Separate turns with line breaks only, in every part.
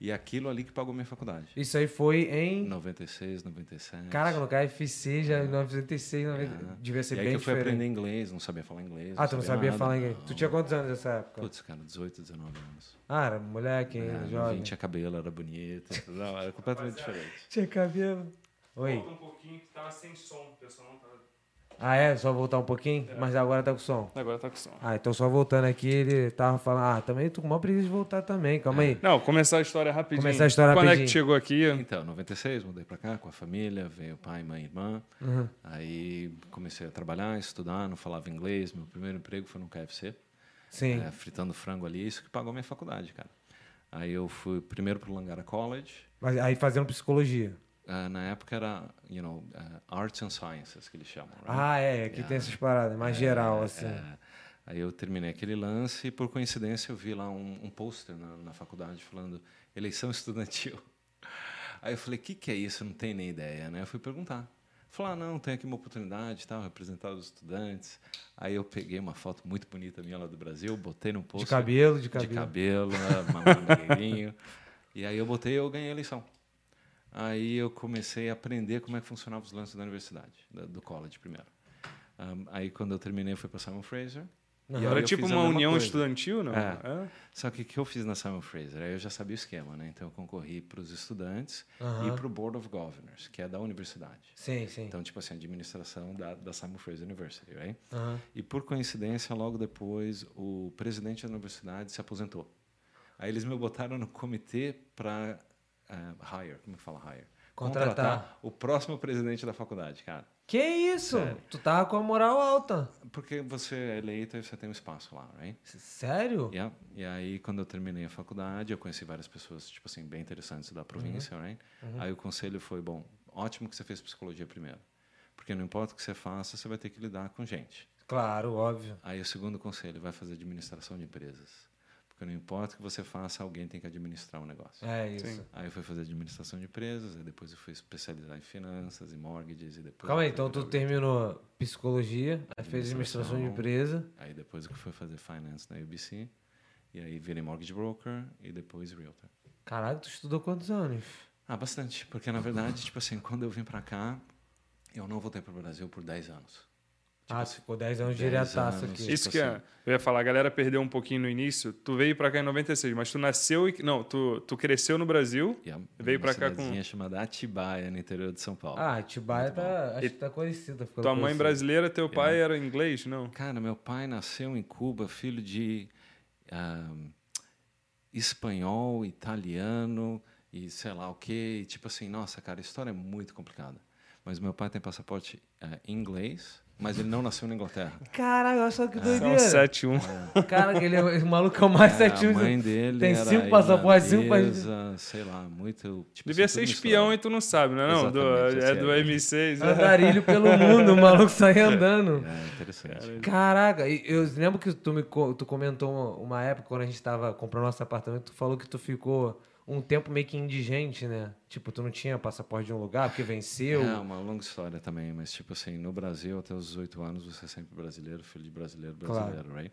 E aquilo ali que pagou minha faculdade.
Isso aí foi em.
96, 97.
Caraca, no KFC já em 96, 90...
É.
devia ser
e aí
bem
que eu fui
diferente.
aprender inglês, não sabia falar inglês.
ah, tu não sabia
nada.
falar inglês. Tu
Não.
tinha quantos anos nessa época?
Putz, cara, 18, 19 anos.
Ah, era moleque
É,
ainda,
jovem.
jovem. é.
tinha cabelo, era bonito. Não, era completamente diferente.
Tinha cabelo. Oi.
Volta um pouquinho que tava sem som, o pessoal não tava.
Ah, é? Só voltar um pouquinho? Mas agora tá com som.
Agora tá com som.
Ah, então só voltando aqui, ele tava falando. Ah, também tô com maior preguiça de voltar também, calma aí.
É.
Não, começar a história rapidinho.
Começar a história
Quando é
rapidinho.
que chegou aqui?
Então, 96, mudei pra cá com a família, veio pai, mãe, irmã.
Uhum.
Aí comecei a trabalhar, estudar, não falava inglês. Meu primeiro emprego foi no KFC,
Sim.
é, fritando frango ali. Isso que pagou minha faculdade, cara. Aí eu fui primeiro pro Langara College.
Mas aí fazendo psicologia.
Ah, na época era, you know, ah, Arts and Sciences que eles chamam. Right?
Ah, é, aqui tem essas paradas, mais geral, assim.
É, aí eu terminei aquele lance e, por coincidência, eu vi lá um, um pôster na, na faculdade falando eleição estudantil. Aí eu falei, o que, que é isso? Eu Não tem nem ideia, né? Eu fui perguntar. Falar, ah, não, tem aqui uma oportunidade e tal, representar os estudantes. Aí eu peguei uma foto muito bonita minha lá do Brasil, botei no
De
pôster.
cabelo, de
De
cabelo.
cabelo, magrinho. E aí eu botei e eu ganhei a eleição. Aí eu comecei a aprender como é que funcionavam os lances da universidade, da- do college primeiro. Ahm, aí quando eu terminei, eu fui para Simon Fraser. E aí
Era
eu
tipo
fiz a
uma
mesma
união
coisa.
estudantil, não?
É.
É.
Só que o que eu fiz na Simon Fraser? Aí eu já sabia o esquema, né? Então eu concorri para os estudantes
Aham.
e para o Board of Governors, que é da universidade.
Sim, sim.
Então, tipo assim, administração da, da Simon Fraser University, right?
Aham.
E por coincidência, logo depois, o presidente da universidade se aposentou. Aí eles me botaram no comitê para hire, como que fala hire?
Contratar.
o próximo presidente da faculdade, cara.
Que isso? Tu tava com a moral alta.
Porque você é eleito e você tem um espaço lá, right?
S- Sério?
Yeah. E aí, quando eu terminei a faculdade, eu conheci várias pessoas, tipo assim, bem interessantes da província, right? Aí o conselho foi, bom, ótimo que você fez psicologia primeiro. Porque não importa o que você faça, você vai ter que lidar com gente.
Claro, óbvio.
Aí o segundo conselho, vai fazer administração de empresas. Porque não importa o que você faça, alguém tem que administrar um negócio.
É isso.
Aí eu fui fazer administração de empresas, aí depois eu fui especializar em finanças e mortgages e depois...
Calma aí, então tu terminou psicologia, aí fez administração de empresa.
Aí depois eu fui fazer finance na UBC, e aí virei mortgage broker e depois realtor.
Caraca, tu estudou quantos anos?
Ah, bastante, porque na verdade, tipo assim, quando eu vim pra cá, eu não voltei pro Brasil por 10 anos.
ah, tu ficou 10 anos
10
diretaço
anos.
aqui.
Tipo
Isso que é.
assim.
Eu ia falar, a galera perdeu um pouquinho no início. Tu veio pra cá em 96, mas tu nasceu e. Não, tu, tu cresceu no Brasil.
E a-
Veio
numa
pra cá com-
cidadezinha chamada Atibaia, no interior de São Paulo.
Ah, Atibaia tá, acho
E
que tá conhecida. ficou
Tua mãe
conhecida.
brasileira, teu pai era inglês, não?
Cara, meu pai nasceu em Cuba, filho de ah, espanhol, italiano e sei lá o quê. E, tipo assim, nossa, cara, a história é muito complicada. Mas meu pai tem passaporte ah, inglês, mas ele não nasceu na Inglaterra.
Caraca, olha
É,
só que
São
doideira.
7 1
Cara, ele é, esse maluco é o mais
É,
sete
a mãe dele
Tem
era
cinco passaportes, cinco passaportes.
irlandesa, Sei lá, muito... Tipo,
Devia
assim,
ser
tudo
espião
misturado.
e tu não sabe, não é? Não? Do-
Exatamente,
é
esse
do
é.
M6. né?
Andarilho pelo mundo, o maluco sai andando.
É, interessante.
Caraca, e eu lembro que tu, me, co- tu comentou uma- uma época quando a gente tava comprando nosso apartamento, tu falou que tu ficou um tempo meio que indigente, né? Tipo, tu não tinha passaporte de um lugar porque venceu.
É uma longa história também, mas tipo assim, no Brasil, até os 18 anos, você é sempre brasileiro, filho de brasileiro, brasileiro, right?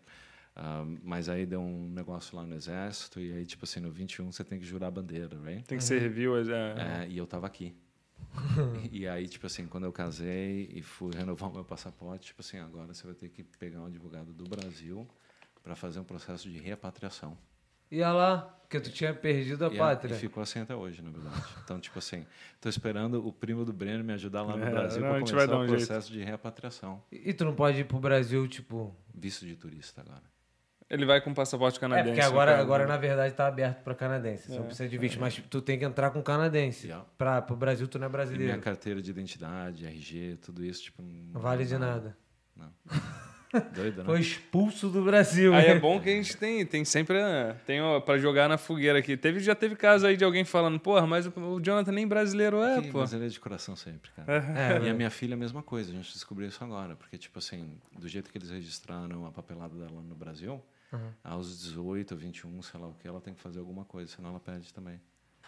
Ah, mas aí deu um negócio lá no exército, e aí, tipo assim, no 21 você tem que jurar a bandeira, right?
Tem que servir o. É.
É, e eu tava aqui. e aí, tipo assim, quando eu casei e fui renovar o meu passaporte, tipo assim, agora você vai ter que pegar um advogado do Brasil para fazer um processo de repatriação.
E olha lá, porque tu tinha perdido a
E, a-
pátria.
e ficou assim até hoje, na verdade. Então, tipo assim, tô esperando o primo do Breno me ajudar lá no
É,
Brasil
não,
para
a gente
começar
vai dar
o
um jeito.
processo de repatriação.
E, e tu não pode ir pro Brasil, tipo.
Visto de turista agora.
Ele vai com passaporte
É,
canadense. então. né? É.
porque agora,
cara.
agora na verdade, tá aberto pra canadense. Você não precisa de visto, mas tu tem que entrar com canadense.
Yeah.
Pra, pro Brasil, tu não é
E
brasileiro.
minha carteira de identidade, RG, tudo isso, tipo.
Não vale de nada.
Doido, né?
Foi expulso do Brasil.
Aí é
né?
bom que a gente tem, tem sempre né, tem ó, pra jogar na fogueira aqui. Teve, já teve caso aí de alguém falando, porra, mas o- o Jonathan nem brasileiro é,
Que
pô. É,
brasileiro é de coração sempre,
É,
cara. e a minha filha, a mesma coisa, a gente descobriu isso agora, porque, tipo assim, do jeito que eles registraram a papelada dela no Brasil, aos 18, 21, sei lá o que, ela tem que fazer alguma coisa, senão ela perde também.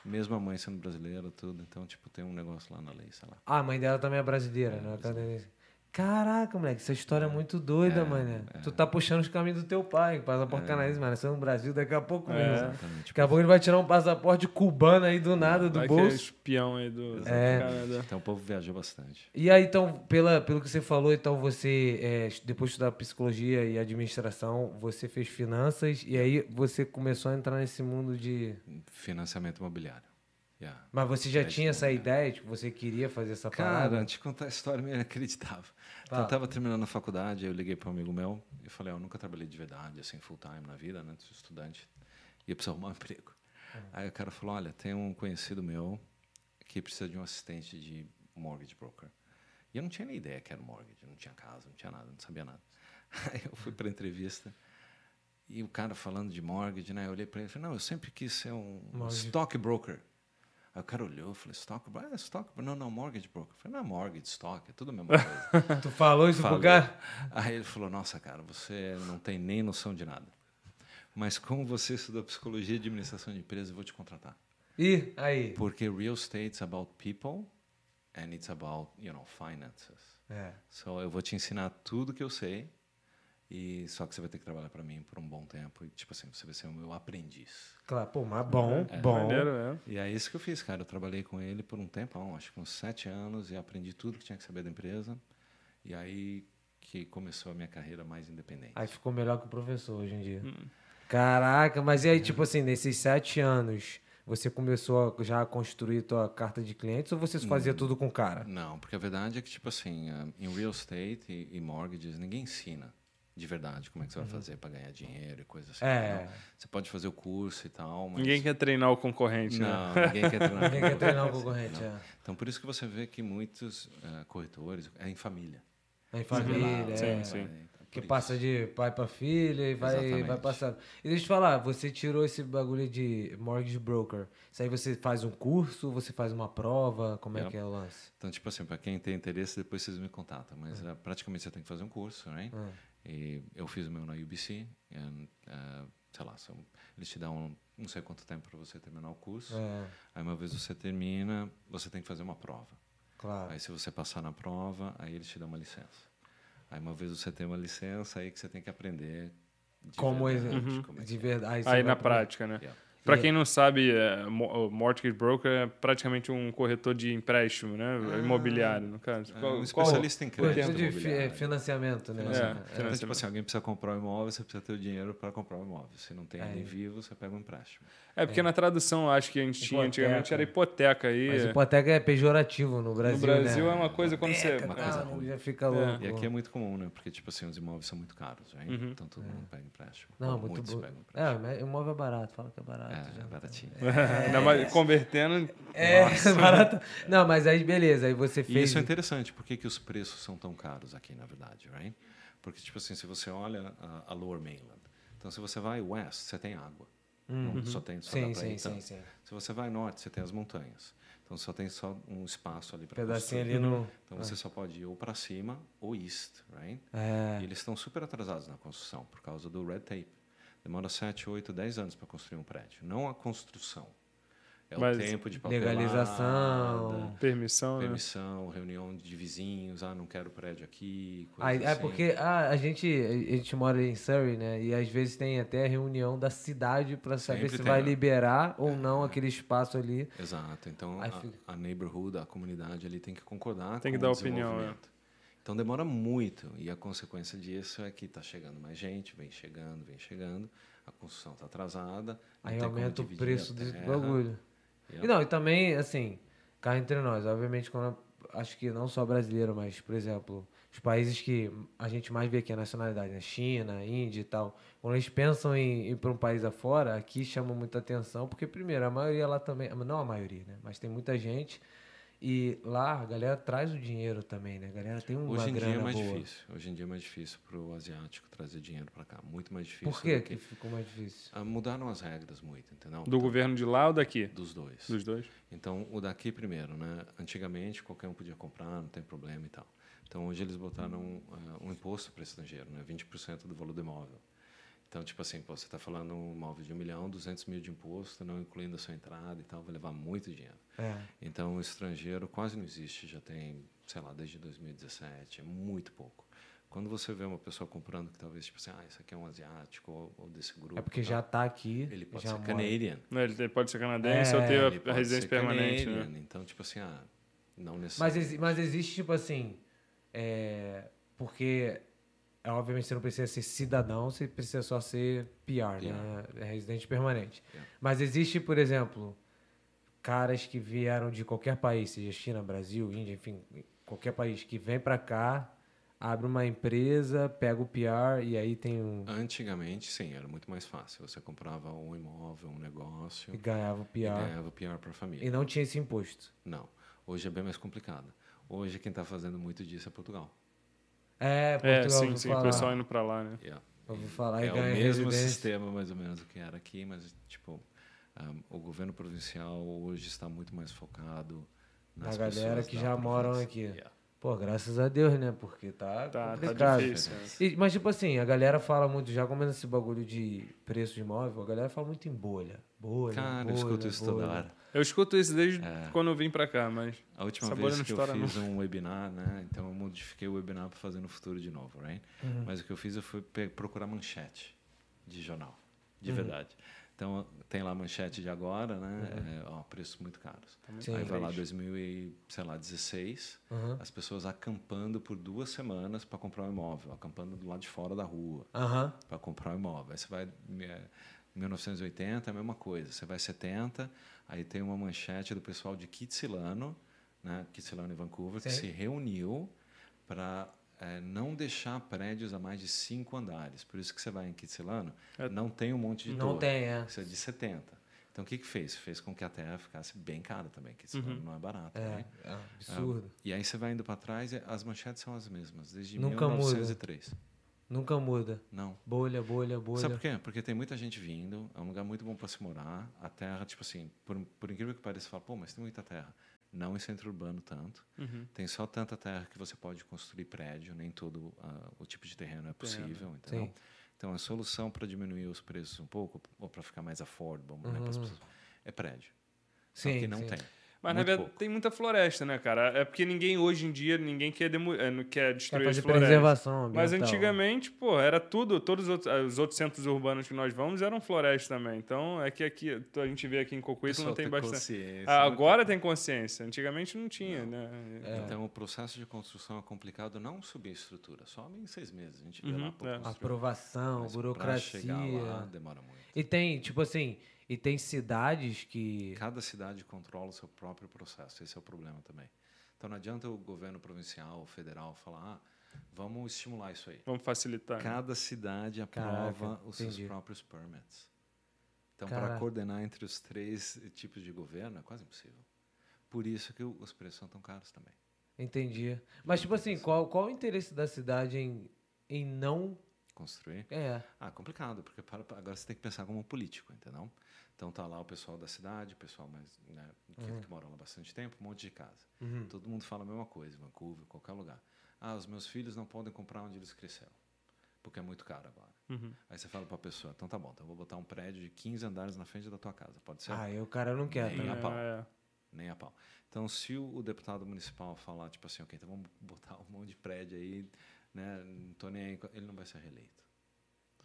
Mesmo a mãe sendo brasileira, tudo, então, tipo, tem um negócio lá na lei, sei lá.
Ah, a mãe dela também é brasileira, não é canadense. Caraca, moleque, essa história é muito doida, mané. Tu tá puxando os caminhos do teu pai, que passaporte canadense, mano. Você é no Brasil daqui a pouco mesmo.
Exatamente.
Daqui a pouco ele vai tirar um passaporte cubano aí do nada, do
Vai que é
bolso.
espião aí do, do
É.
Canadá.
Então o povo viajou bastante.
E aí, então, pela, pelo que você falou, então você, é, est- depois de estudar psicologia e administração, você fez finanças e aí você começou a entrar nesse mundo de.
Financiamento imobiliário. Yeah.
Mas você já
É,
tinha essa
tipo,
ideia, tipo, você queria fazer essa
Cara,
parada?
antes de contar a história, eu inacreditável. Então,
Fala.
eu tava terminando a faculdade, aí eu liguei para um amigo meu e falei, ó, eu nunca trabalhei de verdade, assim, full time na vida, né? Sou estudante. E eu preciso arrumar um emprego.
Ah.
Aí o cara falou, olha, tem um conhecido meu que precisa de um assistente de mortgage broker. E eu não tinha nem ideia que era um mortgage, eu não tinha casa, não tinha nada, não sabia nada. Aí eu fui
Ah.
para entrevista e o cara falando de mortgage, né? Eu olhei para ele e falei, não, eu sempre quis ser um
Mortgage.
stockbroker. Aí o cara olhou e falou, stock, ah, é stock, não, não, mortgage broker. Eu falei, não é mortgage, stock, é tudo a mesma coisa.
Tu falou isso pro Tipo cara?
Aí ele falou, nossa, cara, você não tem nem noção de nada. Mas como você estudou psicologia e administração de empresas, eu vou te contratar.
Ih, aí.
Porque real estate's about people and it's about, you know, finances.
É.
So, eu vou te ensinar tudo que eu sei, e só que você vai ter que trabalhar para mim por um bom tempo. E, tipo assim, você vai ser o meu aprendiz.
Claro, pô, né? mas bom, bom.
Maneiro, é.
E é isso que eu fiz, cara. Eu trabalhei com ele por um tempão, acho que uns sete anos, e aprendi tudo que tinha que saber da empresa. E aí que começou a minha carreira mais independente.
Aí ficou melhor que o professor hoje em dia.
Hum.
Caraca, mas e
É.
aí, tipo assim, nesses sete anos, você começou a- já a construir tua carta de clientes ou você fazia
Hum.
tudo com o cara?
Não, porque a verdade é que, tipo assim, ah, em real estate e, e mortgages, ninguém ensina de verdade como é que você vai fazer para ganhar dinheiro e coisas assim.
Uhum. É.
entendeu? Você pode fazer o curso e tal, mas...
Ninguém quer treinar o concorrente, né?
Não, ninguém quer treinar.
Ninguém quer
com
treinar o
você,
concorrente,
não.
é.
Então, por isso que você vê que muitos eh, corretores é em família.
Em
Lá,
família,
lá,
é,
sim, sim.
então, por
que
isso.
passa de pai pra filha e vai,
Exatamente.
vai passando. E deixa eu te falar, você tirou esse bagulho de mortgage broker. Isso aí você faz um curso, você faz uma prova, como é
Yep.
que é o lance?
Então, tipo assim, para quem tem interesse, depois vocês me contatam. Mas
É.
eh, praticamente você tem que fazer um curso, né?
Hum.
E eu fiz o meu na UBC. And, eh, sei lá, são, eles te dão um- não sei quanto tempo para você terminar o curso.
É,
Aí, uma vez você termina, você tem que fazer uma prova.
claro.
Aí, se você passar na prova, aí eles te dão uma licença. Aí, uma vez você tem uma licença, aí que você tem que aprender de
Como é,
verdade como é
de
que
verdade. você
Uhum.
vai
Aí na
pra-
prática, né?
é. Yeah.
Pra quem não sabe, é, mo- o mortgage broker é praticamente um corretor de empréstimo, né?
Ah.
Imobiliário, no caso.
É,
Qual-
um especialista em
Pô,
crédito
tudo de fi- é,
imobiliário.
financiamento, né?
Financiamento.
É.
Então, tipo assim, alguém precisa comprar um imóvel, você precisa ter o dinheiro para comprar um imóvel. Se não tem
É.
ele vivo, você pega um empréstimo.
É, porque na tradução, acho que a gente tinha antigamente,
Hipoteca.
era hipoteca. aí.
Mas hipoteca é pejorativo no
no
Brasil,
Brasil
né?
é uma coisa quando você...
uma
Ah,
coisa
não,
ruim.
já fica louco.
E aqui é muito comum, né? Porque, tipo assim, os imóveis são muito caros, né? Então todo mundo pega empréstimo.
Uhum. É. Não,
Ou
muito
muitos
bom.
pegam empréstimo.
É, mas imóvel é barato, fala que é barato.
É,
já.
é baratinho.
Ainda mais convertendo...
É, barato. Não, mas aí beleza, aí você
E
fez.
isso é interessante. Por que, que os preços são tão caros aqui, na verdade, right? Porque, tipo assim, se você olha a, a Lower Mainland, então se você vai west, você tem água. Não, só tem só dá
Uhum. Sim,
pra ir tá?
sim, sim,
tanto.
sim.
Se você vai norte, você tem as montanhas. Então só tem só um espaço ali para
Pedacinho ali no.
Então você só pode ir ou para cima ou east, right?
É.
E eles estão super atrasados na construção por causa do red tape. Demora 7, 8, 10 anos para construir um prédio. Não a construção. É
Mas
o tempo de papelada,
legalização.
Permissão, né?
permissão, reunião de vizinhos, ah, não quero prédio aqui, coisa
Aí, é
assim.
porque ah, a, gente, a gente mora em Surrey, né? E às vezes tem até reunião da cidade pra saber
Sempre
se
tem,
vai
né?
liberar ou não aquele espaço ali.
Exato. Então
Aí
a,
fica-
a neighborhood, a comunidade ali tem que concordar
Tem
com
que dar
o
opinião, né?
desenvolvimento. Então demora muito e a consequência disso é que está chegando mais gente, vem chegando, vem chegando, a construção está atrasada, não
Aí
tem como
aumenta o
dividir né? É, a
preço do
terra.
bagulho.
Yep.
E não, e também, assim, cá entre nós, obviamente, quando acho que não só brasileiro, mas, por exemplo, os países que a gente mais vê aqui a nacionalidade, né? China, Índia e tal, quando eles pensam em ir para um país afora, aqui chama muita atenção, porque, primeiro, a maioria lá também, não a maioria, né? Mas tem muita gente. E lá a galera traz o dinheiro também, né? A galera tem uma
Hoje em dia
grana
é mais
boa.
difícil. Hoje em dia é mais difícil para o asiático trazer dinheiro para cá. Muito mais difícil.
Por que,
do
que
que-
ficou mais difícil?
Ah, mudaram as regras muito, entendeu?
Do
Então,
governo de lá ou daqui?
Dos dois.
Dos dois?
Então, o daqui primeiro, né? Antigamente, qualquer um podia comprar, não tem problema e tal. eh, Então, hoje eles botaram ah, um imposto para estrangeiro, né? 20% do valor do imóvel. Então, tipo assim, pô, você está falando um móvel de um milhão, 200 mil de imposto, não incluindo a sua entrada e tal, vai levar muito dinheiro.
É.
Então, o estrangeiro quase não existe, já tem, sei lá, desde 2017, é muito pouco. Quando você vê uma pessoa comprando que talvez, tipo assim, ah, isso aqui é um asiático ou, ou desse grupo.
É porque
e
já
tal,
tá aqui.
Ele pode
já
ser
mora.
canadian.
Não, Ele pode ser canadense
É,
ou ter
Ele
a- a,
pode
residência
ser
permanente, né?
canadian. Então, tipo assim, ah, não
Mas,
necessariamente.
exi- mas existe, tipo assim. É, porque, é, obviamente, você não precisa ser cidadão, você precisa só ser PR, né? É Residente permanente.
Yeah.
Mas existe, por exemplo, caras que vieram de qualquer país, seja China, Brasil, Índia, enfim, qualquer país, que vem pra cá, abre uma empresa, pega o PR e aí tem um.
Antigamente, sim, era muito mais fácil. Você comprava um imóvel, um negócio,
e ganhava o PR.
e ganhava PR para a família.
E não tinha esse imposto.
Não. Hoje é bem mais complicado. Hoje quem está fazendo muito disso é Portugal.
É, Portugal,
É, sim,
ouvi
sim, o
falar.
pessoal indo pra lá, né?
Yeah.
Ouvi falar e
é o
ganha
mesmo
residência.
sistema, mais ou menos, que era aqui, mas, tipo, ahm, o governo provincial hoje está muito mais focado nas
Na galera
pessoas
que
da
já moram
província.
aqui.
Yeah.
Pô, graças a Deus, né? Porque tá,
Tá, tá
complicado.
difícil. né?
E- mas, tipo assim, a galera fala muito, já comendo esse bagulho de preço de imóvel, a galera fala muito em bolha. Bolha.
Cara,
bolha,
eu escuto isso toda
bolha.
hora.
Eu escuto isso desde
É.
quando eu vim pra cá, mas.
A última
Essa bolha
vez
não
que eu
estoura
fiz um webinar, né? Então eu modifiquei o webinar para fazer no futuro de novo, right?
Uhum.
Mas o que eu fiz eu fui pe- procurar manchete de jornal, de
Uhum.
verdade. Então tem lá a manchete de agora,
Uhum.
né? É, ó, preços muito caros.
Tá
Sim.
Aí vai lá 2016,
Uhum.
Aham.
as pessoas acampando por duas semanas para comprar um imóvel, acampando do lado de fora da rua
Aham.
para comprar um imóvel. Aí você vai eh, 1980, é a mesma coisa. Você vai 70, aí tem uma manchete do pessoal de Kitsilano, né? Kitsilano em Vancouver, que
Sim.
se reuniu para não deixar prédios a mais de cinco andares. Por isso que você vai em Kitsilano,
É.
não tem um monte de
Não
torre.
tem, é.
Isso é de 70. Então o que que fez? Fez com que a terra ficasse bem cara também. Kitsilano não é barato,
É,
né?
é absurdo.
E aí você vai indo para trás, e as manchetes são as mesmas desde
Nunca muda.
1903.
Nunca muda.
Não.
Bolha, bolha, bolha.
Sabe por quê? Porque tem muita gente vindo, é um lugar muito bom para se morar. A terra, tipo assim, por, por incrível que pareça, você fala, pô, mas tem muita terra. Não em centro urbano tanto.
uhum.
Tem só tanta terra que você pode construir prédio, nem todo ah, o tipo de terreno é possível, entendeu?
né? Sim.
Então a solução para diminuir os preços um pouco, ou para ficar mais affordable, né, pras pessoas, é prédio. Só
Uhum. Sim,
que não
sim. É
tem.
Mas na
Muito
verdade
pouco.
tem muita floresta, né, cara? É porque ninguém hoje em dia, ninguém quer, demo- é, não quer
Quer
destruir as
fazer
florestas.
preservação então. ambiental.
Mas antigamente, pô, era tudo, todos os outros, ah, os outros centros urbanos que nós vamos eram floresta também. Então é que aqui, a gente vê aqui em Cocuíto
Pessoal
não tem
ter
bastante.
consciência, né?
Ah,
não tem.
agora tem consciência, antigamente não tinha, né?
É.
Então o processo de construção é complicado, não subir a estrutura, sobe em seis meses. A gente vê
Uhum,
lá, pô,
é.
construiu.
Aprovação,
Mas pra
burocracia.
chegar lá demora muito.
E tem, tipo assim, e tem cidades que.
Cada cidade controla o seu próprio processo, esse é o problema também. Então não adianta o governo provincial, ou federal falar, ah, vamos estimular isso aí.
Vamos facilitar. né?
Cada cidade
Caraca,
aprova os seus
entendi.
próprios permits. Então
Caraca.
para coordenar entre os três tipos de governo é quase impossível. Por isso que o- os preços são tão caros também.
Entendi. Mas, tipo assim, qual, qual o interesse da cidade em, em não.
Construir
É.
Ah, complicado, porque para- para- agora você tem que pensar como um político, entendeu? Então tá lá o pessoal da cidade, o pessoal mais, né, que,
Uhum.
que mora lá bastante tempo, um monte de casa.
Uhum.
Todo mundo fala a mesma coisa, em Vancouver, qualquer lugar. Ah, os meus filhos não podem comprar onde eles cresceram, porque é muito caro agora.
Uhum.
Aí você fala para a pessoa, então tá bom, então eu vou botar um prédio de 15 andares na frente da tua casa, pode ser?
Ah, eu, cara, eu não quero.
Nem
tá?
a pau.
É,
Nem a pau. Então, se o, o deputado municipal falar, tipo assim, ok, então vamos botar um monte de prédio aí, né, não tô nem aí, com-", ele não vai ser reeleito.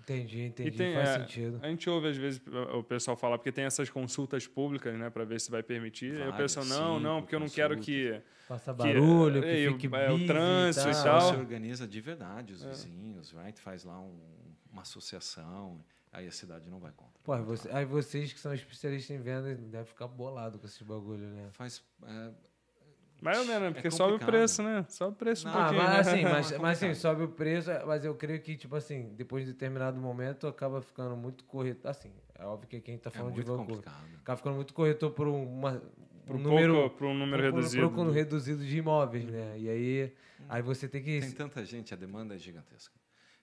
Entendi, entendi.
E tem,
Faz
é,
sentido.
A gente ouve às vezes o pessoal falar, porque tem essas consultas públicas, né, Pra ver se vai permitir. Aí o
Várias,
pessoal, não, não,
cinco
porque eu não quero que.
Faça
que,
barulho, que,
é, e o-
fique
é, o
busy
trânsito e
Então, Se
tal.
Então-
Você organiza de verdade
É.
os vizinhos, right? faz lá um- uma associação, aí a cidade não vai contra.
Pô, aí você- aí vocês que são especialistas em venda devem ficar bolado com esses bagulho, né?
Faz, é,
Mais ou menos, né?
É
Porque sobe o
complicado.
preço, né? Sobe o preço um
Não,
Ah,
pouquinho.
mas
né?
assim, mas,
É
mas assim,
complicado.
sobe o preço, mas eu creio que, tipo assim, depois de determinado momento acaba ficando muito corretor. Assim, é óbvio que aqui a gente tá
é
falando de
muito
Vancouver.
complicado.
Acaba ficando muito corretor por uma,
Pro
um
pouco-
número.
pro um número
por- por-
reduzido.
Por um reduzido de imóveis, né? E aí, aí você tem que.
Tem tanta gente, a demanda é gigantesca.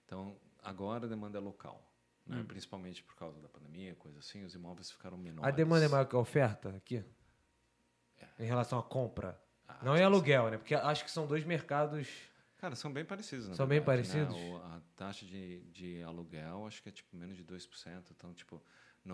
Então, agora a demanda é local,
Hum.
né? principalmente por causa da pandemia, coisa assim, os imóveis ficaram menores.
A demanda é maior que a oferta aqui? é
tipo
Em relação à compra? não é aluguel, né? Porque acho que são dois mercados
Ah, Cara, são bem parecidos, né?
São bem parecidos?
A taxa de, de aluguel acho que é tipo menos de 2%. Então, tipo,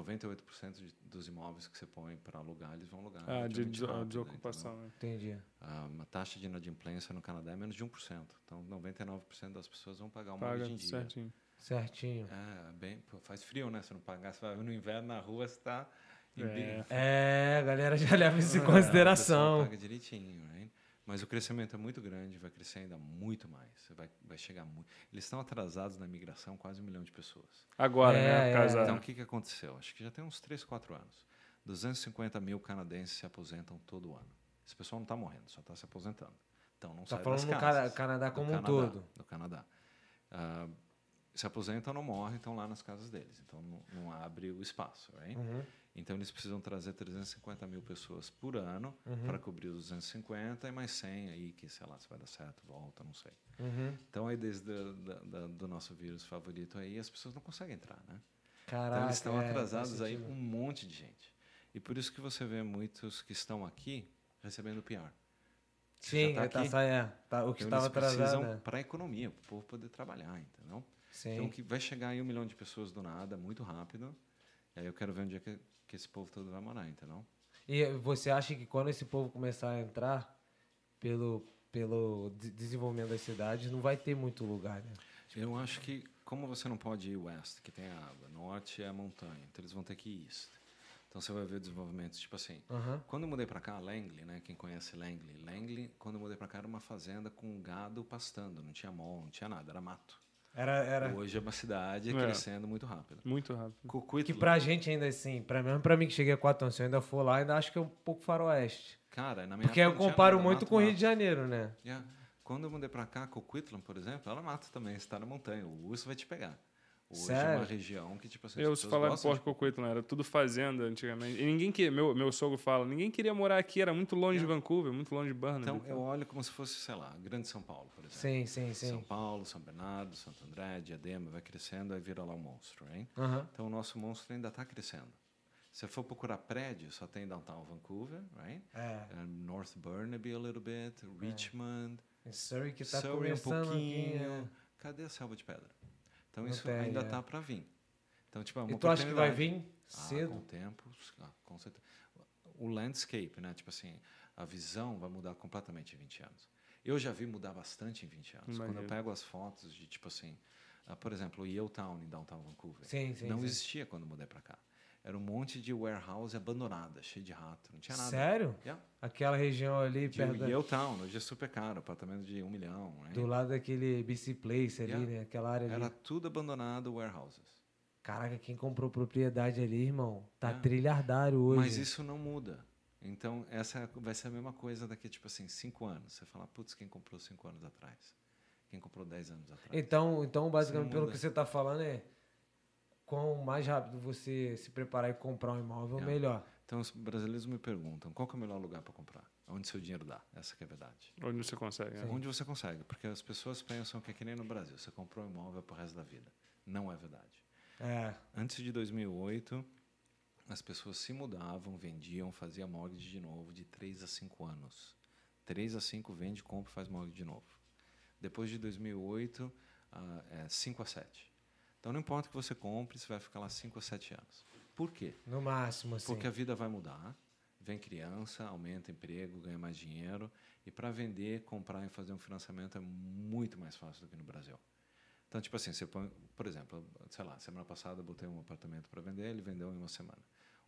98% de, dos imóveis que você põe para alugar, eles vão alugar.
Ah, de
relativamente
des- a
rápido,
desocupação,
então,
né?
Entendi.
Ah, uma taxa de inadimplência no Canadá é menos de 1%. Então, 99% das pessoas vão pagar uma
Paga
então, hoje em dia.
certinho.
Certinho.
É, bem, pô, faz frio, né? Se não pagar, você vai no inverno na rua, você está em
É.
É, a galera já leva isso em
É, o pessoal
consideração.
paga direitinho, né? Mas o crescimento é muito grande, vai crescer ainda muito mais. Vai, vai chegar muito. Eles estão atrasados na migração quase um milhão de pessoas.
Agora,
É,
né?
é,
Por causa-
Então, o que, que aconteceu? Acho que já tem uns 3, 4 anos. 250 mil canadenses se aposentam todo ano. Esse pessoal não está morrendo, só está se aposentando. Então, não
Tá
sai
falando
das
no
casas.
Cana- Canadá
Do
como um
Canadá,
todo.
Do Canadá. Ah, se aposentam, não morrem, estão lá nas casas deles. Então, não, não abre o espaço, right?
Uhum.
Então eles precisam trazer 350 mil pessoas por ano
Uhum.
para cobrir os 250 e mais 100 aí, que sei lá se vai dar certo, volta, não sei.
Uhum.
Então aí desde do, da- da- do nosso vírus favorito aí, as pessoas não conseguem entrar, né?
Caraca.
então eles estão
é,
atrasados
faz
aí
sentido.
um monte de gente. E por isso que você vê muitos que estão aqui recebendo PR.
Sim,
já tá
é, tá
aqui.
sa- é, tá- o que
Então,
estava
eles precisam
atrasado. é.
para a economia, para o povo poder trabalhar, entendeu?
Sim.
Então que vai chegar aí um milhão de pessoas do nada, muito rápido. E aí eu quero ver onde é que, que esse povo todo vai morar, entendeu?
E você acha que quando esse povo começar a entrar pelo, pelo de- desenvolvimento das cidades, não vai ter muito lugar, né?
Eu acho que, como você não pode ir west, que tem a água, norte é a montanha, então eles vão ter que ir east. Então você vai ver o desenvolvimento, tipo assim.
Aham.
Quando eu mudei para cá, Langley, né? Quem conhece Langley? Langley, quando eu mudei para cá, era uma fazenda com gado pastando, não tinha mol, não tinha nada, era mato.
Era, era
Hoje é uma cidade
É.
crescendo muito rápido.
Muito rápido.
que
Coquitlam,
pra gente ainda assim, pra, mesmo pra mim que cheguei a 4 anos, se eu ainda for lá, ainda acho que é um pouco faroeste.
cara, na minha
Porque eu
época não tinha
comparo
nada,
muito
mato,
com o Rio
mato. É.
de Janeiro, né?
Yeah. Quando eu mudei para cá, Coquitlam, por exemplo, ela mata também, está na montanha, o urso vai te pegar. Hoje é
Sério?
uma região que, tipo assim, as
Eu, se
pessoas
falar de
gostam de
Porto Coquitlam, era tudo fazenda antigamente. E ninguém que... Meu, meu sogro fala, ninguém queria morar aqui, era muito longe de Vancouver, muito longe de Burnaby.
Então, eu olho como se fosse, sei lá, Grande São Paulo, por exemplo.
Sim, sim,
São
sim.
Paulo, São Bernardo, Santo André, Diadema, vai crescendo, aí vira lá um monstro, hein?
Aham.
Então, o nosso monstro ainda está crescendo. Se você for procurar prédio, só tem Downtown Vancouver, right?
É.
Uh, North Burnaby a little bit, Richmond,
Em Surrey que tá
Surrey um
começando
pouquinho.
aqui, né?
Cadê a selva de pedra? Então,
Não
isso
tem,
ainda
é.
está para vir. Então, tipo, é
é.
uma
E tu acha que vai
oportunidade.
vir
Ah, com o
cedo?
tempo, ah, com certeza. O landscape, né? Tipo assim, a visão vai mudar completamente em 20 anos. Eu já vi mudar bastante em 20 anos. Quando
Imagino.
eu pego as fotos de, tipo assim, ah, por exemplo, o Yale Town em Downtown Vancouver.
Sim, sim,
não
sim.
existia quando eu mudei pra cá. Era um monte de warehouse abandonada, cheio de rato, não tinha nada.
Sério?
Yeah.
Aquela região ali
Tinha
perto
o
da-
Yale Town, hoje é super caro, apartamento de um milhão. né?
do lado daquele BC Place ali,
Yeah.
né? Aquela área ali.
Era tudo abandonado, warehouses.
Caraca, quem comprou propriedade ali, irmão, tá
É.
trilhardário hoje.
Mas isso não muda. Então, essa vai ser a mesma coisa daqui, tipo assim, cinco anos. Você fala, putz, quem comprou cinco anos atrás? Quem comprou dez anos atrás?
Então, então basicamente,
Isso
pelo
muda.
que você tá falando é quão mais rápido você se preparar e comprar um imóvel,
É.
melhor.
Então, os brasileiros me perguntam, qual que é o melhor lugar para comprar? Onde seu dinheiro dá? Essa que é a verdade.
Onde você consegue, né?
Onde você consegue? Porque as pessoas pensam que é que nem no Brasil. Você comprou um imóvel pro resto da vida. Não é verdade.
É,
Antes de 2008, as pessoas se mudavam, vendiam, faziam mortgage de novo de 3 a 5 anos. 3 a 5 vende, compra e faz mortgage de novo. Depois de 2008, ah, é 5 a 7. Então não importa o que você compre, você vai ficar lá 5 a 7 anos. Por quê?
no máximo, assim.
Porque é a vida vai mudar. Vem criança, aumenta emprego, ganha mais dinheiro. E para vender, comprar e fazer um financiamento é muito mais fácil do que no Brasil. Então, tipo assim, você põe, por exemplo, sei lá, semana passada eu botei um apartamento para vender, ele vendeu em uma semana.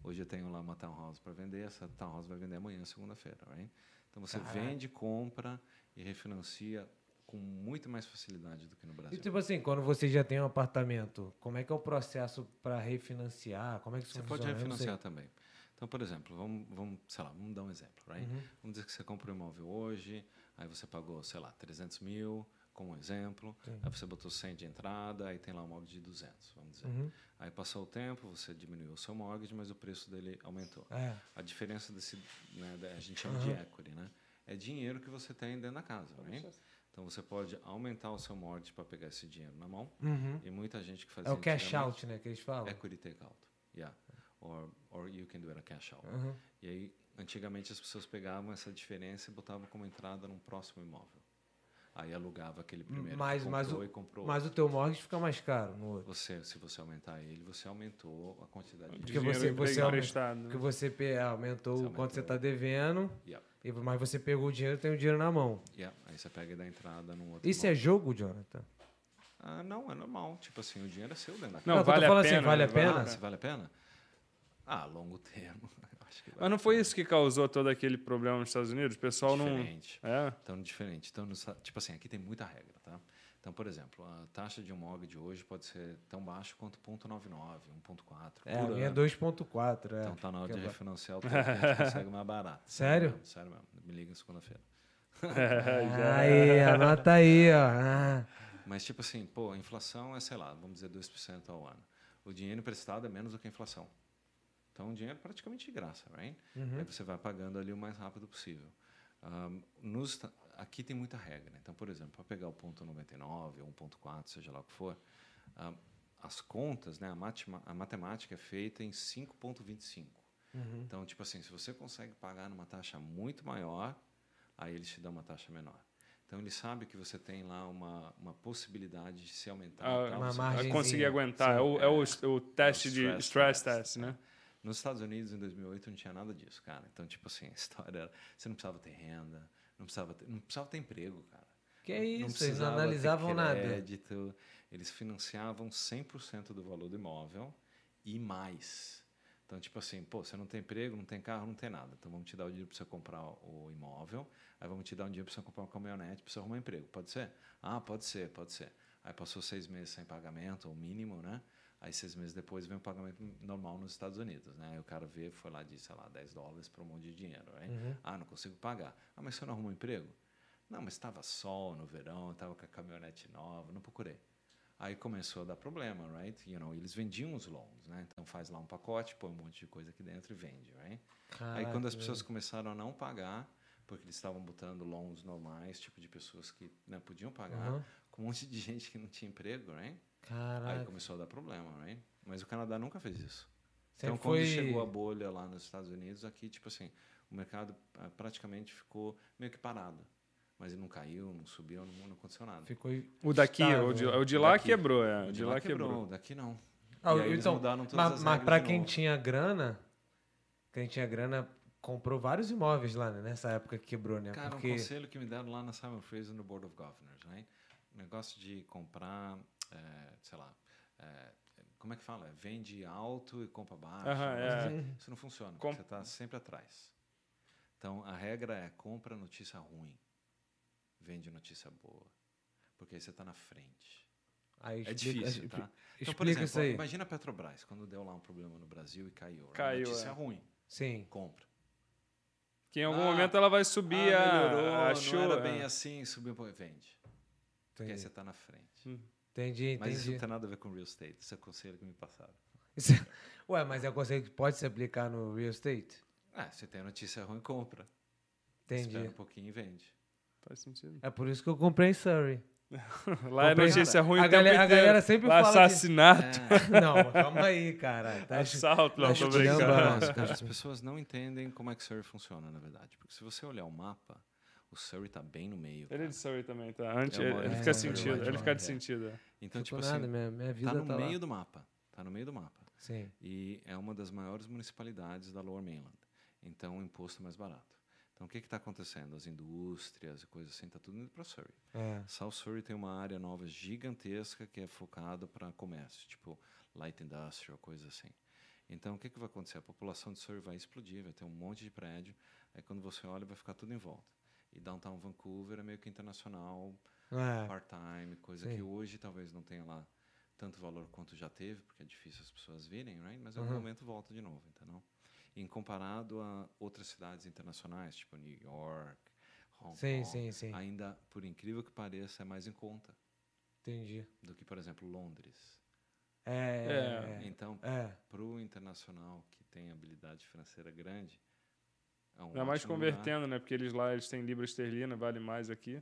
Hoje eu tenho lá uma townhouse para vender, essa townhouse vai vender amanhã, segunda-feira. Right? Então você
Caraca.
vende, compra e refinancia com muito mais facilidade do que no
E
Brasil.
tipo assim, quando você já tem um apartamento, como é que é o processo pra refinanciar? Como é que isso
Você
funciona?
pode
Eu não
refinanciar também. Então, por exemplo, vamos, vamos, sei lá, vamos dar um exemplo, right? Vamos dizer que você compra um imóvel hoje, aí você pagou, sei lá, 300 mil, como um exemplo, aí você botou 100 de entrada, aí tem lá um mortgage de 200, vamos
Hum.
dizer.
Uhum,
Aí passou o tempo, você diminuiu o seu mortgage, mas o preço dele aumentou.
sei. É.
A diferença desse, né, da- a gente chama de equity, né? É dinheiro que você tem dentro da casa, right?
assim.
Então, você pode aumentar o seu mortgage para pegar esse dinheiro na mão,
Uhum.
e muita gente que fazia
É o cash
antigamente-
out, né, que eles falam.
equity takeout. Yeah. Or, or you can do it a cash out.
Uhum.
E aí, antigamente as pessoas pegavam essa diferença e botavam como entrada num próximo imóvel. Aí alugava aquele primeiro
Mas-
que
mas
comprou
o-
e comprou.
Mas o teu mortgage fica mais caro no outro.
Você, se você aumentar ele, você aumentou a quantidade
De
de
Porque
dinheiro
você, você, aumentou,
emprestado, né?
porque você pe- aumentou
Você
o quanto você
aumentou.
está devendo,
Yeah,
e- mas você pegou o dinheiro e tem o dinheiro na mão.
yeah. Aí você pega e dá entrada num outro.
Isso é jogo, Jonathan?
Ah, não, é normal. Tipo assim, o dinheiro é seu dentro da
Não,
eu tô
vale a
falando
pena,
assim, vale a
né?
pena?
Ah, se vale a pena? Ah, a longo termo. Acho que
Mas não foi isso que causou todo aquele problema nos Estados Unidos? O pessoal
diferente.
não. É?
Então, diferente. Então, nos- tipo assim, aqui tem muita regra, tá? Então, por exemplo, a taxa de um mortgage hoje pode ser tão baixa quanto 0,99, 1,4
É, a
por
minha é
ano.
2.4, é.
Então, tá na hora de
Quebra.
refinanciar o teu, que a gente consegue mais barato.
Sério?
mesmo, sério mesmo. Me liga segunda-feira.
Ah, Aí, anota aí, ó. Ah,
Mas, tipo assim, pô, a inflação é, sei lá, vamos dizer 2% ao ano. O dinheiro emprestado é menos do que a inflação. Então, o dinheiro é praticamente de graça, right? Aí você vai pagando ali o mais rápido possível. Ahm, nos, Esta- aqui tem muita regra. Então, por exemplo, para pegar o ponto 99 ou 1.4, seja lá o que for, ahm, as contas, né, a, matema- a matemática é feita em 5.25. Então, tipo assim, se você consegue pagar numa taxa muito maior, aí eles te dão uma taxa menor. Então, ele sabe que você tem lá uma, uma possibilidade de se aumentar.
Ah,
e tal,
Uma
você-
margenzinha.
Conseguir aguentar. é o, é o, o teste de
stress
stress
test,
test, né?
Nos Estados Unidos, em 2008, não tinha nada disso, cara. Então, tipo assim, a história era... Você não precisava ter renda, não precisava ter, não precisava ter emprego, cara.
Que é
Não- não
isso, eles não
precisava ter
analisavam nada.
crédito, Eles financiavam 100% do valor do imóvel e mais. Então, tipo assim, pô, você não tem emprego, não tem carro, não tem nada. Então, vamos te dar o dinheiro para você comprar o imóvel, aí vamos te dar um dinheiro para você comprar uma caminhonete, para você arrumar um emprego. Pode ser? Ah, pode ser, pode ser. Aí passou seis meses sem pagamento, o mínimo, né? Aí seis meses depois vem o pagamento normal nos Estados Unidos, né? Aí o cara vê, foi lá de, sei lá, 10 dólares para um monte de dinheiro, né?
Uhum.
Ah, não consigo pagar. Ah, mas você não arrumou emprego? Não, mas estava sol no verão, estava com a caminhonete nova, não procurei. Aí começou a dar problema, right? You know, eles vendiam os loans, né? Então faz lá um pacote, põe um monte de coisa aqui dentro e vende, right? Aí quando as
Caraca,
pessoas começaram a não pagar, porque eles estavam botando loans normais, tipo de pessoas que né, podiam pagar,
Uhum.
com um monte de gente que não tinha emprego, right? Aí então,
Caraca.
começou a dar problema, right? Mas o Canadá nunca fez isso.
Sempre
então, quando
foi-
chegou a bolha lá nos Estados Unidos, aqui, tipo assim, o mercado ah, praticamente ficou meio que parado. Mas ele não caiu, não subiu, não, não aconteceu nada.
Ficou
O daqui,
estável.
Tá, o de, o de lá
Daqui.
quebrou, é. O de lá
quebrou,
quebrou.
o daqui não.
Ah,
E aí eles
então,
mudaram todas
mas,
as
mas
regras
pra
de
quem
novo.
tinha grana, quem tinha grana comprou vários imóveis lá, né? Nessa época que quebrou,
É
né?
Cara,
Porque
um conselho que me deram lá na Simon Fraser no Board of Governors, né? O negócio de comprar, eh, sei lá, eh, como é que fala? Vende alto e compra baixo.
Aham,
um negócio
é.
assim. Isso não funciona,
Com-
porque você está sempre atrás. Então, a regra é compra notícia ruim, vende notícia boa, porque aí você está na frente. É
aí explica-
difícil,
explica-
tá? Então, por
explica
exemplo,
isso aí.
imagina a Petrobras, quando deu lá um problema no Brasil e caiu. né?
Caiu,
Notícia
é.
ruim,
Sim.
compra.
Que em algum
Ah,
momento ela vai subir
ah,
a,
melhorou,
a
não
chuva. é.
era bem assim, subiu, pô, vende. Porque aí
Entendi,
você está na frente.
entendi.
Mas isso
entendi.
não tem nada a ver com real estate. Isso é conselho que me passaram.
Isso- Ué, mas é um conselho que pode se aplicar no real estate?
Ah, você tem a notícia ruim, compra. Espera
Entendi.
um pouquinho e vende.
Faz sentido.
É por isso que eu comprei em Surrey.
Lá é
Comprei-
notícia ruim
A
o tempo
galera- a
inteiro.
galera sempre
Lá é
fala de-
assassinato.
Não, calma aí, cara. Tá
é
Assalto, não,
Acho
tô
que não,
brincando.
mano.
Nossa, cara, as pessoas não entendem como é que Surrey funciona, na verdade. Porque se você olhar o mapa, o Surrey tá bem no meio.
Ele é
cara.
de Surrey também, tá? Antes,
É uma-
ele
é,
fica
é,
sentido,
é,
ele fica de
é.
sentido. é.
Então,
Ficou
tipo
nada,
assim,
minha, minha vida
tá
tá,
no meio
lá.
do mapa. Tá no meio do mapa.
Sim.
E é uma das maiores municipalidades da Lower Mainland. Então, o imposto é mais barato. Então, o que está acontecendo? As indústrias e coisas assim, tá tudo indo para Surrey.
É.
South Surrey tem uma área nova gigantesca que é focada para comércio, tipo light industrial, coisa assim. Então, o que, que vai acontecer? A população de Surrey vai explodir, vai ter um monte de prédio. Aí, quando você olha, vai ficar tudo em volta. E Downtown Vancouver é meio que internacional,
É.
part-time, coisa
Sim.
que hoje talvez não tenha lá tanto valor quanto já teve, porque é difícil as pessoas virem, right? mas em algum
Uhum.
momento volta de novo, entendeu? Em comparado a outras cidades internacionais, tipo New York, Hong
Sim,
Kong,
sim, sim.
ainda, por incrível que pareça, é mais em conta
Entendi.
do que, por exemplo, Londres.
É.
Então,
É. é.
para o internacional que tem habilidade financeira grande, é um
Ainda mais
ótimo lugar.
convertendo, né? Porque eles lá eles têm libra esterlina, vale mais aqui.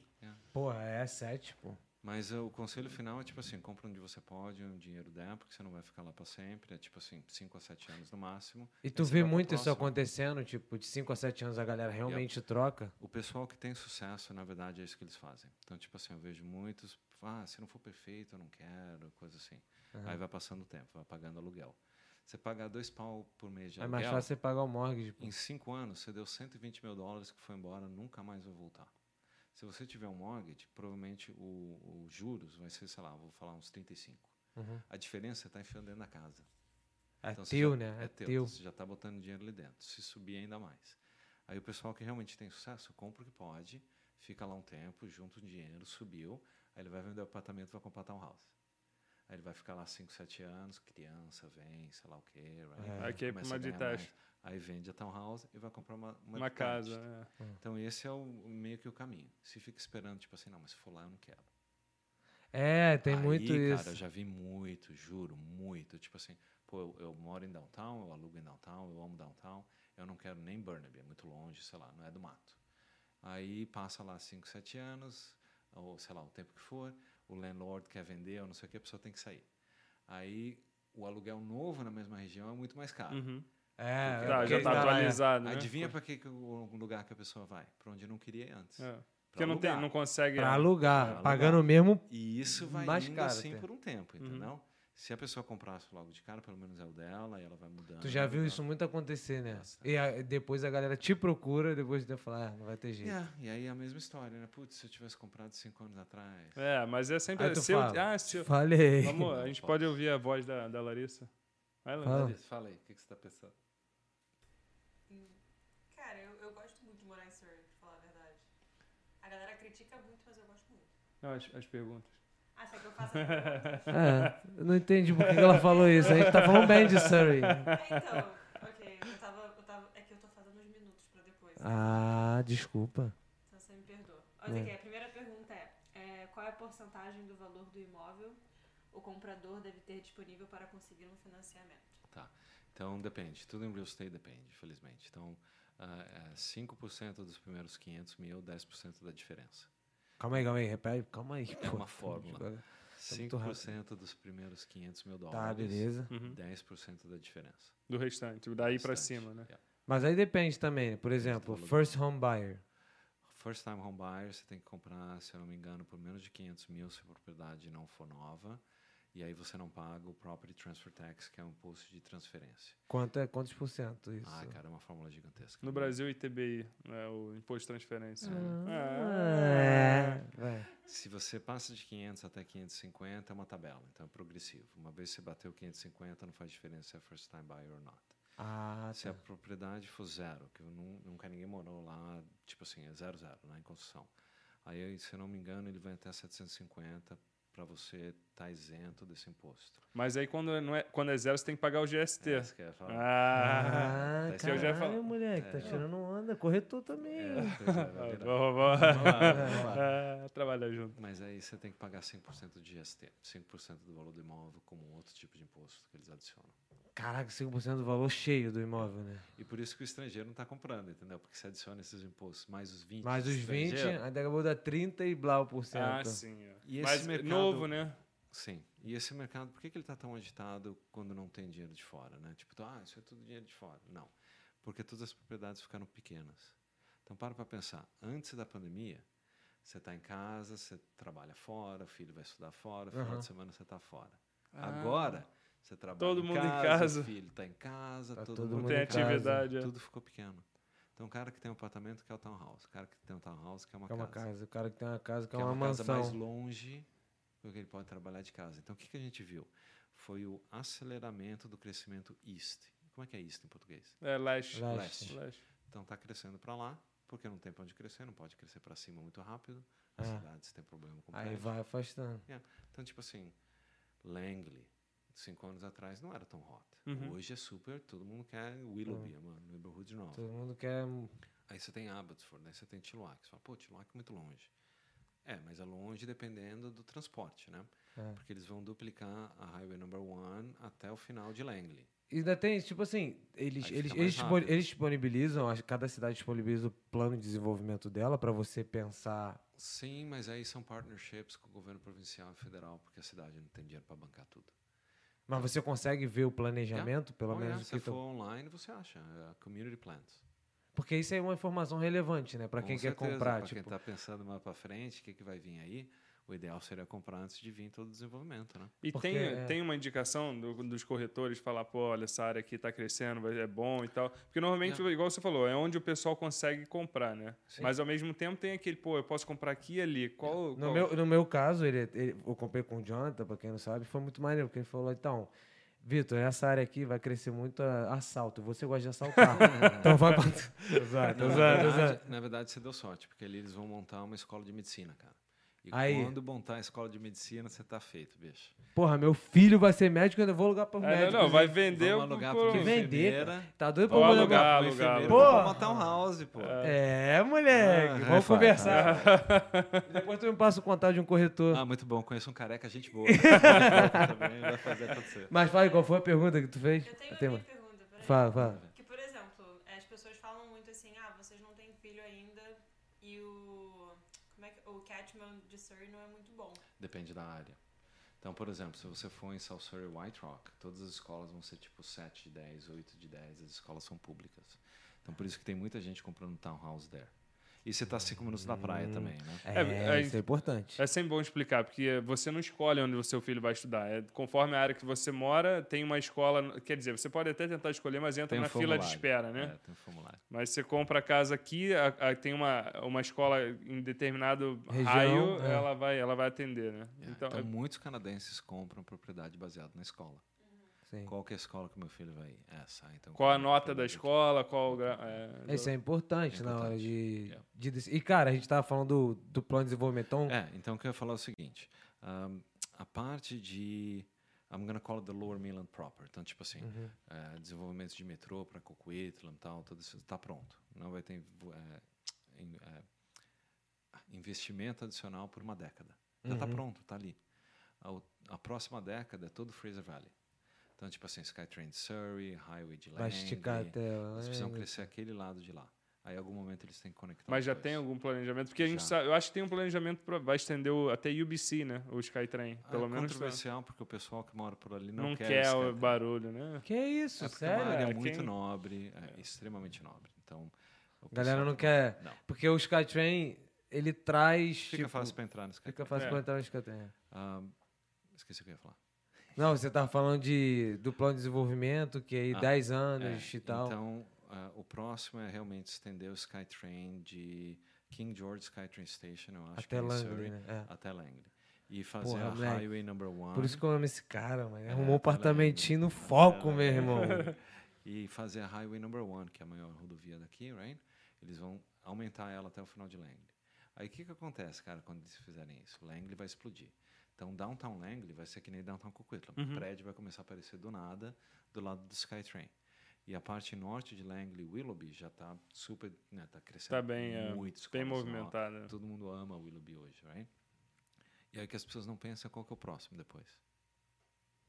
Porra, é 7, pô.
Mas eh, o conselho final é tipo assim, compra onde você pode, o dinheiro der, porque você não vai ficar lá para sempre, é tipo assim, 5 a 7 anos no máximo.
E
Aí
tu
você
vê
vai pro
muito isso
próximo.
acontecendo, tipo, de 5 a 7 anos a galera realmente troca.
O pessoal que tem sucesso, na verdade, é isso que eles fazem. Então, tipo assim, eu vejo muitos, ah, se não for perfeito, eu não quero, coisa assim.
É.
Aí vai passando o tempo, vai pagando aluguel. Você pagar dois pau por mês de
É mais
aluguel, Então,
fácil você pagar o mortgage. pô.
em cinco anos, você deu 120 mil dólares que foi embora, nunca mais vai voltar. Se você tiver um mortgage, provavelmente o, o juros vai ser, sei lá, vou falar uns 35. A diferença está enfiando dentro da casa.
Uhum. É
Então, você
teu,
já-
né?
É
É
teu.
teu.
então Você já está botando dinheiro ali dentro. Se subir ainda mais. Aí o pessoal que realmente tem sucesso, compra o que pode, fica lá um tempo, junta o dinheiro, subiu, aí ele vai vender o apartamento e vai comprar townhouse. Aí ele vai ficar lá 5, 7 anos, criança, vem, sei lá o quê. Right?
É.
Aí quer pra
Começa
uma
a
de
ganhar
taxa.
mais. Aí vende a townhouse e vai comprar uma, uma,
Uma
de
casa.
taxa.
é.
Então esse é o, o meio que o caminho. Se fica esperando, tipo assim, não, mas se for lá eu não quero.
É, tem
Aí,
muito
cara,
isso.
eu já vi muito, juro, muito. Tipo assim, pô, eu, eu moro em downtown, eu alugo em downtown, eu amo downtown, eu não quero nem Burnaby, é muito longe, sei lá, não é do mato. Aí passa lá 5, 7 anos, ou sei lá, o tempo que for, o landlord quer vender, ou não sei o que, a pessoa tem que sair. Aí o aluguel novo na mesma região é muito mais caro.
Uhum.
É,
Tá,
porque
já
tá
tá
lá, é.
atualizado. né?
Adivinha para que que o lugar que a pessoa vai? Para onde não queria ir antes.
É. Porque
Pra
não, tem,
alugar.
não consegue.
é,
né?
Pra alugar,
alugar.
pagando o mesmo.
E isso vai
Mais
indo
caro
assim
até. Uhum.
por um tempo, entendeu? Se a pessoa comprasse logo de cara, pelo menos é o dela, e ela vai mudando.
Tu já viu
mudando.
isso muito acontecer, né?
Bastante.
E a- depois a galera te procura, depois de falar, ah, não vai ter jeito.
Yeah, e aí é a mesma história, né? Putz, se eu tivesse comprado cinco anos atrás.
É, mas é sempre.
Aí tu
seu...
fala,
Ah, seu...
Falei.
Vamos, a
Não,
gente
fala.
pode ouvir a voz da, da Larissa. Vai,
Fala.
Larissa.
Larissa, Fala aí, o que, que você tá pensando?
Cara, eu, eu gosto muito de morar em Surrey, pra falar a verdade. A galera critica muito, mas eu gosto muito.
Não, as, as perguntas.
Ah, só que eu faço. é,
É, eu não entendi por que que ela falou isso. A gente tá falando bem de Surrey.
então, ok, eu tava, eu tava. É que eu tô fazendo uns minutos pra depois. né?
Ah, desculpa.
Então você me perdoa. Olha
É.
aqui, a primeira pergunta é, é: qual é a porcentagem do valor do imóvel o comprador deve ter disponível para conseguir um financiamento?
Tá. Então depende, tudo em real estate depende, infelizmente. Então, ah, é 5% dos primeiros 500 mil, 10% da diferença.
Tá Calma aí, calma aí, repete. Calma aí.
É
pô. Tá,
uma fórmula.
muito rápido.
5% dos primeiros 500 mil dólares.
Tá, beleza.
10% da diferença.
Do restante, daí pra
Bastante.
cima, né?
Yeah.
Mas aí depende também. né? Por exemplo, first home buyer.
First time home buyer, você tem que comprar, se eu não me engano, por menos de 500 mil se a propriedade não for nova. E aí você não paga o Property Transfer Tax, que é um imposto de transferência.
Quanto é, quantos por cento isso?
Ah, cara, é uma fórmula gigantesca.
No Brasil, ITBI, né? o Imposto de Transferência. né?
É, vai.
Se você passa de 500 até 550, é uma tabela, então é progressivo. Uma vez que você bateu 550, não faz diferença se é first time buyer ou not.
Ah,
Se a
tá.
propriedade for zero, que nun- nunca ninguém morou lá, tipo assim, é zero, zero, né, em construção. Aí, se eu não me engano, ele vai até 750 para você estar isento desse imposto.
Mas aí quando, não é, quando é zero, você tem que pagar o GST.
É, isso que eu ia falar.
Ah!
Ah,
tá, isso
eu já ia
caralho,
falar.
moleque, tá tirando onda. Corretor também.
É, pois é, vai
Vamos,
virar. vamos
vamos. Ah, Trabalhar junto.
Mas aí você tem que pagar 5% de GST, 5% do valor do imóvel como outro tipo de imposto que eles adicionam.
Caraca, 5% do valor cheio do imóvel, né?
E por isso que o estrangeiro não está comprando, entendeu? Porque você adiciona esses impostos, mais os 20.
Mais
do
os 20,
estrangeiro.
ainda acabou dar 30 e blau por cento.
Ah, sim. é.
E esse
Mas
mercado-
novo, né?
Sim. E esse mercado, por que, que ele está tão agitado quando não tem dinheiro de fora? Né? Tipo, ah, isso é tudo dinheiro de fora. Não. Porque todas as propriedades ficaram pequenas. Então, para para pensar. Antes da pandemia, você está em casa, você trabalha fora, o filho vai estudar fora, final
Aham.
de semana você está fora.
Ah.
Agora, você trabalha
Todo
em
mundo em
casa,
casa.
o filho está em casa,
Tá
todo,
todo
mundo
Não
mundo
em
tem
em casa.
atividade. é.
Tudo ficou pequeno. Então, o cara que tem um apartamento quer o townhouse, o cara que tem um townhouse quer uma
Que é uma
casa
casa. O cara que tem uma casa, que
que
é uma, mansão.
casa mais longe, porque ele pode trabalhar de casa. Então, o que, que a gente viu? Foi o aceleramento do crescimento East. Como é que é East em português?
É, leste.
Leste.
Leste.
Então, está crescendo para lá, porque não tem para onde crescer, não pode crescer para cima muito rápido.
É.
As cidades têm problema com
Aí
prédio.
vai afastando.
Então, tipo assim, Langley, cinco anos atrás, não era tão hot.
Uhum.
Hoje é super, todo mundo quer
É.
Willoughby, uma neighborhood nova.
Todo mundo quer.
Aí você tem Abbotsford, aí você tem Tiloac. Você fala, pô, Tiloac é muito longe. É, mas é longe dependendo do transporte, né?
É.
Porque eles vão duplicar a Highway Number One até o final de Langley.
E Ainda tem, tipo assim, eles,
Aí fica
eles,
mais
eles, dispo-
rápido.
eles disponibilizam, acho que cada cidade disponibiliza o plano de desenvolvimento dela pra você pensar
Sim, mas aí são partnerships com o governo provincial e federal, porque a cidade não tem dinheiro para bancar tudo.
Mas você consegue ver o planejamento,
Yeah.
pelo
Oh, yeah.
menos?
Se
que tá- tão-
for online, você acha. é, Community plans.
Porque isso aí é uma informação relevante, né? Pra
Com
quem quer
certeza,
comprar,
pra
tipo.
quem tá está pensando mais para frente, o que, que vai vir aí, o ideal seria comprar antes de vir todo o desenvolvimento, né?
E
Porque,
tem,
é.
tem uma indicação do- dos corretores falar, pô, olha, essa área aqui tá crescendo, vai- é bom e tal. Porque normalmente, igual você falou, é onde o pessoal consegue comprar, né? Mas ao mesmo tempo tem aquele, pô, eu posso comprar aqui e ali. Qual.
No
qual-
meu, no meu caso, ele, ele- eu comprei com o Jonathan, pra quem não sabe, foi muito maneiro, porque ele falou, então, Vitor, essa área aqui vai crescer muito a- assalto, você gosta de assaltar, então vai pra... Exato,
na,
exato, exato.
é verdade, na verdade, você deu sorte, porque ali eles vão montar uma escola de medicina, cara. E
Aí.
quando montar a escola de medicina, você tá feito, bicho.
Porra, meu filho vai ser médico, eu ainda vou alugar pra um
É,
médico.
não, não, vai vender. um-
Vamos alugar
pro-
pro-
Que vender,
Enfermeira.
tá doido pra
Vou
mulher...
alugar.
uma enfermeira,
alugar.
vamos
Pô.
montar um house, pô.
É,
Ah,
moleque, vamos
high five,
conversar.
high five.
Depois tu me passa o contato de um corretor.
Ah, muito bom, conheço um careca, gente boa. Também vai fazer acontecer.
Mas fala, qual foi a pergunta que tu fez?
Eu tenho
A
a
tema.
minha pergunta, peraí.
Fala, fala.
Que, por exemplo, eh, as pessoas falam muito assim, ah, vocês não têm filho ainda e o... Como é que... O Catman de Surrey não é muito bom.
Depende da área. Então, por exemplo, se você for em South Surrey White Rock, todas as escolas vão ser tipo 7 de 10, 8 de 10, as escolas são públicas. Então, por isso que tem muita gente comprando townhouse there. E você tá a 5 minutos da praia também, né?
É,
é,
isso é importante.
É sempre bom explicar, porque você não escolhe onde o seu filho vai estudar. É conforme a área que você mora, tem uma escola. Quer dizer, você pode até tentar escolher, mas entra
Tem um
na fila de
formulário.
espera, né?
É, tem um formulário.
Mas você compra a casa aqui, a- a- tem uma, uma escola em determinado
Região,
raio,
é.
ela, vai, ela vai atender, né?
É,
Então,
Então, muitos canadenses compram propriedade baseada na escola.
Sim.
Qual que é a escola que meu filho vai ir? Essa. Então,
qual a
compra
nota da
propriedade.
escola, qual o grau. É,
Isso é importante,
É
na hora
importante.
de,
É.
de dec- E, cara, a gente tava falando do, do plano de desenvolvimento. Então,
É, então o que eu ia falar é o seguinte: ahm, a parte de. I'm gonna call it the Lower Mainland proper. Então, tipo assim,
Uhum.
eh, desenvolvimento de metrô para Coquitlam e tal, tudo isso está pronto. Não vai ter invo- eh, in- eh, investimento adicional por uma década. Já
Uhum.
está pronto, está ali. A, o- a próxima década é todo Fraser Valley. Então, tipo assim, Skytrain de Surrey, Highway de
vai esticar
Langley,
até. né?
Eles precisam crescer aquele lado de lá. Aí, em algum momento, eles têm que conectar.
Mas
os
já
dois.
tem algum planejamento? Porque a gente
Já.
sabe, eu acho que tem um planejamento para vai estender o, até UBC, né? O Skytrain. Pelo
é
menos pra-
controversial porque o pessoal que mora por ali não,
não, quer
esse
o
cara.
barulho, né?
Que isso,
É porque é
sério?
uma área
Quem-
muito nobre, é extremamente nobre. Então, o
Galera
pessoal
não quer-
Não.
Porque o Skytrain, ele traz.
Fica
tipo,
fácil para entrar nesse cara.
Fica fácil
É.
pra entrar no Skytrain.
Ah, esqueci o que eu ia falar.
Não, você tava falando de, do plano de desenvolvimento, que aí
Ah,
10 anos
É,
e tal.
Então, ah, o próximo é realmente estender o Skytrain de King George Skytrain Station, eu acho que
até
é em
Langley,
Surrey,
né? É.
até Langley. E fazer
Porra,
a
moleque.
Highway Number One.
Por isso que eu amo esse cara, mano. Ele
É,
Arrumou um
tá
apartamentinho no
lendo.
foco,
Tá
meu
lendo.
irmão.
E fazer a Highway Number One, que é a maior rodovia daqui, right? Eles vão aumentar ela até o final de Langley. Aí o que, que acontece, cara, quando eles fizerem isso? Langley vai explodir. Então, Downtown Langley vai ser que nem Downtown Coquitlam.
Uhum.
O prédio vai começar a aparecer do nada do lado do Skytrain. E a parte norte de Langley, Willoughby, já está super, né, tá crescendo
Tá bem, é,
muito.
bem
escolas novas.
movimentada.
Todo mundo ama Willoughby hoje, right? E aí que as pessoas não pensam qual que é o próximo depois.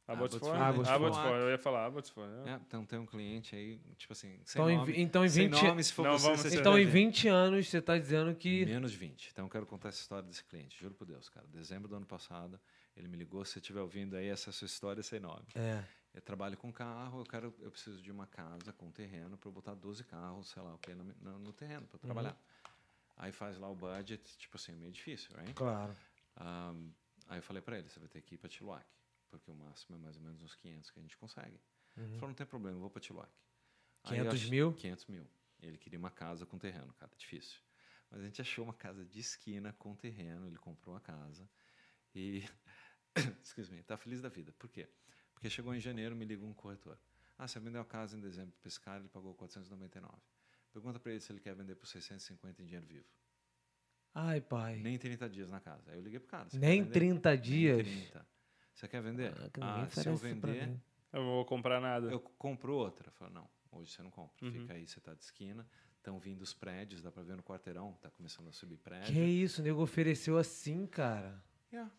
Abbotsford?
Abbotsford.
Abbotsford, eu ia falar Abbotsford. né?
É, então tem um cliente aí, tipo assim, sem
Então, em
nome.
vi- então em
sem
20
nome, se for
Não,
você,
vamos-
você já
Então, em
tem.
20 anos, você tá dizendo que.
Menos 20. Então eu quero contar essa história desse cliente, juro por Deus, cara. Dezembro do ano passado, ele me ligou, se você estiver ouvindo aí, essa é a sua história sem nome.
É.
Eu trabalho com carro, eu quero, eu preciso de uma casa com terreno para eu botar 12 carros, sei lá o que, no, no terreno
Uhum.
para trabalhar. Aí faz lá o budget, tipo assim, meio difícil, right?
Claro.
Ahn, aí eu falei pra ele, você vai ter que ir pra Tiloac, porque o máximo é mais ou menos uns 500 que a gente consegue. Ele falou, não tem problema, eu vou pra Tiloac. Aí eu
500
ach-
Uhum. mil?
500 mil. Ele queria uma casa com terreno, cara, difícil. Mas a gente achou uma casa de esquina com terreno, ele comprou a casa e... Excuse me, tá feliz da vida. Por quê? Porque chegou em janeiro, me ligou um corretor. Ah, você vendeu a casa em dezembro para esse cara, ele pagou 499. Pergunta pra ele se ele quer vender por 650 em dinheiro vivo.
Ai, pai.
Nem 30 dias na casa. Aí eu liguei pro cara. "Você
Nem
quer vender?"
30 dias?
Você quer vender?
Caraca, ninguém
ah, se eu
oferece isso pra
vender,
mim.
Eu não vou comprar nada.
eu compro outra. Fala, não, hoje você não
Uhum.
compra. Fica aí, você tá de esquina. Estão vindo os prédios, dá pra ver no quarteirão, tá começando a subir prédio.
Que isso, o nego ofereceu assim, cara.
Yeah.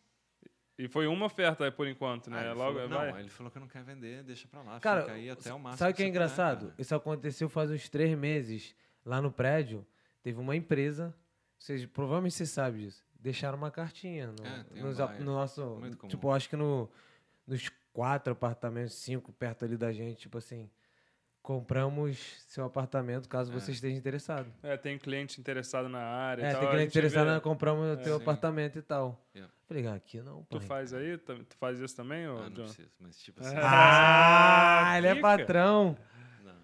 E foi uma oferta por enquanto,
Aí
né?
ah, ele
Logo
falou,
vai.
Não, ele falou que não quer vender, deixa pra lá,
É, Cara,
fica aí até o máximo.
sabe o que é
você puder,
engraçado?
cara.
Isso aconteceu faz uns três meses. Lá no prédio, teve uma empresa, vocês provavelmente você sabe disso. deixaram uma cartinha no,
É, tem um
nos a-
bairro.
no nosso.
Muito comum.
Tipo, acho que no, nos quatro apartamentos, cinco perto ali da gente, tipo assim, compramos seu apartamento caso você esteja interessado.
É, tem cliente interessado na área e
É,
tal.
tem que
então, a
ir
gente
interessado,
vê.
né? compramos o teu
sim.
apartamento e tal.
Yeah.
Falei, ah, aqui não,
Tu
pai.
faz aí? tam- Tu faz isso também, ô,
Ah, não
John?
precisa, mas tipo
É.
assim.
Ah, ele é
Pica.
patrão.
Não.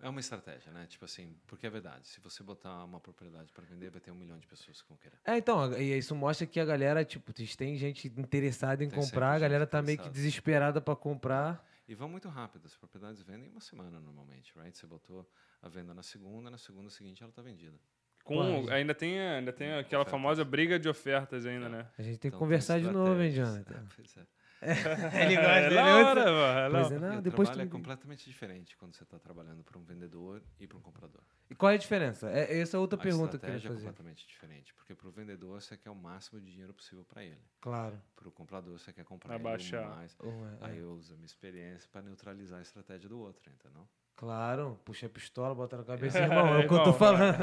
É uma estratégia, né? Tipo assim, porque é verdade. Se você botar uma propriedade para vender, vai ter um milhão de pessoas que vão querer.
É, então, e isso mostra que a galera, tipo, tem gente interessada
Tem
em
sempre
comprar, a
gente
galera tá meio que
interessada.
desesperada pra comprar.
E vão muito rápido. As propriedades vendem em uma semana normalmente, right? Você botou a venda na segunda, na segunda seguinte ela está vendida.
Com, um,
Quase.
ainda tem, ainda tem aquela
Ofertas.
famosa briga de ofertas ainda, né?
A gente tem que
Então,
conversar de novo, hein,
estratégias.
Jonathan?
É, pois é.
Ele gosta,
é
ele
na
gosta.
hora, mano, é na
Pois
hora.
é,
E
não,
o
depois
trabalho é
tu-
completamente diferente quando você está trabalhando para um vendedor e para um comprador.
E qual é a diferença? É, essa é outra
a
pergunta que eu
estratégia
queria
é
fazer.
completamente diferente, porque para o vendedor você quer o máximo de dinheiro possível para ele.
Claro.
Para o comprador você quer comprar
Abaixar.
ele mais.
Uma-
Aí
é.
eu uso a minha experiência para neutralizar a estratégia do outro, entendeu?
Claro, puxa a pistola, bota na cabeça, irmão, é o que eu tô
Irmão,
falando.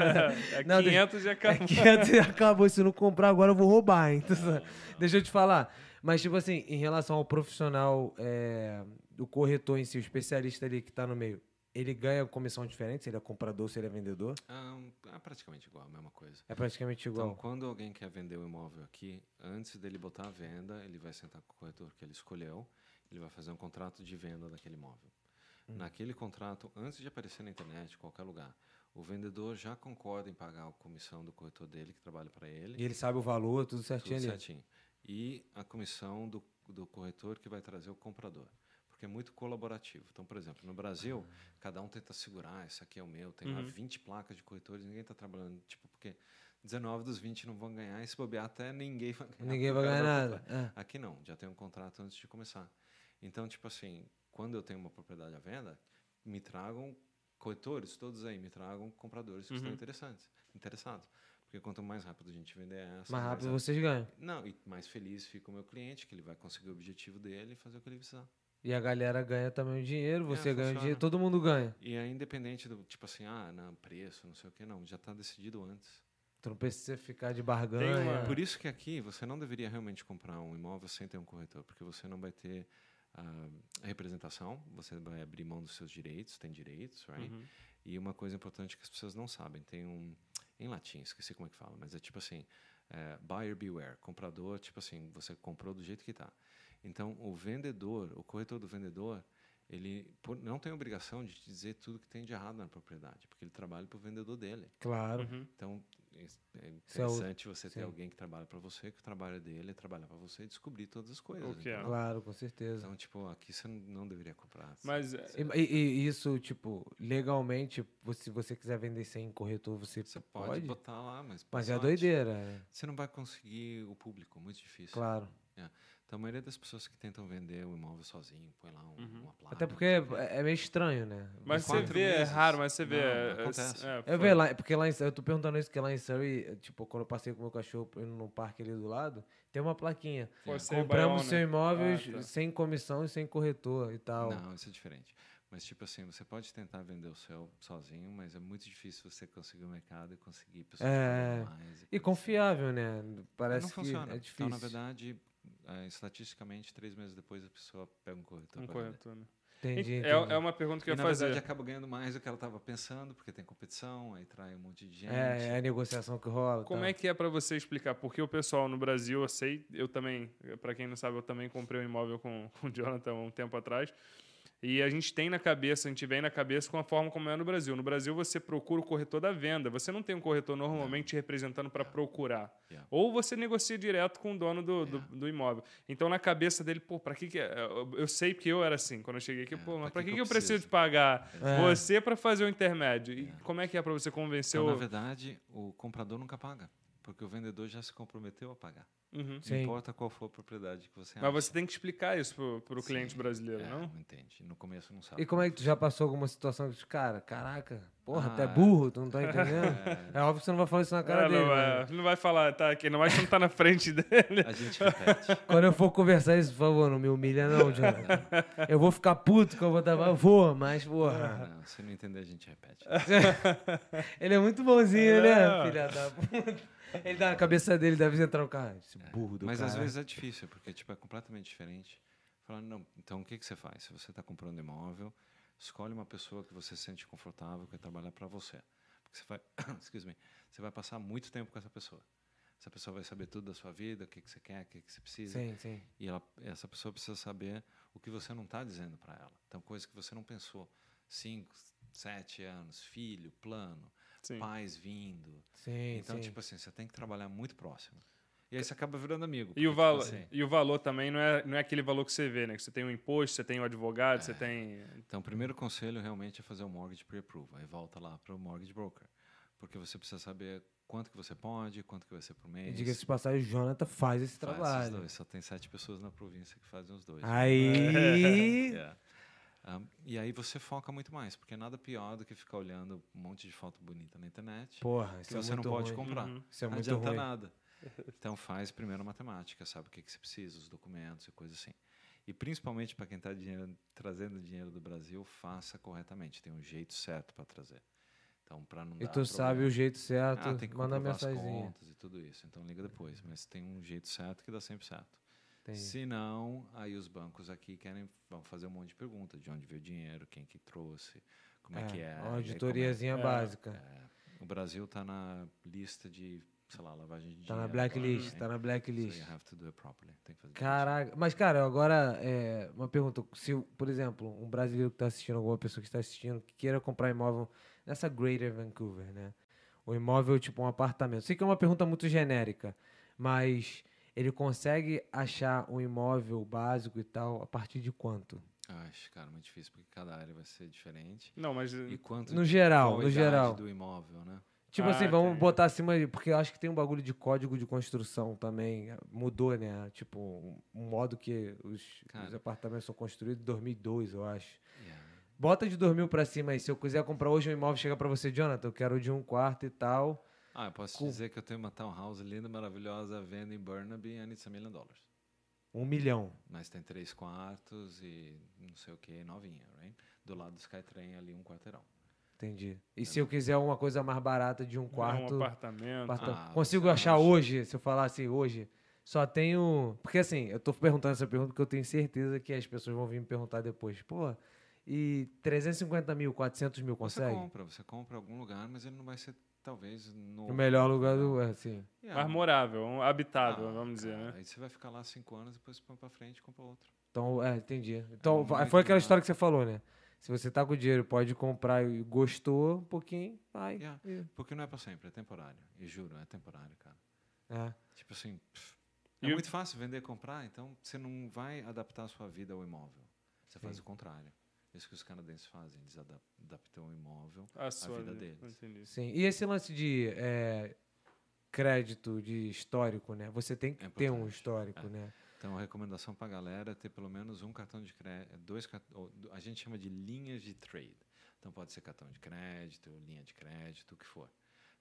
É,
Não, deixa-
500 e acabou.
Aqui até acabou, se não comprar agora eu vou roubar, hein? Tu sabe? Deixa eu te falar. Mas, tipo assim, em relação ao profissional, é, o corretor em si, o especialista ali que tá no meio, ele ganha comissão diferente, se ele é comprador, se ele é vendedor?
Ah, um- ah, praticamente igual, a mesma coisa.
É praticamente
Então,
igual.
quando alguém quer vender o imóvel aqui, antes dele botar a venda, ele vai sentar com o corretor que ele escolheu, ele vai fazer um contrato de venda daquele imóvel. Naquele contrato, antes de aparecer na internet, em qualquer lugar, o vendedor já concorda em pagar a comissão do corretor dele, que trabalha para ele,
E ele sabe o valor, tudo certinho
tudo
ali.
certinho. E a comissão do, do corretor que vai trazer o comprador. Porque é muito colaborativo. Então, por exemplo, no Brasil,
Ah.
cada um tenta segurar, isso aqui é o meu, tem
Uhum.
lá 20 placas de corretores, ninguém está trabalhando. Tipo, porque 19 dos 20 não vão ganhar, e se bobear até ninguém vai ganhar.
Ninguém vai
porque o cara
ganhar
vai
nada.
comprar.
É.
Aqui não, já tem um contrato antes de começar. Então, tipo assim, quando eu tenho uma propriedade à venda, me tragam corretores, todos aí, me tragam compradores que
Uhum.
estão interessantes, interessados. Porque quanto mais rápido a gente vender essa,
Mais rápido vocês ganham.
não, e mais feliz fica o meu cliente, que ele vai conseguir o objetivo dele e fazer o que ele precisar.
E a galera ganha também o dinheiro, você ganha o
É, funciona.
dinheiro, todo mundo ganha.
E é independente do, tipo assim, ah, não, preço, não sei o que, não, já está decidido antes.
Tu não precisa ficar de barganha.
Tem uma-
Por isso que aqui você não deveria realmente comprar um imóvel sem ter um corretor, porque você não vai ter ah, representação, você vai abrir mão dos seus direitos, tem direitos, right?
Uhum,
E uma coisa importante que as pessoas não sabem, tem um, em latim, esqueci como é que fala, mas é tipo assim, é, buyer beware, comprador, tipo assim, você comprou do jeito que tá. Então, o vendedor, o corretor do vendedor, ele por- não tem obrigação de te dizer tudo que tem de errado na propriedade, porque ele trabalha para o vendedor dele.
Claro.
uhum.
Então, es- é
Isso é outro-
interessante você ter
sim.
alguém que trabalha para você, que o trabalho dele é trabalhar para você e descobrir todas as coisas.
O que é.
entendeu?
Claro, com certeza.
Então, tipo, aqui você n- não deveria comprar.
Mas é,
E, e- e isso, tipo, legalmente, vo- se você quiser vender sem corretor, você,
você pode,
pode.
botar lá, mas...
Mas é
pode.
doideira, é.
Você não vai conseguir o público, muito difícil.
claro.
Então, a maioria das pessoas que tentam vender o imóvel sozinho, põe lá um,
Uhum.
uma placa.
Até porque é, é meio estranho, né?
mas
quatro
você vê, é
meses.
raro, mas você vê.
Não,
é,
acontece.
é,
Eu
foi-
vejo lá, porque lá em, eu tô perguntando isso, porque lá em Surrey, eh, tipo, quando eu passei com o meu cachorro indo no parque ali do lado, tem uma plaquinha.
foi sem
Compramos
Baiona.
seu imóvel
é Ah, tá.
sem comissão e sem corretor e tal.
Não, isso é diferente. Mas, tipo assim, você pode tentar vender o seu sozinho, mas é muito difícil você conseguir o mercado e conseguir pessoas
É,
pagando mais.
E
coisas
confiável, né? Parece
não
que
funciona.
é difícil.
Então, na verdade, eh, estatisticamente, três meses depois a pessoa pega um corretor.
Um
pra vender.
corretor, né?
Entendi,
É,
entendi.
é uma pergunta que eu
E,
ia
na
fazer.
verdade, é acaba ganhando mais do que ela estava pensando, porque tem competição, aí trai um monte de gente.
É, é a negociação que rola.
Como é que é pra você explicar? Porque o pessoal no Brasil, eu sei, eu também, pra quem não sabe, eu também comprei um imóvel com, com o Jonathan um tempo atrás. E a gente tem na cabeça, a gente vem na cabeça com a forma como é no Brasil. No Brasil, você procura o corretor da venda. Você não tem um corretor normalmente representando pra procurar.
Yeah.
Ou você negocia direto com o dono do, do,
Yeah.
do imóvel. Então, na cabeça dele, pô, pra que que é? Eu- Eu sei que eu era assim quando eu cheguei aqui. Pô, mas pra que, que eu preciso de pagar
É.
você pra fazer o intermédio? E como é que é pra você convencer
Então, na
o...
verdade, o comprador nunca paga, porque o vendedor já se comprometeu a pagar.
Uhum.
Não
Sim.
importa qual for a propriedade que você
Mas
acha.
você tem que explicar isso pro, pro
Sim.
cliente brasileiro,
É,
não?
entende. No começo não sabe.
E como é que tu já passou alguma situação que tu, cara, caraca, porra, tu é
Ah,
burro, tu não tá entendendo? É óbvio que você não vai falar isso na cara
Ah,
dele.
não,
mano.
é,
né?
não vai falar, tá aqui, não vai que não tá na frente dele.
A gente repete.
Quando eu for conversar isso, por favor, não me humilha não, Jonathan. Eu vou ficar puto que eu vou dar, eu vou, mas porra.
Ah, Não, se não entender, a gente repete.
Ele é muito bonzinho, né,
É.
filha da puta. Ele dá na cabeça dele, deve entrar no carro. Esse burro do
Mas
cara.
às vezes é difícil, porque tipo, é completamente diferente. Falar, não, então o que, que você faz? Se você está comprando imóvel, escolhe uma pessoa que você se sente confortável, que vai trabalhar para você. Porque você vai, excuse me, você vai passar muito tempo com essa pessoa. Essa pessoa vai saber tudo da sua vida, o que, que você quer, o que, que você precisa.
Sim, sim.
E ela, essa pessoa precisa saber o que você não está dizendo para ela. Então, coisas que você não pensou. Cinco, sete anos, filho, plano,
Sim.
pais vindo.
Sim,
então,
sim.
tipo assim, você tem que trabalhar muito próximo. E aí você acaba virando amigo.
E
porque,
o,
tipo
valo,
assim,
e o valor também não é, não é aquele valor que você vê, né? Que você tem o imposto, você tem o advogado, você tem.
Então, o primeiro conselho realmente é fazer o mortgage pre-approval. Aí volta lá para o mortgage broker. Porque você precisa saber quanto que você pode, quanto que vai ser por
E
mês.
diga-se de passagem, o Jonathan faz esse
é Faz esses
trabalho.
dois. Só tem sete pessoas na província que fazem os dois.
Aí.
É. Ah, e aí você foca muito mais, porque nada pior do que ficar olhando um monte de foto bonita na internet
Porra,
que
isso é
você não
muito
pode
ruim.
comprar.
Uhum.
Isso é
não
muito
adianta
ruim.
nada. Então faz primeiro a matemática, sabe o que, que você precisa, os documentos e coisas assim. E principalmente para quem está trazendo dinheiro do Brasil, faça corretamente. Tem um jeito certo para trazer. Então, para não
E
dar
tu sabe o
problema-
jeito certo,
ah, tem que
manda
comprovar as
mensagenzinha.
contas e tudo isso. Então liga depois. Mas tem um jeito certo que dá sempre certo.
Entendi.
Se não, aí os bancos aqui querem vão fazer um monte de perguntas. De onde veio o dinheiro, quem que trouxe, como é, que é. e aí
Uma
como é-
auditoriazinha
É.
básica. Tá
O Brasil está na lista de, sei lá, lavagem de
Tá
dinheiro.
na blacklist, tá na blacklist.
So you have to do it properly. Tem que fazer
Caraca, mas cara, agora é, uma pergunta, se, por exemplo, um brasileiro que está assistindo, alguma pessoa que está assistindo, que queira comprar imóvel nessa Greater Vancouver, né? O imóvel tipo um apartamento. Sei que é uma pergunta muito genérica, mas ele consegue achar um imóvel básico e tal a partir de quanto?
direitinho. Acho, cara, muito difícil porque cada área vai ser diferente.
Não, mas. é um
E quanto
No geral,
qual a
no
idade
geral.
do imóvel, né?
Tipo
Ah,
assim, vamos
entendi.
botar acima de. Porque eu acho que tem um bagulho de código de construção também. eh, Mudou, né? Tipo, um- um modo que os, os
Cara.
apartamentos são construídos em 2002, eu acho.
Yeah.
É. Bota de 2000 pra cima aí. Se eu quiser comprar hoje um imóvel, chega pra você, Jonathan, eu quero o de um quarto e tal.
Ah, eu posso te
Com-
dizer que eu tenho uma townhouse linda, maravilhosa, à venda em Burnaby, and it's a million dollars.
Um milhão.
Mas tem três quartos e não sei o que, novinha, right? Do lado do Skytrain ali, um quarteirão.
Entendi. E se eu quiser uma coisa mais barata de um quarto.
Um apartamento.
Batom.
Ah,
Consigo
você
achar
acha?
hoje, se eu falar assim, hoje? Só tenho. Porque assim, eu tô perguntando essa pergunta porque eu tenho certeza que as pessoas vão vir me perguntar depois. Pô, e 350 mil, 400 mil
Você
consegue?
compra, você compra em algum lugar, mas ele não vai ser, talvez, no...
O melhor lugar do. Assim.
Yeah.
Mais morável, um habitável,
é Ah,
vamos dizer,
cara,
né?
Aí você vai ficar lá cinco anos, depois põe pra frente e compra outro.
Então, é, entendi. Então,
muito
foi aquela
legal.
história que você falou, né? Se você tá com dinheiro, pode comprar e gostou um pouquinho, vai.
Yeah.
e-
Porque não é pra sempre, é temporário. E juro, é temporário, cara.
É.
Tipo assim, pff, é
E o-
muito fácil vender e comprar, então você não vai adaptar a sua vida ao imóvel. Você faz
Sim.
o contrário. É Isso que os canadenses fazem, eles adap- adaptam o imóvel.
A sua
é vida
né?
deles.
Entendi.
Sim. E esse lance de é, crédito, de histórico, né? Você tem que
É
ter um
importante.
histórico,
É.
né?
Então, a recomendação pra galera é ter pelo menos um cartão de crédito, dois car- ou do- a gente chama de linhas de trade. Então, pode ser cartão de crédito, linha de crédito, o que for.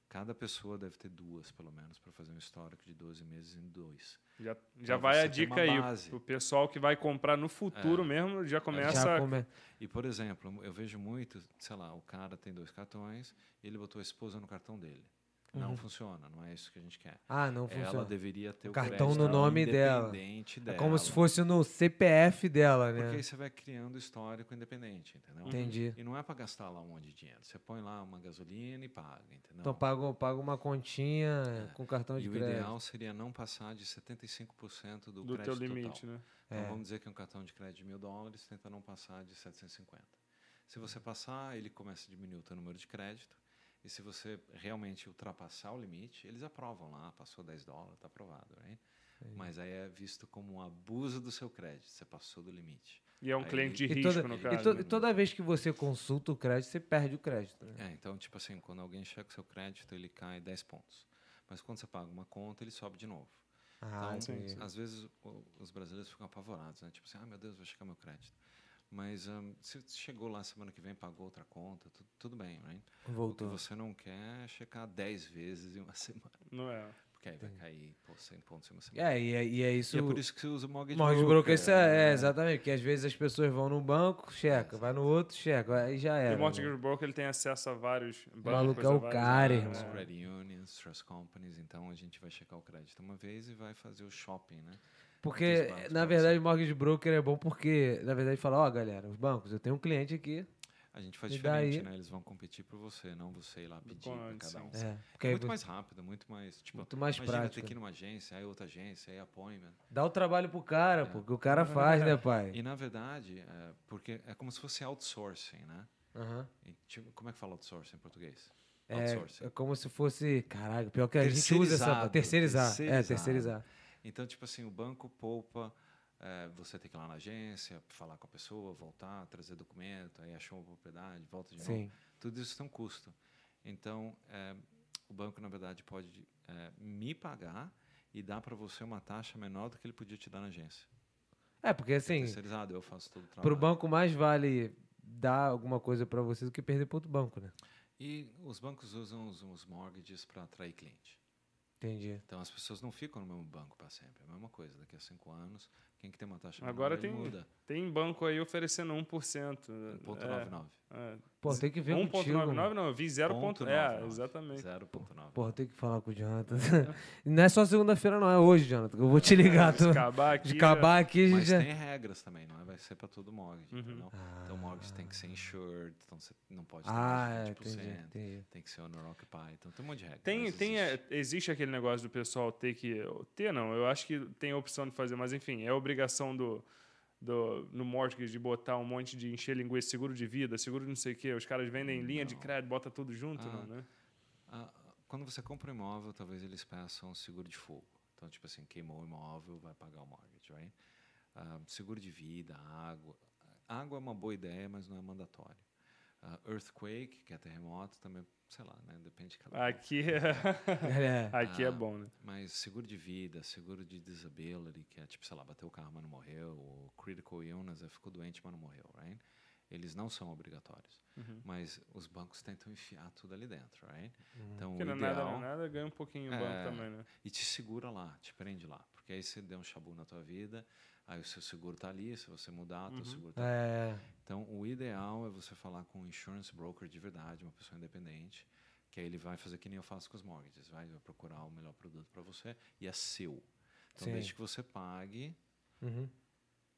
Cada pessoa deve ter duas, pelo menos, para fazer um histórico de 12 meses em dois.
Já,
Pra
já vai
Então você
a
ter
dica
uma
aí.
base.
O pessoal que vai comprar no futuro
É.
mesmo já começa.
Já come...
E, por exemplo, eu vejo muito, sei lá, o cara tem dois cartões, ele botou a esposa no cartão dele. Não funciona, não é isso que a gente quer.
Ah, Uhum. não
É, Ela
funciona.
deveria ter o,
cartão
crédito
no nome dela.
independente
É
dela.
como se fosse no CPF dela, né?
Porque aí você vai criando histórico independente, entendeu?
Entendi.
E não é para gastar lá um monte de dinheiro. Você põe lá uma gasolina e paga, entendeu?
Então paga, paga uma continha com cartão
e
de
o
crédito.
ideal seria não passar de 75% do,
do teu
crédito
limite,
total.
né?
Então
É.
vamos dizer que é um cartão de crédito de mil dólares, tenta não passar de 750. Se você passar, ele começa a diminuir o teu número de crédito. E se você realmente ultrapassar o limite, eles aprovam lá, passou 10 dólares, está aprovado, né? Mas aí é visto como um abuso do seu crédito, você passou do limite.
E é um
Aí
cliente de
E
risco,
toda,
no
e
é
caso. né?
to- e toda vez que você consulta o crédito, você perde o crédito. Né?
É, então, tipo assim, quando alguém checa o seu crédito, ele cai 10 pontos. Mas quando você paga uma conta, ele sobe de novo.
Ah,
então,
entendi.
às vezes o- os brasileiros ficam apavorados, né? Tipo assim, ah, meu Deus, vai chegar meu crédito. Mas ah, se chegou lá semana que vem, pagou outra conta, tu- tudo bem, right? O
Voltou.
que você não quer é checar 10 vezes em uma semana,
Não é.
porque aí vai cair pô, 100 pontos em uma semana.
É, e é, e é isso.
E é por isso que você usa o mortgage,
Mortgage broker,
broker. né?
isso é, é, exatamente, porque às vezes as pessoas vão num banco, checa, vai no outro, checa, aí já
E
era.
o Mortgage Broker ele tem acesso a vários bancos.
maluco é
a
né? o
vários-
cara,
É.
irmão.
Credit unions, trust companies, então a gente vai checar o crédito uma vez e vai fazer o shopping, né?
Porque,
Dos bancos
na
pra
verdade, o mortgage broker é bom porque, na verdade, fala, ó, galera, os bancos, eu tenho um cliente aqui.
A gente faz
E
diferente,
daí-
né? Eles vão competir por você, não você ir lá pedir pra
Com-
cada um.
sim.
É, porque
É
aí
muito
você-
mais rápido, muito mais. Tipo,
Muito mais
imagina
prático.
ter que ir numa agência, aí outra agência, aí appointment.
dá o trabalho pro cara, pô, que o cara faz, né, pai?
É. E na verdade, é, porque é como se fosse outsourcing, né?
Aham.
E, tipo, como é que fala outsourcing em português?
É, é como se fosse, caralho, pior que a gente usa essa,
Terceirizado,
terceirizar, é,
terceirizado.
terceirizar.
Então, tipo assim, o banco poupa eh, você ter que ir lá na agência, falar com a pessoa, voltar, trazer documento, aí achou uma propriedade, volta de
Sim.
novo. Tudo isso tem um custo. Então, eh, o banco, na verdade, pode eh, me pagar e dar para você uma taxa menor do que ele podia te dar na agência.
É, porque assim,
Terceirizado, eu faço todo o trabalho.
pro banco mais vale dar alguma coisa pra você do que perder pro outro banco, né?
E os bancos usam os, os mortgages para atrair cliente.
Entendi.
Então, as pessoas não ficam no mesmo banco para sempre. É a mesma coisa. Daqui a cinco anos, quem que tem uma taxa
Agora
menor, ele
tem-
muda.
Tem banco aí oferecendo 1%. É,
1,99.
é.
Pô, tem que ver contigo. mano. Tá
1.99 não, eu vi 0.9. É, exatamente.
0.9.
Porra, tem que falar com o Jonathan. não é só segunda-feira, não, é hoje, Jonathan. que Eu vou te ligar.
Se
Tu...
acabar aqui, é.
De acabar aqui, a gente
Mas
já. Uhum.
tem regras também, não é? Vai ser para todo mortgage, entendeu? Então o mortgage tem que ser insured, então você não pode ter
Ah, é,
mais de 20%,
entendi, entendi.
tem que ser owner occupy, então tem um monte de regras.
Tem,
mas
tem,
existe.
é, existe aquele negócio do pessoal ter que. Ter, não. Eu acho que tem a opção de fazer, mas enfim, é obrigação do. Do, no mortgage de botar um monte de encher linguiça, seguro de vida, seguro de não sei o quê. Os caras vendem linha de crédito, bota tudo junto, não, né?
Ah, quando você compra um imóvel, talvez eles peçam seguro de fogo. Então, tipo assim, queimou o imóvel, vai pagar o mortgage, right? Ah, seguro de vida, água. Água é uma boa ideia, mas não é mandatório. Ah, earthquake, que é terremoto, também, sei lá, né? Depende de cada um.
Aqui,
É.
aqui é
Ah,
bom, né?
Mas seguro de vida, seguro de disability, que é tipo, sei lá, bateu o carro, mas não morreu, ou critical illness, é, ficou doente, mas não morreu, right? Eles não são obrigatórios.
Uhum.
Mas os bancos tentam enfiar tudo ali dentro, right?
Uhum.
Então,
Porque
o
não é
ideal...
nada, não é nada, ganha um pouquinho o
É.
banco também, né?
E te segura lá, te prende lá. Porque aí você deu um chabu na tua vida, aí o seu seguro tá ali, se você mudar, o
Uhum.
teu seguro tá
É.
então, o ideal é você falar com um insurance broker de verdade, uma pessoa independente, que aí ele vai fazer que nem eu faço com os mortgages, vai procurar o melhor produto para você e é seu. Então,
Sim.
desde que você pague,
Uhum.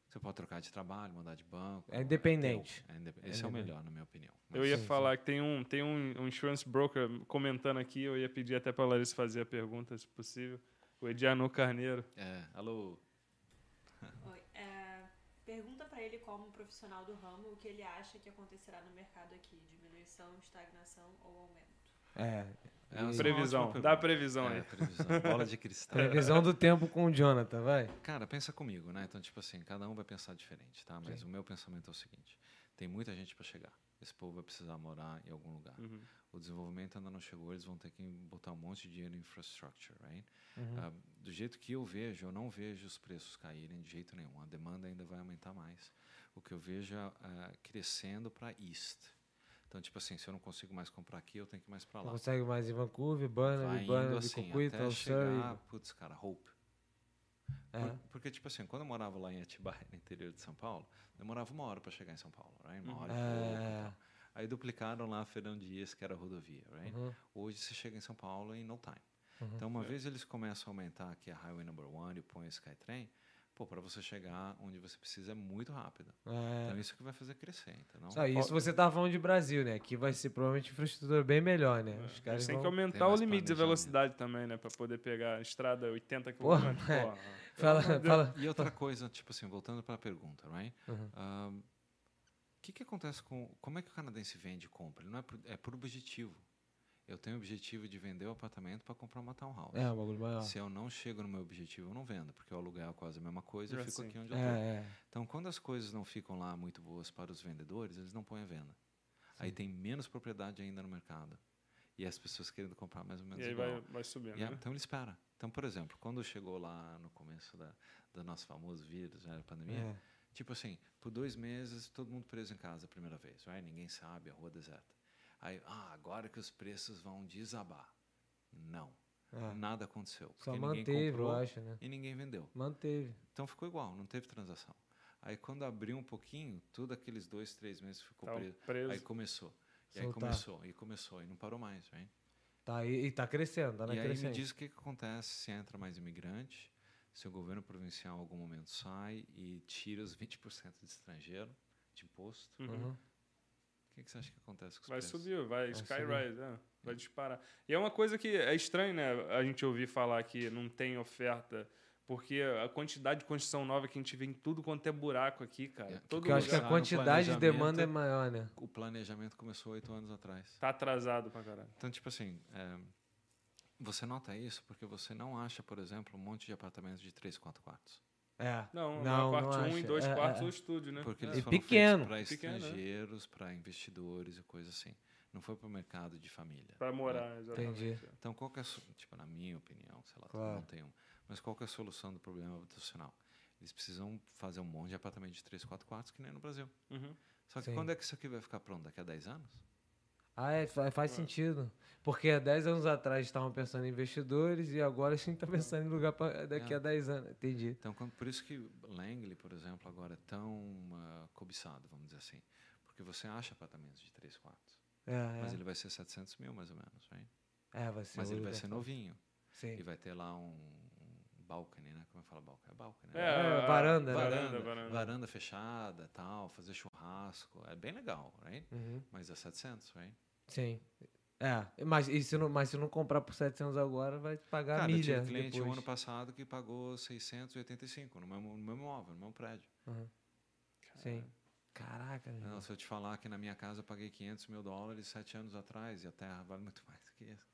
você pode trocar de trabalho, mandar de banco.
É independente.
teu, é indep- Esse é, o melhor, na minha opinião.
Eu ia falar que tem um, tem um, um insurance broker comentando aqui, eu ia pedir até para Larissa fazer a pergunta, se possível. O Ediano Carneiro.
É, alô,
Oi, é, pergunta pra ele como um profissional do ramo o que ele acha que acontecerá no mercado aqui, diminuição, estagnação ou aumento.
É.
É uma
Previsão.
ótima
Dá a
pergunta.
previsão
é,
aí.
previsão, bola de cristal.
Previsão do tempo com o Jonathan, vai.
Cara, pensa comigo, né? Então, tipo assim, cada um vai pensar diferente, tá? Mas o meu pensamento é o seguinte: tem muita gente para chegar. Esse povo vai precisar morar em algum lugar.
Uhum.
O desenvolvimento ainda não chegou, eles vão ter que botar um monte de dinheiro em infrastructure, right?
Uhum.
Ah, do jeito que eu vejo, eu não vejo os preços caírem de jeito nenhum. A demanda ainda vai aumentar mais. O que eu vejo é ah, crescendo para East. Então, tipo assim, se eu não consigo mais comprar aqui, eu tenho que ir mais para
Não
lá.
consegue mais em Vancouver,
Vai
Burnaby,
indo
Burnaby,
assim,
Cocuito,
até chegar,
tá Surrey.
putz, cara, Hope.
É.
Por- Porque, tipo assim, quando eu morava lá em Atibaia, no interior de São Paulo, demorava uma hora para chegar em São Paulo, right? Uma hora e pouco e
É.
tal. Aí duplicaram lá a Fernão Dias, que era a rodovia, right?
Uhum. É.
Hoje você chega em São Paulo em no time. Então, uma vez eles começam a aumentar aqui a Highway Number One e põem o Skytrain, pô, para você chegar onde você precisa é muito rápido.
É.
Então, isso que vai fazer crescer, entendeu?
Só isso você tava falando de Brasil, né? Aqui vai ser provavelmente infraestrutura bem melhor,
É,
né? Os
A
caras
gente
assim
tem
vão...
que aumentar
Tem
o
mais
limite de
planejamento.
velocidade também, né? Para poder pegar a estrada 80 km.
Porra,
é.
Porra.
Fala, fala.
E outra coisa, tipo assim, voltando para a pergunta, right?
Uhum.
Ah, o que, que acontece com. Como é que o canadense vende e compra? Ele não é por, é por objetivo. Eu tenho o objetivo de vender o apartamento para comprar uma townhouse.
É, um bagulho maior.
Se eu não chego no meu objetivo, eu não vendo, porque o aluguel é quase a mesma coisa e
É
eu fico
assim.
aqui onde eu estou.
É, é.
Então, quando as coisas não ficam lá muito boas para os vendedores, eles não põem a venda. Aí tem menos propriedade ainda no mercado. e as pessoas querendo comprar mais ou menos
E aí
igual.
vai, vai subindo,
E é,
né?
então ele espera. Então, por exemplo, quando chegou lá no começo da, do nosso famoso vírus, né, da pandemia,
É.
tipo assim, por dois meses todo mundo preso em casa a primeira vez, right? ninguém sabe, a rua deserta. Aí, ah, agora que os preços vão desabar. Não,
É.
nada aconteceu.
Só
porque ninguém
manteve, eu
comprou
acho, né?
e ninguém vendeu.
Manteve.
Então ficou igual, não teve transação. Aí quando abriu um pouquinho, tudo aqueles dois, três meses ficou
Tava
preso.
Tá preso.
tá Aí começou. E aí
Soltar.
começou, e começou, e não parou mais, right?
Tá, e, e tá crescendo, tá na
E aí me
crescente.
diz o que, que acontece se entra mais imigrante, se o governo provincial em algum momento sai e tira os 20% de estrangeiro de imposto.
Uhum.
O que, que você acha que acontece com os
Vai
preços?
subir, vai,
subir.
skyrise, né? vai disparar. E é uma coisa que é estranho, né? A gente ouvir falar que não tem oferta, porque a quantidade de construção nova que a gente vê em tudo quanto é buraco aqui, cara.
É,
todo
Porque eu acho que
lugar
Começar
a
no
quantidade de demanda é
planejamento.
maior, né?
O planejamento começou oito anos
é
atrás.
tá atrasado pra caralho.
Então, tipo assim, é, você nota isso porque você não acha, por exemplo, um monte de apartamentos de três, quatro quartos.
É.
Não,
Não,
não, quarto
não
um e
acho.
dois
É,
quartos
é, é.
ou estúdio, né?
Porque
É.
eles
E
foram feitos
pequeno.
para
Pequeno, né?
estrangeiros, para investidores e coisa assim. Não foi para o mercado de família.
Pra morar, exatamente.
É, Entendi.
Então, qual que é, a so- tipo, na minha opinião, sei lá,
Claro.
não tem um, mas qual que é a solução do problema habitacional? Eles precisam fazer um monte de apartamento de 3, 4 quartos, que nem no Brasil.
Uhum.
Só que
Sim.
quando é que isso aqui vai ficar pronto? Daqui a 10 anos?
Ah, é, fa- faz sentido. Porque há 10 anos atrás estavam pensando em investidores e agora a gente tá pensando em lugar pra daqui
É.
a 10 anos. Entendi.
Então, quando- por isso que Langley, por exemplo, agora é tão ah, cobiçado, vamos dizer assim. Porque você acha apartamentos de 3 quartos.
É, é.
Mas ele vai ser 700 mil, mais ou menos. Right?
é vai ser
Mas
o
ele vai
lugar.
ser novinho. E
Sim.
vai ter lá um, um balcony, né? Como eu falo balcony? É balcony,
É,
né?
É, varanda, né?
varanda,
varanda.
varanda. fechada, tal, fazer churrasco, é bem legal, right?
Uhum.
Mas é 700, right?
Sim. É, mas, e se não, mas se não comprar por 700 agora, vai pagar
Cara, eu tive
milha
um cliente
depois.
um ano passado que pagou 685 no mesmo, no mesmo imóvel, no mesmo prédio.
Uhum.
É.
Sim. Caraca, meu.
Não, se eu te falar que na minha casa eu paguei 500 mil dólares sete anos atrás e a terra vale muito mais do que isso.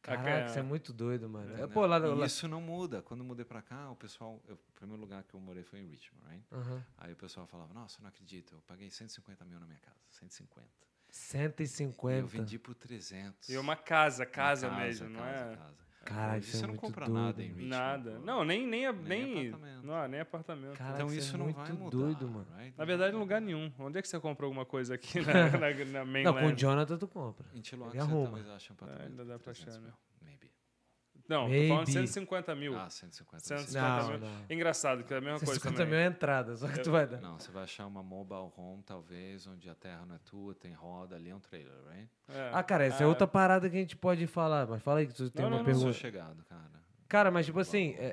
Caraca,
Cara,
isso é muito doido, mano. É,
né?
pô, lá,
E
lá...
isso não muda. Quando eu mudei pra cá, o pessoal... eu- o primeiro lugar que eu morei foi em Richmond, right?
Aham.
Aí o pessoal falava, nossa, eu não acredito, eu paguei 150 mil na minha casa, 150. E
150.
eu vendi por 300.
E é uma casa,
Uma
casa, mesmo, não
casa,
é?
casa.
Caralho,
Hoje
isso é
você não
muito
compra
doido.
nada em Richmond.
Nada.
pô.
Não, nem, nem, a-
Nem
nem,
apartamento.
Não, nem apartamento.
Cara,
Então
isso é
isso não
muito
vai mudar.
doido, mano.
right?
Na verdade, em lugar nenhum. Onde é que você comprou alguma coisa aqui na, na, na mainland?
Não, com o Jonathan tu compra.
Em Tiloax
Ele
você
arruma.
talvez ache um apartamento.
ainda dá
de
pra achar,
300
né?
mil, Maybe.
Não, tô falando
Maybe.
de 150 mil.
Ah, 150.
150
Não,
mil.
não.
Engraçado, que é a mesma coisa
150
também.
mil é entrada, só que tu vai dar.
Não, você vai achar uma mobile home, talvez, onde a terra não é tua, tem roda, ali é um trailer, right?
É.
Ah, cara, essa é outra parada que a gente pode falar, mas fala aí que tu tem
Não,
uma
não, não,
Eu sou
pergunta.
chegado, cara.
Cara, mas tipo assim, é-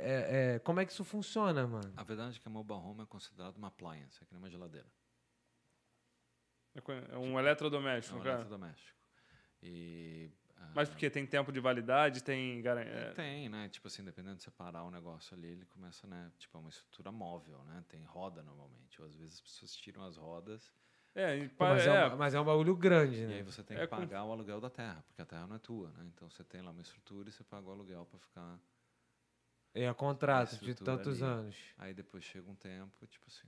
é- é, como é que isso funciona, mano?
A verdade é que a mobile home é considerada uma appliance, é que nem uma geladeira.
É co- é um
É
eletrodoméstico,
um
cara.
eletrodoméstico. E... ah,
Mas porque tem tempo de validade, tem... garan- é,
Tem, né? Tipo assim, dependendo de você parar o negócio ali, ele começa, né? Tipo, é uma estrutura móvel, né? Tem roda normalmente. Ou às vezes as pessoas tiram as rodas
É, e
Pô,
para-
mas, é,
é,
um, mas é um bagulho grande,
e aí
né?
você tem
É
que
com-
pagar o aluguel da terra, porque a terra não é tua, né? Então você tem lá uma estrutura e você paga o aluguel para ficar.
É contrato de
estrutura
tantos
ali.
anos.
Aí depois chega um tempo, tipo assim.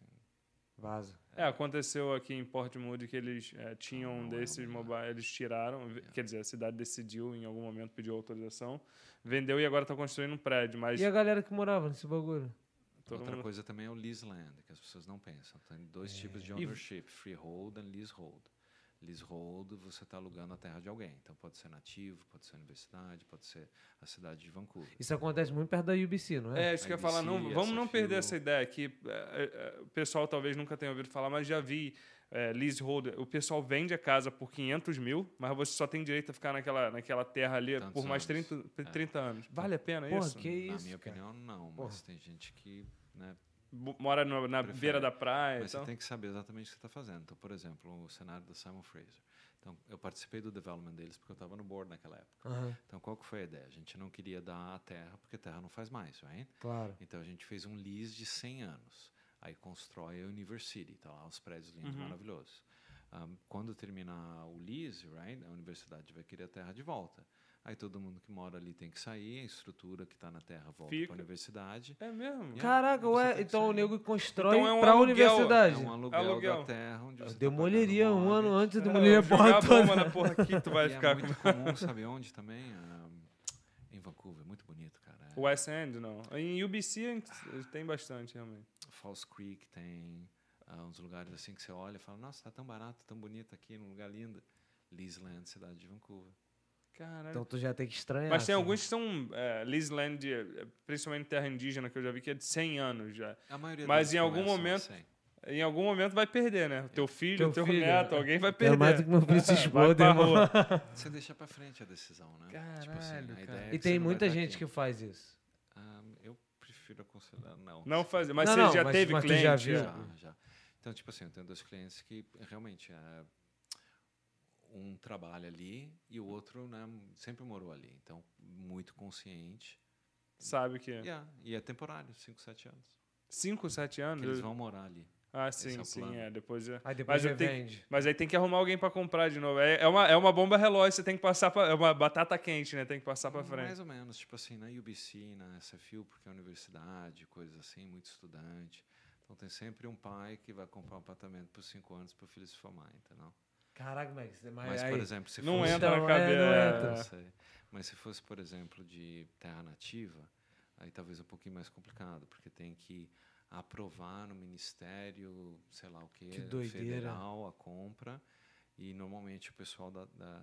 Vaza.
é, aconteceu aqui em Portmouth que eles é, tinham
Não,
um
não é
desses
uma-
mobile, eles tiraram,
É.
ve- quer dizer, a cidade decidiu em algum momento, pediu autorização, vendeu e agora está construindo um prédio, mas
E a galera que morava nesse bagulho?
todo
outra
mundo-
coisa também é o leaseland, que as pessoas não pensam. Tem dois
É.
tipos de ownership: freehold e leasehold. Leasehold, você está alugando a terra de alguém. Então pode ser nativo, pode ser universidade, pode ser a cidade de Vancouver.
Isso acontece muito perto da UBC, não é?
É, isso que eu ia
NBC,
falar. Não, vamos não
SFU.
perder essa ideia que é, é, o pessoal talvez nunca tenha ouvido falar, mas já vi é, leaseholder. O pessoal vende a casa por 500 mil, mas você só tem direito a ficar naquela, naquela terra ali
Tantos
por mais
anos. É.
30, 30 anos. Vale a pena
Porra,
isso?
que
Na
isso,
minha
cara.
opinião, não. Mas tem gente que. Né,
Bo- Mora no- na
Prefere.
beira da praia.
Mas
Então.
você tem que saber exatamente o que você está fazendo. Então, por exemplo, o cenário do Simon Fraser. Então, eu participei do development deles porque eu estava no board naquela época.
Aham,
Então, qual que foi a ideia? A gente não queria dar a terra porque a terra não faz mais, right?
claro.
Então, a gente fez um
Uhum.
lease de 100 anos. Aí constrói a University, tá lá os prédios lindos, maravilhosos. ah, quando terminar o lease, right, a universidade vai querer a terra de volta. Aí todo mundo que mora ali tem que sair, a estrutura que está na terra volta
Fica.
para a universidade.
É mesmo?
Yeah.
Caraca,
Você
ué,
tem
então o
que sair.
nego constrói
Então é um
pra
aluguel,
É
universidade.
um aluguel,
Aluguel.
da terra onde você tá
Demoliria
pagando
um ano
mortgage.
antes,
É,
demoliria a
jogar
porra
a bomba
toda.
na porra aqui, tu vai
E
ficar
é
com...
muito comum, sabe onde também? Ah, em Vancouver, muito bonito, cara. É,
West End, não. Em UBC tem bastante, realmente.
False Creek tem ah, uns lugares assim que você olha e fala, nossa, tá tão barato, tão bonito aqui, num lugar lindo. Leesland, cidade de Vancouver.
Caralho.
Então tu já tem que estranhar.
Mas tem
assim.
alguns que são é, Leesland, é, principalmente terra indígena, que eu já vi que é de 100 anos já.
A maioria
Mas
deles
em algum
começam
momento-
assim.
Em algum momento vai perder, né? O teu filho,
Teu
o teu
filho,
neto,
é.
alguém vai perder. É,
Quero mais do que meu filho se
Vai
exploda,
pra
irmão.
rua.
Você deixa pra frente a decisão, né?
Caralho, cara.
é
E
que você
tem
não vai
muita
tá
gente
aqui.
que faz isso.
Ah, eu prefiro aconselhar, não.
Não fazer. Mas
Não,
você
não,
já
mas-
teve
mas tu
cliente?
já viu?
já.
Já, já. Então, tipo assim, eu tenho dois clientes que realmente é, um trabalha ali e o outro né, sempre morou ali. Então, muito consciente.
Sabe que.
Yeah, e é temporário, 5, 7 anos.
5, 7
Que
anos?
eles vão morar ali.
Ah,
Esse
sim,
é o
sim,
plano.
é. Depois é.
Aí depois
Mas eu tenho-
revende.
Mas aí tem que arrumar alguém pra comprar de novo. É, é uma, é uma bomba relógio, você tem que passar pra. É uma batata quente, né? Tem que passar pra
é
frente.
Mais ou menos, tipo assim, na UBC, na SFU, porque é universidade, coisas assim, muito estudante. Então, tem sempre um pai que vai comprar um apartamento por 5 anos para o filho se formar, entendeu?
Caraca, Max, mas,
Mas,
aí,
por exemplo, se um
Não
fosse...
entra na
Então, é, não
Eu
cabeça.
Ah, sei. Mas se fosse, por exemplo, de terra nativa, aí talvez um pouquinho mais complicado, porque tem que aprovar no ministério, sei lá o quê,
Que doideira.
federal, a compra. E normalmente o pessoal da, da,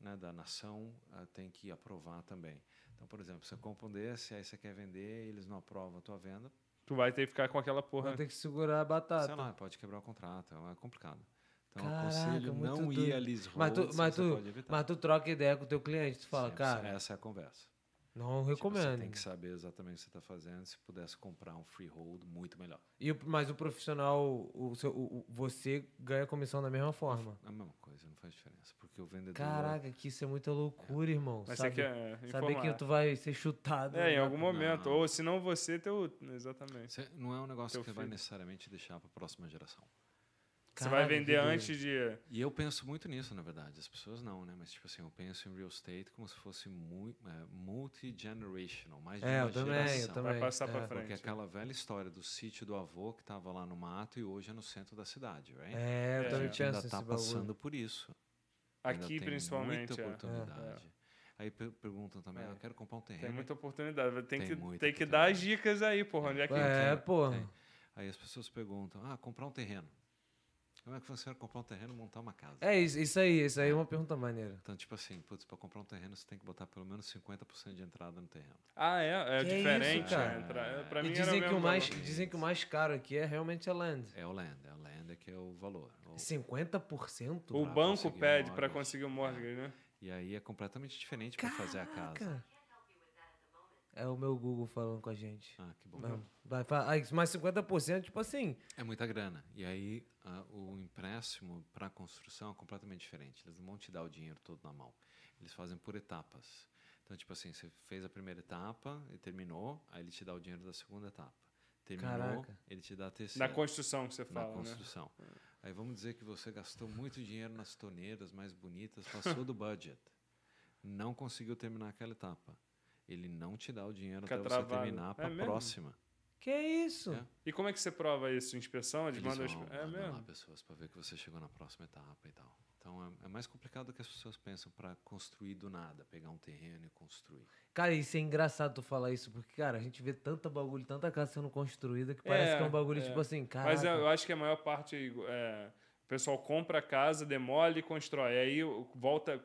né, da nação ah, tem que aprovar também. Então, por exemplo, você compra um desse, aí você quer vender, eles não aprovam a tua venda,
Tu vai ter que ficar com aquela porra.
vai ter que segurar a
sei
batata.
lá, pode quebrar o contrato, é complicado. Então,
Caraca,
aconselho
muito
não ir
doido.
a Liz
Mas tu-
Road, se
mas
você
tu-
pode evitar.
Mas tu troca ideia com o teu cliente, tu fala,
Sempre,
cara,
Essa é a conversa. Tipo,
não
Você
recomendo.
tem que saber exatamente o que você está fazendo. Se pudesse comprar um freehold, muito melhor.
E o- mas o profissional, o seu- o- o- você ganha comissão da mesma forma.
É A mesma coisa, não faz diferença. Porque o vendedor.
Caraca, que isso é muita loucura, irmão.
Mas
sabe,
você quer. é,
saber que
informar.
tu vai ser chutado.
É, em
né?
algum momento.
Não.
Ou se não você, é teu. Exatamente.
Você- não é um negócio
Teu
que você vai
filho.
necessariamente deixar para a próxima geração.
Você vai
Caraca,
vender
que doido.
antes de.
E eu penso muito nisso, na verdade. As pessoas não, né? Mas, tipo assim, eu penso em real estate como se fosse mui- é, multi-generational mais de
É,
uma
eu também, eu
geração.
também.
Vai passar pra
é.
frente.
Porque é aquela velha história do sítio do avô que estava lá no mato e hoje é no centro da cidade, right?
É, eu
É.
a
também
gente ainda
penso
está
nesse
passando
bagulho.
por isso. Ainda
Aqui,
tem
principalmente.
Muita
é.
oportunidade. Aí per- perguntam também,
É.
ah, eu quero comprar um terreno.
Tem muita oportunidade. Tem,
Tem
que,
muita
tem que dar
oportunidade.
as dicas aí, porra. Onde é que.
É, pô.
Tem. Aí as pessoas perguntam, ah, comprar um terreno. Como é que funciona comprar um terreno e montar uma casa?
É isso, isso aí, isso aí é uma pergunta maneira.
Então, tipo assim, putz, para comprar um terreno você tem que botar pelo menos 50% de entrada no terreno.
Ah, é? É
Que
diferente,
isso, cara?
né? Pra, pra
E
mim era
dizem que,
mesmo
o mais,
valor.
dizem que o mais caro aqui é realmente a land.
É o land, é o land é que é o valor. O-
50%?
O
pra
banco
conseguir um
pede pra
mortgage.
conseguir o mortgage, né?
E aí é completamente diferente para fazer a casa.
Caraca! É o meu Google falando com a gente.
Ah, que bom.
Vai, vai, fa- aí, mais 50%, tipo assim.
É muita grana. E aí ah, o empréstimo para construção é completamente diferente. Eles não vão te dar o dinheiro todo na mão. Eles fazem por etapas. Então, tipo assim, você fez a primeira etapa e terminou, aí ele te dá o dinheiro da segunda etapa. Terminou,
Caraca.
ele te dá a terceira.
Na construção que você
na
fala, né?
construção. Aí vamos dizer que você gastou muito dinheiro nas torneiras mais bonitas, passou do budget, não conseguiu terminar aquela etapa. Ele não te dá o dinheiro
Fica
até você
travado.
terminar
É
para a
mesmo?
próxima.
Que isso?
É.
E como é que você prova isso? Inspeção? Eles
Eles
mandam...
vão,
inspe- É
mandam lá
mesmo?
pessoas para ver que você chegou na próxima etapa e tal. Então é, é mais complicado do que as pessoas pensam para construir do nada, pegar um terreno e construir.
Cara, isso é engraçado tu falar isso, porque, cara, a gente vê tanta bagulho, tanta casa sendo construída, que parece que é um bagulho,
é.
tipo assim, cara.
Mas eu acho que a maior parte... é, o pessoal compra a casa, demole e constrói. Aí o- volta...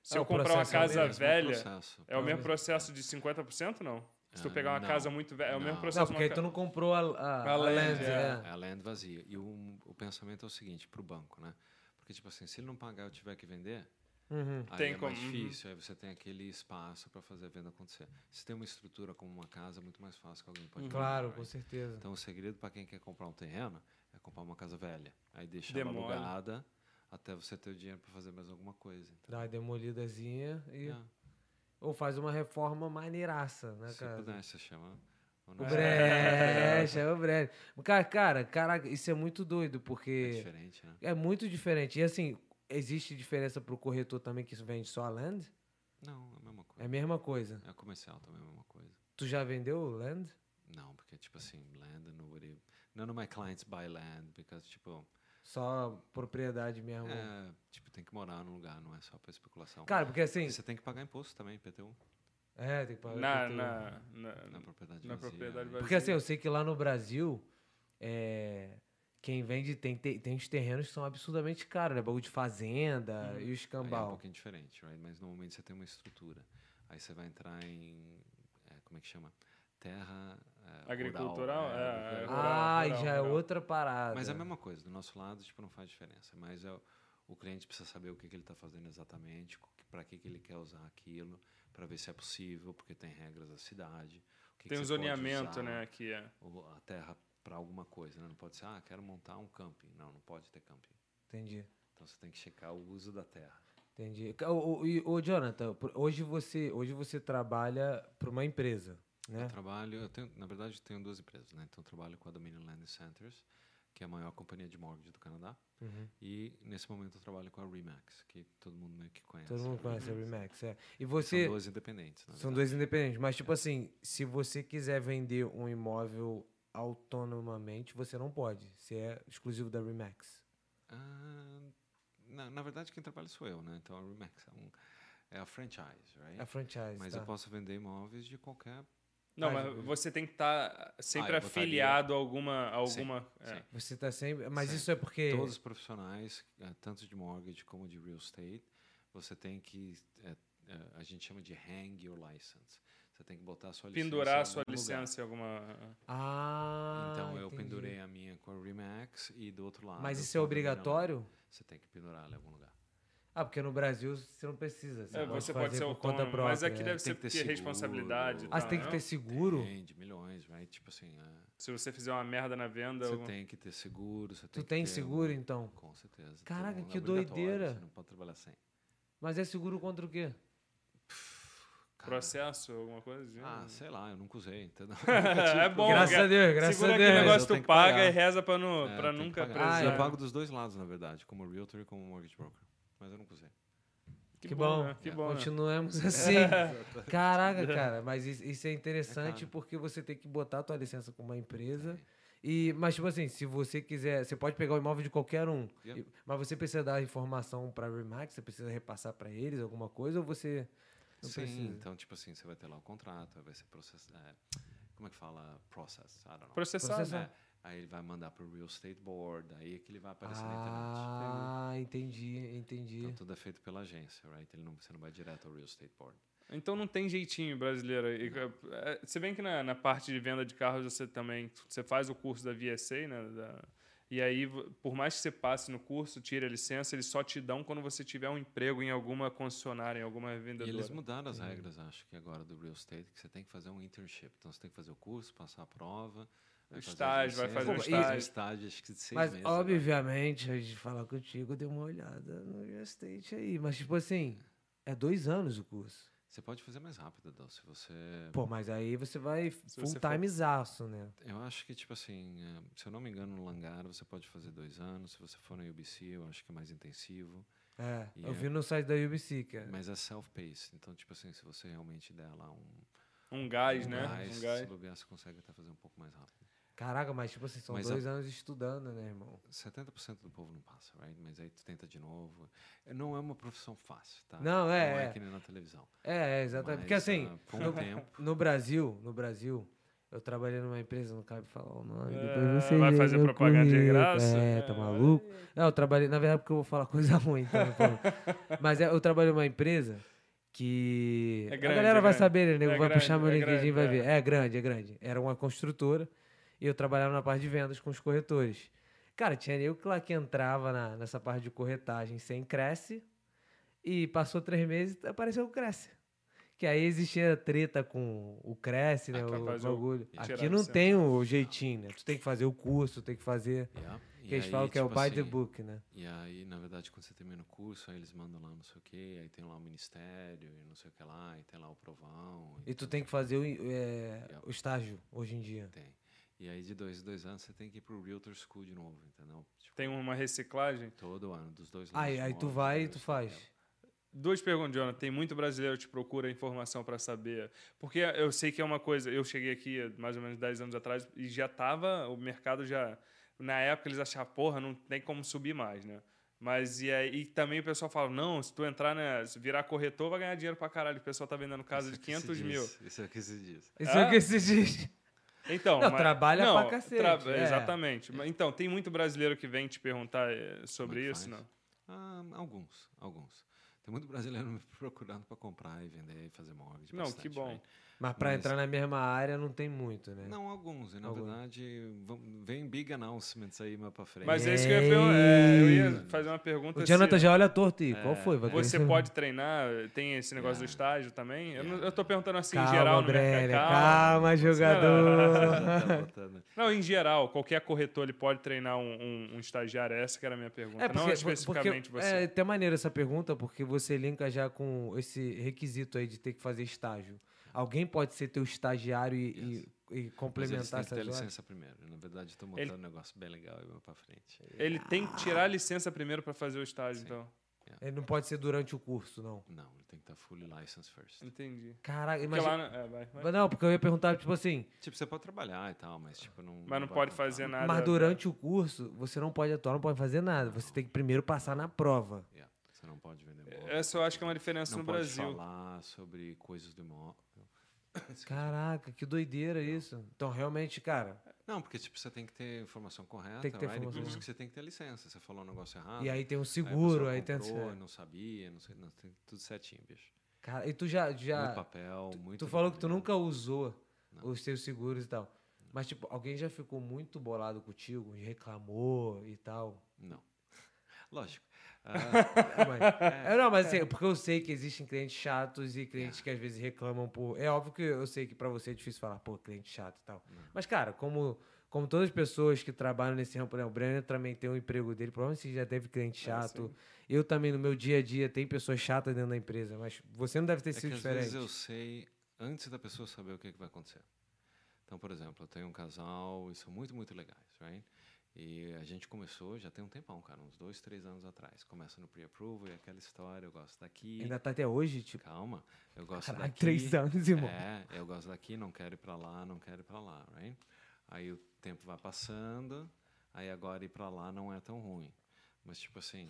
Se
É,
eu
o
comprar uma
processo é o
casa
mesmo
velha,
processo.
é o mesmo processo de 50%, não? Se tu
Ah,
pegar uma
não.
casa muito velha, é o mesmo
Não.
Não,
processo. de
porque
uma
aí tu
ca-
não comprou a, a,
A
a
land,
land,
é.
É a land vazia. E o, o pensamento é o seguinte, para o banco, né? Porque, tipo assim, se ele não pagar e eu tiver que vender,
é. Uhum.
aí
Tem
é
como,
mais
uhum.
difícil. Aí você tem aquele espaço para fazer a venda acontecer. Se tem uma estrutura como uma casa, é muito mais fácil que alguém pode comprar,
Claro,
right?
com certeza.
Então, o segredo para quem quer comprar um terreno é comprar uma casa velha. Aí deixar
Demole.
ela alugada até você ter o dinheiro para fazer mais alguma coisa. Então,
Dá uma demolidazinha e.
é,
Ou faz uma reforma maneiraça, né,
se
cara?
puder, você chama
O brecha, é o brecha. Cara, cara, caraca, isso é muito doido,
É
porque
diferente, né?
é muito diferente. E assim, existe diferença pro corretor também que vende só a land?
Não, é a mesma coisa.
É a mesma coisa.
É, comercial também, é a mesma coisa.
Tu já vendeu land?
Não, porque, tipo assim, land, nobody... None of my clients buy land, because, tipo,
Só propriedade mesmo.
é, tipo, tem que morar num lugar, não é só pra especulação.
Tá Cara, porque assim.
E você tem que pagar imposto também, PTU,
É, tem que pagar.
Na,
IPTU.
na, na-
É,
na propriedade
na
vazia,
propriedade
né?
vazia.
Porque assim, eu sei que lá no Brasil, é, quem vende tem, te- tem uns terrenos que são absurdamente caros, né? Bagulho de fazenda e o
Aí é um
escambau.
pouquinho diferente, right? mas normalmente você tem uma estrutura. Aí você vai entrar em. é, como é que chama? Terra. é, rural,
Agricultural,
né?
é,
Agricultura.
é.
ah,
rural,
e já é
rural.
outra parada.
Mas é a mesma coisa, do nosso lado, tipo, não faz diferença. Mas é o- o cliente precisa saber o que, que ele está fazendo exatamente, para que, que ele quer usar aquilo, para ver se é possível, porque tem regras da cidade. o que que
tem um
você pode
zoneamento,
usar,
né, aqui. É.
ou a terra para alguma coisa, né? Não pode ser, ah, quero montar um camping. Não, não pode ter camping.
Entendi.
Então você tem que checar o uso da terra.
Entendi. Ô, ô, e- ô, Jonathan, por- hoje você, hoje você trabalha para uma empresa, né?
Eu trabalho, eu tenho, na verdade, eu tenho duas empresas, né? Então eu trabalho com a Dominion Land Centers, que é a maior companhia de mortgage do Canadá,
Uhum.
e nesse momento eu trabalho com a Remax, que todo mundo meio que conhece.
Todo mundo conhece a
Uhum.
Remax, é. E
São
você.
duas independentes, na
São
verdade.
dois independentes. Mas, tipo assim, se você quiser vender um imóvel autonomamente, você não pode. Você é exclusivo da Remax.
Ah, na, na verdade, quem trabalha sou eu, né? Então a Remax é, um, é a franchise, right?
É a franchise.
Mas
tá?
eu posso vender imóveis de qualquer...
Não,
Mas-
mas você tem que estar sempre
um- Ah, eu botaria-
afiliado a alguma... a alguma é.
Sim.
Você tá sempre. Mas
Sim.
isso é porque.
Todos os profissionais, eh, tanto de mortgage como de real estate, você tem que... eh, eh, a gente chama de hang your license. Você tem que botar a sua licença
Pendurar
em
a sua
algum lugar.
licença em alguma... é,
Ah.
Então eu
entendi.
pendurei a minha com a Remax e do outro lado.
Mas
eu
isso é
com a Dominion
obrigatório?
Land. Você tem que pendurar ela em algum lugar.
Ah, porque no Brasil você não precisa. Você,
É,
pode,
você pode
fazer
ser
por conta
autônomo,
própria.
mas aqui
é.
deve ser
que ter
porque é responsabilidade. e
seguro.
Ah,
Ah,
você
tal,
tem que
né?
ter seguro?
Tem, de milhões, right? Tipo assim, é,
Se você fizer uma merda na venda...
você
algum-
tem que ter seguro. Você
Tu
que
tem
ter
seguro,
um-
então?
Com certeza.
Caraca,
Todo mundo-
que
é obrigatório,
doideira.
Você não pode trabalhar sem.
Mas é seguro contra o quê?
Cara,
Processo, alguma coisa? assim.
Ah, sei lá, eu nunca usei, entendeu?
Hum.
Tipo,
é bom.
Graças
cara.
a Deus, graças
Segura
a
aquele
Deus.
Mas eu
negócio
tenho
que
que
tu paga
pagar.
e reza pra, não,
É,
pra
tem que
nunca
pagar.
precisar.
Ah,
Eu
é.
pago dos dois lados, na verdade, como realtor e como mortgage broker. Mas eu nunca usei.
Que, bom,
né? Que bom, né?
Continuamos assim. Caraca, cara, mas isso, isso é interessante
caro. É.
porque você tem que botar a tua licença com uma empresa.
Tem.
E, mas, tipo assim, se você quiser, você pode pegar o imóvel de qualquer um.
Yep.
e- Mas você precisa dar informação para a Remax, você precisa repassar para eles alguma coisa, ou você. Não
Sim,
precisa.
então, tipo assim, você vai ter lá o contrato, aí vai ser processo. é, como é que fala? Process. I don't know.
Processar,
Processar.
né?
É, aí ele vai mandar pro Real Estate Board, aí é que ele vai aparecer na internet.
Ah, entendi, entendi.
Então, tudo é feito pela agência, right? Ele não, você não vai direto ao Real Estate Board.
Então não tem jeitinho brasileiro. E, eh, Se bem que na, na parte de venda de carros você também você faz o curso da VSA, né? da- e aí, vo- por mais que você passe no curso, tire a licença, eles só te dão quando você tiver um emprego em alguma concessionária, em alguma
E
vendedora.
eles mudaram as regras, acho que agora, do Real Estate, que você tem que fazer um internship. Então, você tem que fazer o curso, passar a prova. vai fazer as
estágio, vai
licenças,
fazer
um
um
estágio.
estágio, acho que de seis
Mas,
meses. agora.
obviamente, antes de falar contigo, eu dei uma olhada no real estate aí. Mas, tipo assim, é dois anos o curso.
Você pode fazer mais rápido, então, se você...
Pô, mas aí você vai
você
full
for-
timezaço, né?
Eu acho que, tipo assim, eh, se eu não me engano, no Langar você pode fazer dois anos. Se você for no UBC, eu acho que é mais intensivo.
É, eu
Yeah.
vi no site da UBC, cara.
Mas é self-paced. Então, tipo assim, se você realmente der lá um,
Um gás,
um
né?
gás,
Um
se
gás.
bobear, você consegue até fazer um pouco mais rápido.
Caraca, mas tipo assim, são
Mas a-
dois anos estudando, né, irmão?
70% do povo não passa, right? Mas aí tu tenta de novo. Eh, Não é uma profissão fácil, tá?
Não, é,
Não é
é.
que nem na televisão.
É, é exatamente. Porque
Mas,
assim,
ah, com o tempo...
no Brasil, no Brasil, eu trabalhei numa empresa, não cabe falar o nome.
É,
depois você
vai
lê
fazer
meu
propaganda de
currículo.
graça?
É, tá
É,
maluco? Não, eu trabalhei, na verdade, porque eu vou falar coisa ruim. Então, eu falo. mas é, eu trabalhei numa empresa que.
É grande,
a galera
é
vai
grande.
saber, né? nego?
É
vai puxar
grande,
meu
é
LinkedIn e
grande,
vai
é.
ver. É grande, é grande. Era uma construtora e eu trabalhava na parte de vendas com os corretores. Cara, tinha eu que lá que entrava na- nessa parte de corretagem sem Cresce e passou três meses apareceu o Cresce. Que aí existia treta com o Cresce, né?
Ah, pra
o
fazer o-
bagulho.
tirar
Aqui
do
não
centro.
tem o jeitinho, né? Tu tem que fazer o curso, tem que fazer.
Yeah. tipo
Que eles falam que é o by
assim,
the book, né?
E aí, na verdade, quando você termina o curso, aí eles mandam lá não sei o quê, aí tem lá o ministério e não sei o que lá, e tem lá o provão. então
E tu tem que fazer o, é,
Yeah.
o estágio hoje em dia.
Tem. E aí, de dois em dois anos, você tem que ir pro Realtor School de novo, entendeu? Tipo,
Tem uma reciclagem.
Todo ano, dos dois lados.
Aí,
um
aí tu
ano,
vai e
dois,
tu faz.
Duas perguntas, Jonathan. Tem muito brasileiro que te procura informação para saber. Porque eu sei que é uma coisa. Eu cheguei aqui mais ou menos 10 anos atrás e já tava. O mercado já. Na época eles achavam, porra, não tem como subir mais, né? Mas e aí e também o pessoal fala: não, se tu entrar, né? Se virar corretor, vai ganhar dinheiro pra caralho. O pessoal tá vendendo casa
Isso
de
é o que se
500 mil.
diz, Isso é o que se diz.
Isso é
Ah.
o que se diz.
Então,
Não, trabalha pra cacete, é.
Exatamente. Mas, Então, tem muito brasileiro que vem te perguntar eh, sobre
que
isso,
faz?
não?
Ah, alguns, alguns. Tem muito brasileiro me procurando para comprar e vender e fazer mortgage.
Não,
bastante,
que bom.
right?
Mas pra
Mas-
entrar na mesma área não tem muito, né?
Não, alguns. E, na
Alguns.
verdade, vão- vem big announcements aí mais para frente.
Mas
Ei.
é isso que eu ia, pergun- é, eu ia fazer uma pergunta. assim,
O
se-
Jonathan já olha torto aí. Qual foi? Vai
É. Você
querer-
pode treinar? Tem esse negócio do estágio também? Eu, não- eu tô perguntando assim,
Calma,
em geral, no
Brenner.
mercado.
Calma,
assim,
jogador.
Tá botando-
Não, em geral, qualquer corretor ele pode treinar um, um- um estagiário. Essa que era a minha pergunta. não especificamente
É, porque-
você.
É até maneiro essa pergunta, porque você linka já com esse requisito aí de ter que fazer estágio. Alguém pode ser teu estagiário e,
Yes.
e- e
Mas eles
complementar
têm que
essa
ter
licença.
licença primeiro. Na verdade, estou montando
Ele-
um negócio bem legal e vou para frente.
Ele tem que tirar a
ah.
licença primeiro pra fazer o estágio, então.
Ele não pode ser durante o curso, não.
Não, ele tem que estar fully licensed first.
Entendi.
Caraca,
Porque
imagina.
lá, na- é, vai, vai.
Mas Não, porque eu ia perguntar, tipo assim,
Tipo, você pode trabalhar e tal, mas tipo, não.
Mas não
vai
pode
contar.
fazer nada.
mas durante o curso, você não pode atuar, não pode fazer nada. Você tem que primeiro passar na prova.
Yeah, É, Você não pode vender imóvel.
Essa eu acho que é uma diferença
não
no
pode
Brasil.
falar sobre coisas do imóvel.
Caraca, que doideira isso. Então, realmente, cara.
Não, porque tipo, você tem que ter informação correta,
Tem que ter
right? E
informação.
por isso que você tem que ter licença. Você falou um negócio errado.
E aí tem um
a pessoa
seguro, aí, tem.
comprou, né? Não sabia, não sei, não, tem tudo certinho, bicho.
Cara, e tu já. já...
Muito papel, muito.
Tu falou que tu
documento.
nunca usou
Não.
os teus seguros e tal. Mas, tipo, alguém já ficou muito bolado contigo, reclamou e tal.
Não. Lógico. Ah,
Mas, é, não, mas assim, porque eu sei que existem clientes chatos e
É.
clientes que às vezes reclamam por. É óbvio que eu sei que pra você é difícil falar, pô, cliente chato e tal. Mas, cara, como, como todas as pessoas que trabalham nesse ramo, né, o Brenner também tem um emprego dele, provavelmente já teve cliente chato. eu também, no meu dia a dia, tem pessoas chatas dentro da empresa, mas você não deve ter
é
sido
que às
diferente.
vezes eu sei antes da pessoa saber o que, que vai acontecer. Então, por exemplo, eu tenho um casal e são muito, muito legais, right? E a gente começou já tem um tempão, cara, uns dois, três anos atrás. Começa no pre-approval e aquela história, eu gosto daqui.
Ainda tá até hoje, tipo,
Calma, eu gosto
caralho,
daqui.
três anos, irmão.
É, eu gosto daqui, não quero ir pra lá, não quero ir pra lá, right? Aí o tempo vai passando, aí agora ir pra lá não é tão ruim. Mas, tipo assim,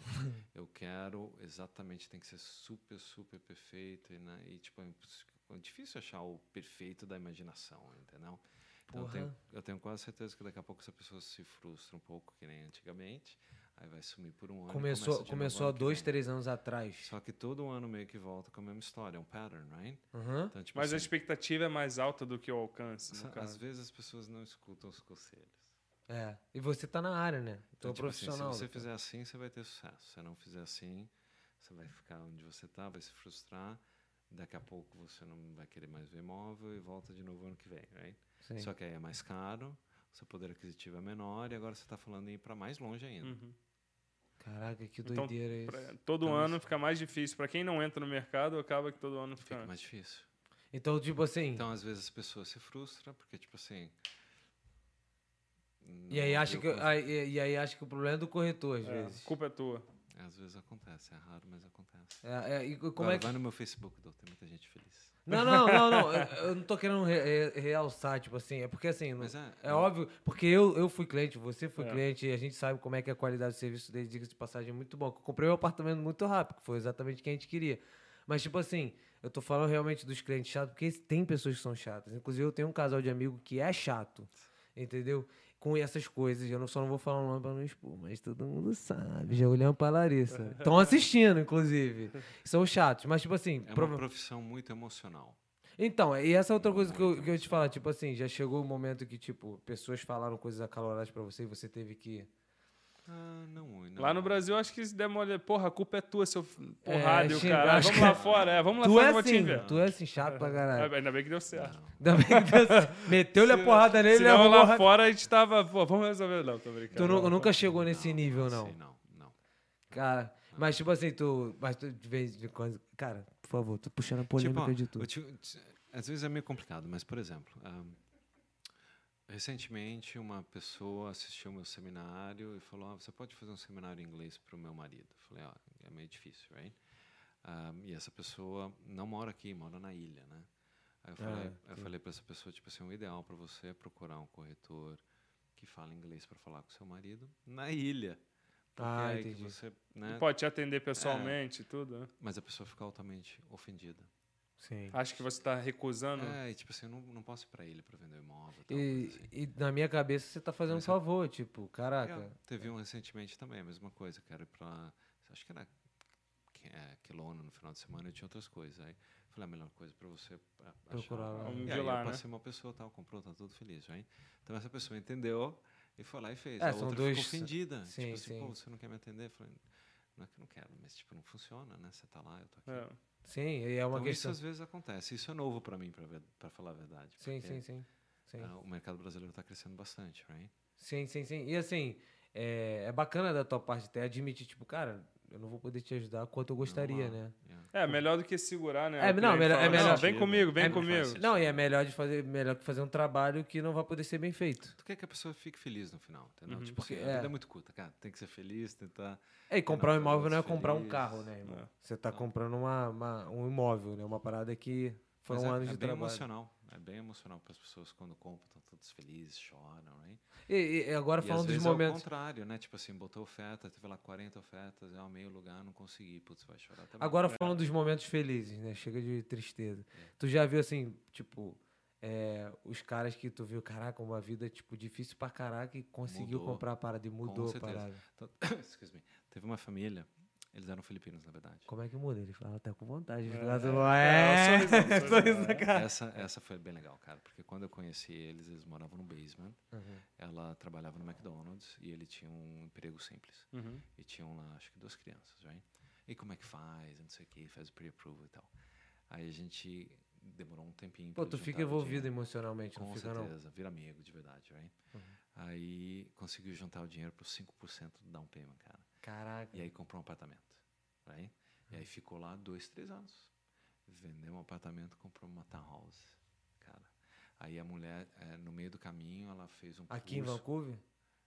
eu quero exatamente, tem que ser super, super perfeito. E, né, e tipo, é imposs- é difícil achar o perfeito da imaginação, entendeu? Então, eu
Porra.
tenho, eu tenho quase certeza que daqui a pouco essa pessoa se frustra um pouco, que nem antigamente. Aí vai sumir por um ano. e
Começou,
começa de novo
começou há
ano que
dois,
vem.
três anos atrás.
Só que todo ano meio que volta com a mesma história, é um pattern, right?
Aham.
Então, tipo
Mas a
assim,
expectativa é mais alta do que o alcance. no
sa- às
caso.
vezes as pessoas não escutam os conselhos.
É. E você tá na área, né?
Então,
Então, é
tipo assim,
profissional.
se você
né?
fizer assim, você vai ter sucesso. Se você não fizer assim, você vai ficar onde você está, vai se frustrar. Daqui a pouco você não vai querer mais ver imóvel e volta de novo ano que vem, right?
Sim.
Só que aí é mais caro, seu poder aquisitivo é menor e agora você está falando em ir para mais longe ainda.
Hum,
Uhum.
Caraca, que
Então,
doideira isso.
Pra- todo
Então,
ano
isso-
fica mais difícil. Pra quem não entra no mercado, acaba que todo ano fica.
Fica mais difícil.
Então, tipo assim,
Então, às vezes as pessoas se frustram porque, tipo assim...
e, aí
não
acha
viu
que, eu-
como-
aí- e e aí acha que o problema é do corretor, às
É,
vezes.
culpa é tua.
Às vezes acontece, é raro, mas acontece.
É, é, e co- como
Agora,
é que...
Vai no meu Facebook, Dô, tem muita gente feliz.
Não, não, não, não. Eu, eu não tô querendo re- re- realçar, tipo assim. É porque assim, não-
Mas é-
é,
é-
óbvio, porque eu, eu fui cliente, você foi
É.
cliente, e a gente sabe como é que é a qualidade do serviço dele, diga-se de passagem, é muito bom. Eu comprei meu apartamento muito rápido, que foi exatamente o que a gente queria. Mas, tipo assim, eu tô falando realmente dos clientes chatos, porque tem pessoas que são chatas. Inclusive, eu tenho um casal de amigo que é chato, entendeu? Com essas coisas. Eu não, só não vou falar o nome pra não expor, mas todo mundo sabe. Já olhando pra Larissa. Estão assistindo, inclusive. São chatos. Mas, tipo assim,
É
prova-
uma profissão muito emocional.
então, e essa é outra coisa que eu, que eu ia te falar. Tipo assim, já chegou o momento que, tipo, pessoas falaram coisas acaloradas pra você e você teve que
Ah, não, não.
Lá no Brasil, acho que se der mole, porra, a culpa é tua, seu f- porrada e o
xinga-
caralho.
acho
Vamos
que-
lá fora, é, vamos lá
É, Tu
fora,
é
eu vou te
assim,
enviar.
tu é assim, chato pra caralho.
Ainda bem que deu certo.
Ainda bem que Deus- Meteu-lhe a porrada nele, ele
Senão
arrumou
lá
ra-
fora a gente tava, pô, vamos resolver. Não, tô brincando.
Tu nu- nunca chegou nesse nível, não.
Sei, não, não.
Cara, mas tipo assim, tu. Mas tu de vez em quando. Cara, por favor, tô puxando a polêmica
ó,
de tudo.
Tipo, eu ti- ti- às vezes é meio complicado, mas, por exemplo, ah, recentemente uma pessoa assistiu meu seminário e falou, ah, você pode fazer um seminário em inglês para o meu marido? Eu falei, ó, é meio difícil, right? Ah, e essa pessoa não mora aqui, mora na ilha, né? Aí eu
Ah,
falei, eu falei para essa pessoa, tipo assim, o ideal para você é procurar um corretor que fala inglês para falar com seu marido na ilha. Porque
Ah,
é aí que
entendi.
você, né?
Pode te atender pessoalmente e tudo. né?
Mas a pessoa fica altamente ofendida.
Sim.
Acho que você tá recusando.
É, e tipo assim, eu não, não posso ir pra ele pra vender um imóvel. Tal,
Ah, E,
coisa assim.
e na minha cabeça você tá fazendo um favor, tipo, caraca.
É, teve um recentemente também, a mesma coisa, que era ir pra. Acho que era Qu- é, Quelona no final de semana e tinha outras coisas. Aí eu falei, "Ah, a melhor coisa pra você a- achar.
Procurar lá.
Um
E
de
aí
lá,
eu
né?
passei uma pessoa tal, comprou, tá tudo feliz, hein? Então essa pessoa entendeu e foi lá e fez.
É,
a
são
outra
dois-
ficou ofendida.
sim,
tipo assim,
sim.
pô, você não quer me atender? Eu falei, não é que eu não quero, mas tipo, não funciona, né? Você tá lá, eu tô aqui.
É.
Sim, e é uma
então isso
questão.
às vezes acontece. Isso é novo pra mim, pra, ver- pra falar a verdade.
Sim,
porque-
sim, sim. Sim.
Ah, o mercado brasileiro está crescendo bastante, right?
Sim, sim, sim. E assim, é, é bacana da tua parte até admitir, tipo, cara, eu não vou poder te ajudar quanto eu gostaria, né?
Yeah.
É, melhor do que segurar, né?
É,
O
não,
cliente
melhor-
fala,
é melhor-
"Não, vem comigo, vem
É-
comigo.
Sim,
Não,
sim.
e é melhor de fazer, melhor que fazer um trabalho que não vai poder ser bem feito.
Tu quer que a pessoa fique feliz no final, entendeu? Tipo
Porque,
assim, a vida
é.
é muito curta, cara. Tem que tá, ser feliz, tentar...
É, e comprar um
não,
imóvel não é
feliz.
comprar um carro, né, irmão?
É.
Você tá comprando uma, uma- um imóvel, né? Uma parada que foram
Mas é,
anos
é
um de
bem
trabalho.
emocional. É bem emocional para as pessoas quando compram, estão todos felizes, choram, right?
E, e
e
agora
às
Tá falando dos
vezes é o
momentos.
contrário, né? Tipo assim, botou oferta, teve lá 40 ofertas, eu amei o lugar, não consegui. Putz, vai chorar também. é
Agora falando dos momentos felizes, né? Chega de tristeza. Tu já viu assim, tipo, é, os caras que tu viu, caraca, uma vida tipo difícil pra caraca e conseguiu
Mudou.
comprar a parada e mudou a
certeza.
parada.
Então, excuse me. Teve uma família, eles eram filipinos, na verdade.
Como é que muda? Ele fala, tá com vontade. É, é,
É, o sorrisão, o sorrisão,
sorriso na
é.
cara.
Essa, essa foi bem legal, cara, porque quando eu conheci eles, eles moravam no basement. Ela trabalhava no McDonald's e ele tinha um emprego simples.
Uhum.
E tinham lá, acho que duas crianças, right? E como é que faz, não sei o que, faz o pre-approval e tal. Aí a gente demorou um tempinho. pra
Pô, tu
juntar
fica
o
envolvido
dinheiro.
emocionalmente, não
Com
fica não. Uhum.
certeza, vira amigo de verdade, right? Aí conseguiu juntar o dinheiro para 5% do down payment, cara.
Caraca.
E aí comprou um apartamento, right? E aí ficou lá dois, três anos. Vendeu um apartamento, comprou uma townhouse, cara. Aí a mulher, eh, no meio do caminho, ela fez um
Aqui em
curso.
Vancouver?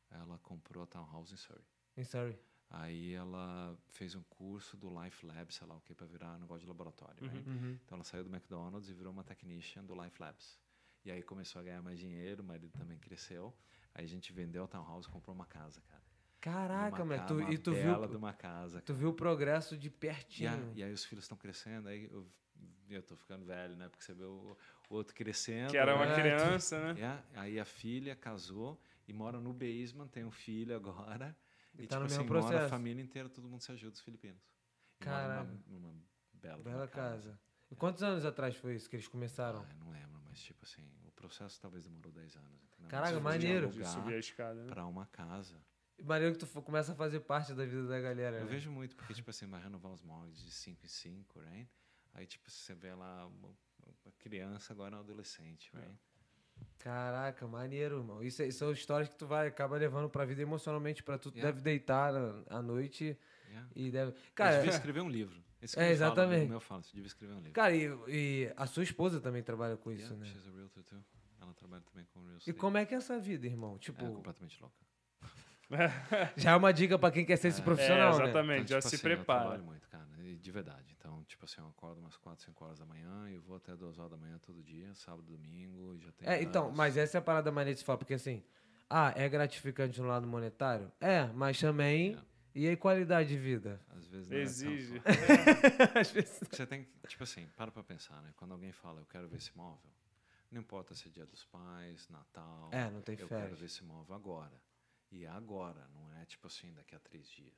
Ela comprou a townhouse em Surrey.
Em Surrey.
Aí ela fez um curso do Life Lab, sei lá o que, para virar um negócio de laboratório.
Uhum,
né? Então ela saiu do McDonald's e virou uma technician do Life Labs. E aí começou a ganhar mais dinheiro, o marido também cresceu. Aí a gente vendeu a townhouse e comprou uma casa, cara.
Caraca,
Numa
moleque. tu-
cama
e tu
bela
viu,
de uma casa,
tu viu o progresso
e,
de
a-
pertinho.
e aí os filhos estão crescendo, aí eu, eu tô ficando velho, né? Porque você vê o, o outro crescendo.
Que era uma
né?
É,
criança, né?
É, aí a filha casou e mora no basement, tem um filho agora.
E
E,
tá no
tipo assim,
mesmo
mora
processo.
a família inteira, todo mundo se ajuda, os filipinos. E mora
Caralho.
numa, numa bela, de uma
Bela casa. E quantos anos atrás foi isso que eles começaram?
Ah, eu não lembro, mas tipo assim, o processo talvez demorou 10 anos. entendeu? Mas
Caraca,
foi de
maneiro.
De subir a escada, né?
Pra uma casa.
Maneiro que tu fo- começa a fazer parte da vida da galera.
Eu
né?
vejo muito, porque, tipo assim, vai renovar os moldes de 5 em 5, right? Aí, tipo, você vê lá uma, uma criança, agora é um adolescente, right?
É. Caraca, maneiro, irmão. Isso, é- são histórias que tu vai acaba levando pra vida emocionalmente, pra tu. Tu
Yeah.
deve deitar à- à noite
Yeah.
e deve.
eu
Cara,
devia escrever um livro. Esse que
É,
eu falo, amigo
exatamente.
meu fala, você devia escrever um livro.
cara e, e a sua esposa também trabalha com isso,
yeah,
né?
she's a realtor too. Ela trabalha também com real
E
estate.
como é que é essa vida, irmão?
É
Tipo,
completamente louca.
já é uma dica pra quem quer ser esse
É,
profissional, né?
exatamente, já
tipo
se
assim, Eu
prepara.
trabalho muito, cara, e de verdade. Então, tipo assim, eu acordo umas 4, 5 horas da manhã e eu vou até 2 horas da manhã todo dia, sábado, domingo, e já tem
É, então,
horas.
mas essa é a parada maneira de se falar, porque assim, ah, é gratificante no lado monetário? É, mas também.
Yeah.
E aí, qualidade de vida?
Às vezes não é tão
Exige.
fácil.
Às vezes.
Você tem que, tipo assim, para pra pensar, né? Quando alguém fala, eu quero ver esse móvel, não importa se é dia dos pais, Natal.
É, não tem
Eu quero
férias.
ver esse móvel agora. E é agora, não é tipo assim, daqui a três dias.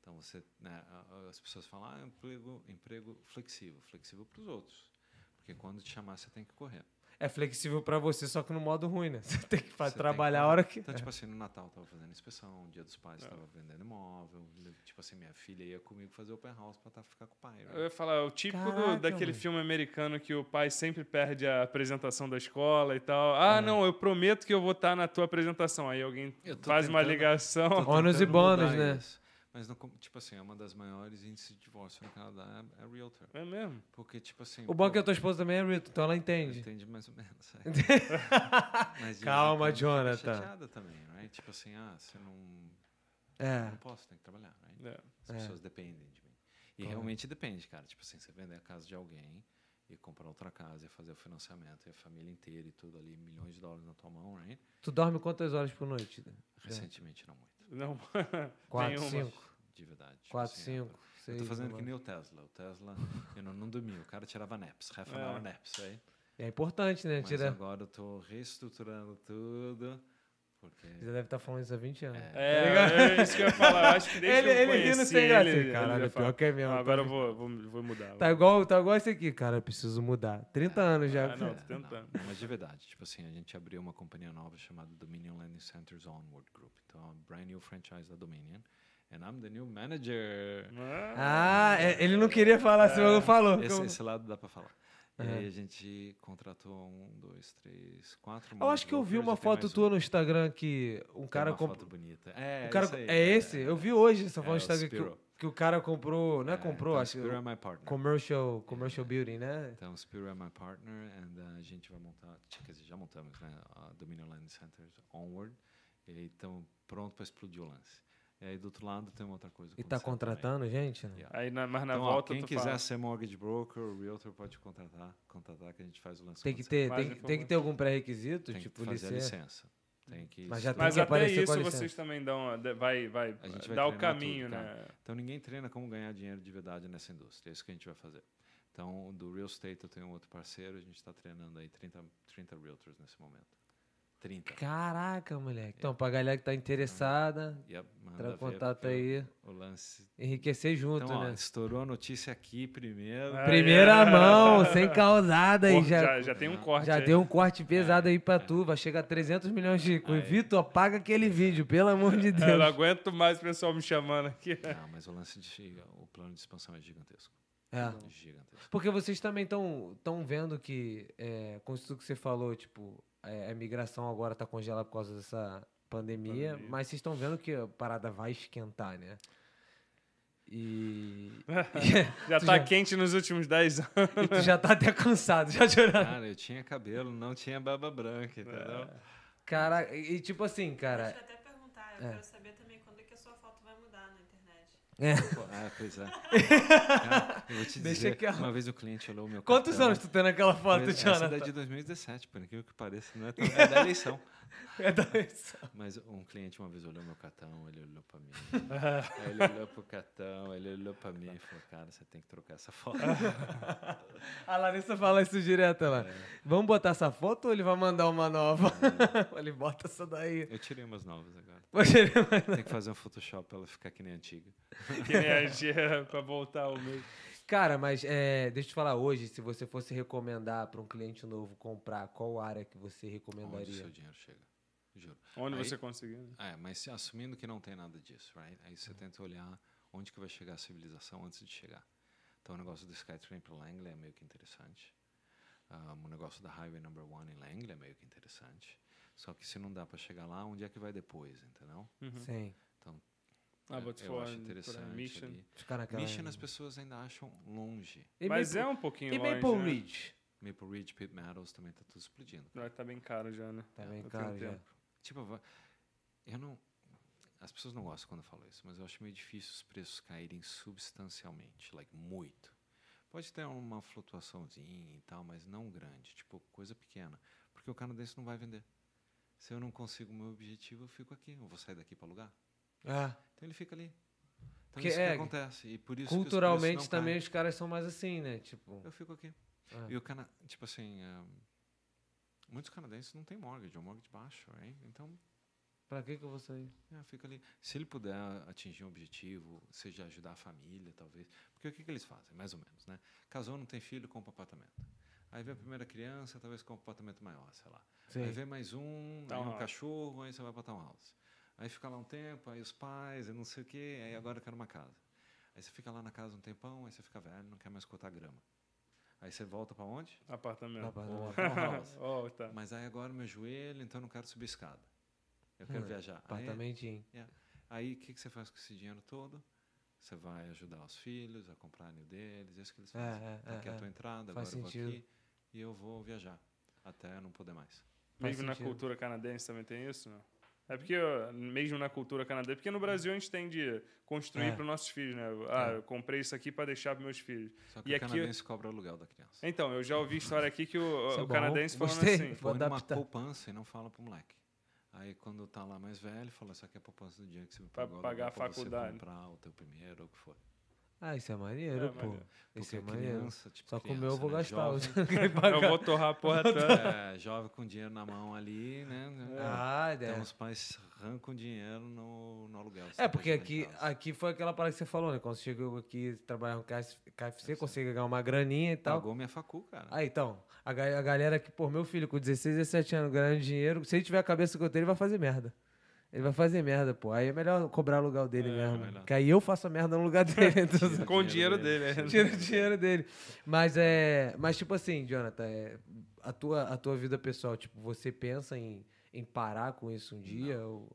Então você, né, a- a- as pessoas falam, ah, emprego, emprego flexível, flexível para os outros. Porque quando te chamar, você tem que correr.
é flexível pra você, só que no modo ruim, né? Você tem que fa-
Você tem
trabalhar
que-
a hora que. é.
Então, tipo assim, no Natal eu tava fazendo inspeção, Dia dos Pais eu tava vendendo imóvel. Tipo assim, minha filha ia comigo fazer open house pra tá, ficar com o pai. né?
Eu ia falar, o típico do-
Caraca,
daquele
mano.
filme americano que o pai sempre perde a apresentação da escola e tal. Ah, não, eu prometo que eu vou estar na tua apresentação. Aí alguém
Eu tô
faz uma
tentando- Tô
ligação.
tentando
Ônus e bônus,
mudar
né?
isso. Mas, não, com- tipo assim, é uma das maiores índices de divórcio no Canadá é, é realtor.
É mesmo?
Porque, tipo assim...
O bom é que
pô,
a tua esposa também é Rito, então ela entende.
Entende mais ou menos. é. Mas,
Calma,
e ela fica
Jonathan.
é chateada também, né? Tipo assim, ah, você não...
É.
Não posso, tem que trabalhar, né?
É.
As pessoas dependem de mim. E
Claro.
realmente depende, cara. Tipo assim, você vender a casa de alguém e comprar outra casa e fazer o financiamento e a família inteira e tudo ali, milhões de dólares na tua mão, né?
Tu dorme quantas horas por noite? Dan?
Recentemente não muito,
Não.
Quatro,
Nenhuma.
É. cinco.
de verdade. Tipo
Quatro,
assim, ah,
cinco.
Eu
seis,
tô fazendo
uma
que
hora.
nem o Tesla. O Tesla, eu não, não dormia, o cara tirava naps, half an
É.
hour naps, aí.
É importante, né?
Mas
Tira...
agora eu tô reestruturando tudo, porque... Tá
Você deve estar falando isso há 20 anos.
É, é isso que eu ia falar. Eu Acho que desde
Ele,
que eu
ele rindo
conheci
sem graça.
ele- ele
Caralho,
já
pior
fala,
que é mesmo.
"Ah, agora
tá-
eu vou, vou, vou mudar.
Tá igual, tá igual esse aqui, cara. Eu preciso mudar. 30 anos já.
Ah, não,
É,
tô tentando.
não, mas de verdade, tipo assim, a gente abriu uma companhia nova chamada Dominion Landing Centers Onward Group. Então, é uma brand new franchise da Dominion. And I'm the new manager.
Ah, é- ele não queria falar assim, mas não falou.
Esse,
Eu-
esse lado dá pra falar. E aí a gente contratou um, dois, três, quatro.
Eu acho que eu vi uma foto tua no Instagram que um cara
comprou.
comprou.
um. foto bonita. É,
O cara,
esse aí,
é esse? Eu vi hoje essa foto
É,
no
o
Instagram que, o-
Spiro.
que o cara comprou. Não é,
É,
comprou,
então,
acho
Spiro é
que.
my partner.
Commercial, commercial building, né?
Então, Spiro é my partner, and uh, a gente vai montar, quer dizer, já montamos, né? A Dominion Land Centers Onward, e aí estamos pronto para explodir o lance. E aí, do outro lado, tem uma outra coisa.
E tá
acontecendo também.
contratando gente? né?
Yeah.
Aí, na, mas na
então, ó,
volta
quem
tu
quiser
fala.
ser mortgage broker, o realtor pode contratar, contratar que a gente faz o lance
Tem que
acontecer.
ter,
Mais
tem, que- tem que ter algum pré-requisito,
Tem
tipo
que fazer a
licença.
licença. Tem que
Mas já
estudar.
tem
Mas
que
até
aparecer com a
isso
licença.
vocês também dão. Vai, vai,
A gente vai
dá o
treinar
caminho,
tudo,
né?
Então ninguém treina como ganhar dinheiro de verdade nessa indústria. É isso que a gente vai fazer. Então, do real estate eu tenho outro parceiro, a gente está treinando aí 30, 30 realtors nesse momento. 30.
Caraca, moleque. Então, pra galera que tá interessada,
Yep, manda É.
entrar em
ver,
um contato
porque
aí,
O lance.
enriquecer junto,
Então, ó,
né?
estourou a notícia aqui primeiro.
Ah,
Primeira
é.
mão, sem causada aí,
Porra,
já,
já, já tem um corte.
Já
aí.
deu um corte
É,
pesado aí pra tu. Vai chegar a 300 milhões de coisas. Vitor, apaga aquele vídeo, pelo amor de
Eu não
Deus.
aguento mais o pessoal me chamando aqui.
Não, mas o lance de. O plano de expansão é gigantesco.
É.
Gigantesco.
Porque vocês também estão tão vendo que, é, com isso que você falou, tipo, é, a migração agora tá congelada por causa dessa pandemia,
Pandemia.
mas vocês estão vendo que a parada vai esquentar, né? E,
Já
Tu
tá
já-
quente nos últimos 10 anos.
e tu já tá até cansado, já de olhar.
Cara, eu tinha cabelo, não tinha barba branca, entendeu?
É. Cara, e e tipo assim,
Deixa
cara.
eu até perguntar, eu quero saber também quando é que a sua foto vai mudar na internet.
é.
Pô, Ah, pois é. Cara, eu vou te
Deixa
dizer,
que eu-
uma vez o cliente olhou o meu
Quantos
cartão,
anos tu tem naquela foto,
Mas Essa
Jonathan?
é de 2017, por incrível que pareça, não é, tão, é da eleição.
É da eleição.
Mas um cliente uma vez olhou meu cartão, ele olhou pra mim, aí ele olhou pro cartão, ele olhou pra mim e falou, cara, você tem que trocar essa foto. É.
A Larissa fala isso direto lá. Vamos botar essa foto ou ele vai mandar uma nova? ele bota essa daí.
Eu tirei umas novas agora.
Poxa, ele vai-
Tem que fazer um Photoshop pra ela ficar que nem antiga.
que nem a Gia pra voltar o mesmo.
Cara, mas é, deixa eu te falar hoje, se você fosse recomendar para um cliente novo comprar, qual área que você
Onde o seu
recomendaria?
dinheiro chega, juro.
Onde
Aí-
você conseguiu, né?
É, mas se- assumindo que não tem nada disso, right? Aí
Uhum.
você tenta olhar onde que vai chegar a civilização antes de chegar. Então o negócio do Skytrain para Langley é meio que interessante. Ah, o negócio da Highway Number One em Langley é meio que interessante. Só que se não dá para chegar lá, onde é que vai depois, entendeu?
Sim.
Então eu-
Ah,
eu
né,
Botafogo,
acho interessante
Mission.
ali.
Ficar naquela.
Mission as pessoas ainda acham longe.
E
Mas
Maple-
é um pouquinho
E
longe,
Maple
né?
Ridge.
Maple Ridge, Pit Meadows também tá tudo explodindo.
Ah, Tá bem caro já, né?
Tá bem
Eu tenho
caro já.
tempo.
Tipo, va- eu não. As pessoas não gostam quando eu falo isso, mas eu acho meio difícil os preços caírem substancialmente, like, muito. Pode ter uma flutuaçãozinha e tal, mas não grande, tipo, coisa pequena. Porque o canadense não vai vender. Se eu não consigo o meu objetivo, eu fico aqui, eu vou sair daqui para alugar.
Ah,
Então ele fica ali. Então
Que
isso
é-
que acontece. E por isso que os preços
culturalmente
não caem.
também os caras são mais assim, né? Tipo.
Eu fico aqui.
Ah.
E o cana tipo assim, ah, muitos canadenses não têm mortgage, ou mortgage baixo, right? Então
Pra que que eu vou sair?
É, fica ali. Se ele puder atingir um objetivo, seja ajudar a família, talvez. Porque o que, que eles fazem, mais ou menos, né? Casou, não tem filho, compra um apartamento. Aí vem a primeira criança, talvez com um apartamento maior, sei lá.
Sim.
Aí vem mais um, aí
Townhouse.
um cachorro, aí você vai para townhouse. Aí fica lá um tempo, aí os pais, aí não sei o quê, aí agora eu quero uma casa. Aí você fica lá na casa um tempão, aí você fica velho, não quer mais cortar grama. Aí você volta para onde?
Tá
Apartamento.
bom,
Ou
tá bom.
townhouse.
oh, tá.
Mas aí agora meu joelho, então eu não quero subir escada. Eu quero
Hum,
viajar. Aí-
Apartamentinho.
Aí o que, que você faz com esse dinheiro todo? Você vai ajudar os filhos a comprarem o deles, isso que eles
É,
fazem.
é,
Tá aqui
é,
a
é.
tua entrada,
Faz
agora eu vou
sentido.
aqui e eu vou viajar até não poder mais.
Faz
Mesmo na
sentido.
cultura canadense também tem isso, não? É porque, ó, mesmo na cultura canadense, porque no Brasil a gente tem de construir
É.
para os nossos filhos, né? Ah, eu comprei isso aqui para deixar para meus filhos.
Só que
E
o
aqui-
canadense cobra o aluguel da criança.
Então, eu já ouvi história aqui que o,
Isso é
o
bom.
canadense falando
Gostei.
assim.
Vou
Põe numa
adaptar.
poupança e não fala pro moleque. Aí quando tá lá mais velho, fala, isso aqui é a poupança do dinheiro que você me
Pra
pagou
pagar a
aluguel pra
faculdade."
você comprar o teu primeiro ou o que for.
Ah, isso é maneiro,
É,
pô.
maneiro.
Isso é
Porque
maneiro.
criança, tipo
Só
criança,
comer eu vou
né,
gastar.
jovem,
Eu tenho que
Eu
pagar.
vou torrar a porra toda.
é, jovem com dinheiro na mão ali, né?
Ah, é.
Então os pais arrancam dinheiro no, no aluguel.
É,
Você
porque
tá
aqui,
ajudando em casa.
aqui foi aquela parada que você falou, né? Quando você chegou aqui, trabalhar no KFC, consegue ganhar uma graninha e tal.
Pagou minha facu, cara.
Ah, então, a, ga- a galera que, pô, meu filho com 16, 17 anos ganhando dinheiro, se ele tiver a cabeça que eu tenho, ele vai fazer merda. Ele vai fazer merda, pô. Aí é melhor cobrar o lugar dele mesmo.
melhor.
Que aí eu faço a merda no lugar dele. então,
Tira
Com o dinheiro dele, é.
Tira o dinheiro dele. Mas é. Mas, tipo assim, Jonathan, é, a, tua, a tua vida pessoal, tipo, você pensa em, em parar com isso um dia? Ou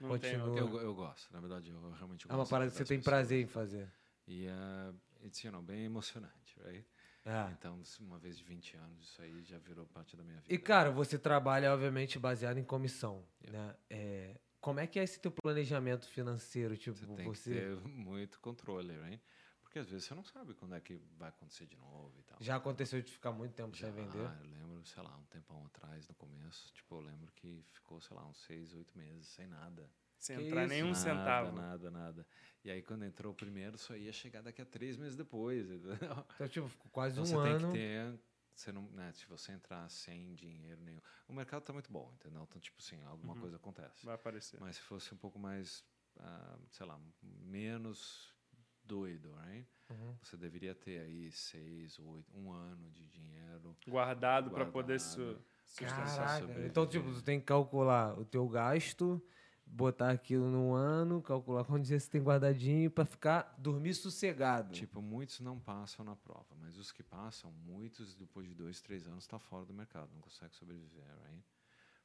Não tem
Continua.
outra.
Eu, eu gosto, na verdade, eu realmente gosto.
é uma parada
de
que você
ajudar
tem
as
prazer em fazer.
pessoas. E é, it's, you know, bem emocionante, right?
Ah.
Então, se uma vez de 20 anos, isso aí já virou parte da minha vida.
E, cara, você trabalha, obviamente, baseado em comissão, né? É, como é que é esse teu planejamento financeiro? Tipo,
você
você...
tem que ter muito controle, right? Porque às vezes você não sabe quando é que vai acontecer de novo e tal.
Já aconteceu de ficar muito tempo
Já,
sem vender?
eu lembro, sei lá, um tempão atrás, no começo, tipo, eu lembro que ficou, sei lá, uns seis, oito meses sem nada.
Sem
Que
entrar
isso?
nenhum
nada,
um centavo.
Nada, nada. E aí quando entrou o primeiro, só ia chegar daqui a três meses depois. entendeu?
Então, tipo, ficou quase
Então
um
você tem
ano.
que ter. Você não, né, se você entrar sem dinheiro nenhum. O mercado tá muito bom, entendeu? Então, tipo assim, alguma coisa acontece.
Uhum. Vai aparecer.
Mas se fosse um pouco mais, ah, sei lá, menos doido, right?
Uhum.
Você deveria ter aí seis, oito, um ano de dinheiro.
Guardado
Guardado.
para
né? É
poder su sustentar.
Caraca.
Caraca.
sobre- né?
Então, tipo, tu tem que calcular o teu gasto, botar aquilo num ano, calcular quantos dias você tem guardadinho pra ficar, dormir sossegado.
Tipo, muitos não passam na prova, mas os que passam, muitos depois de dois, três anos está fora do mercado, não consegue sobreviver, right?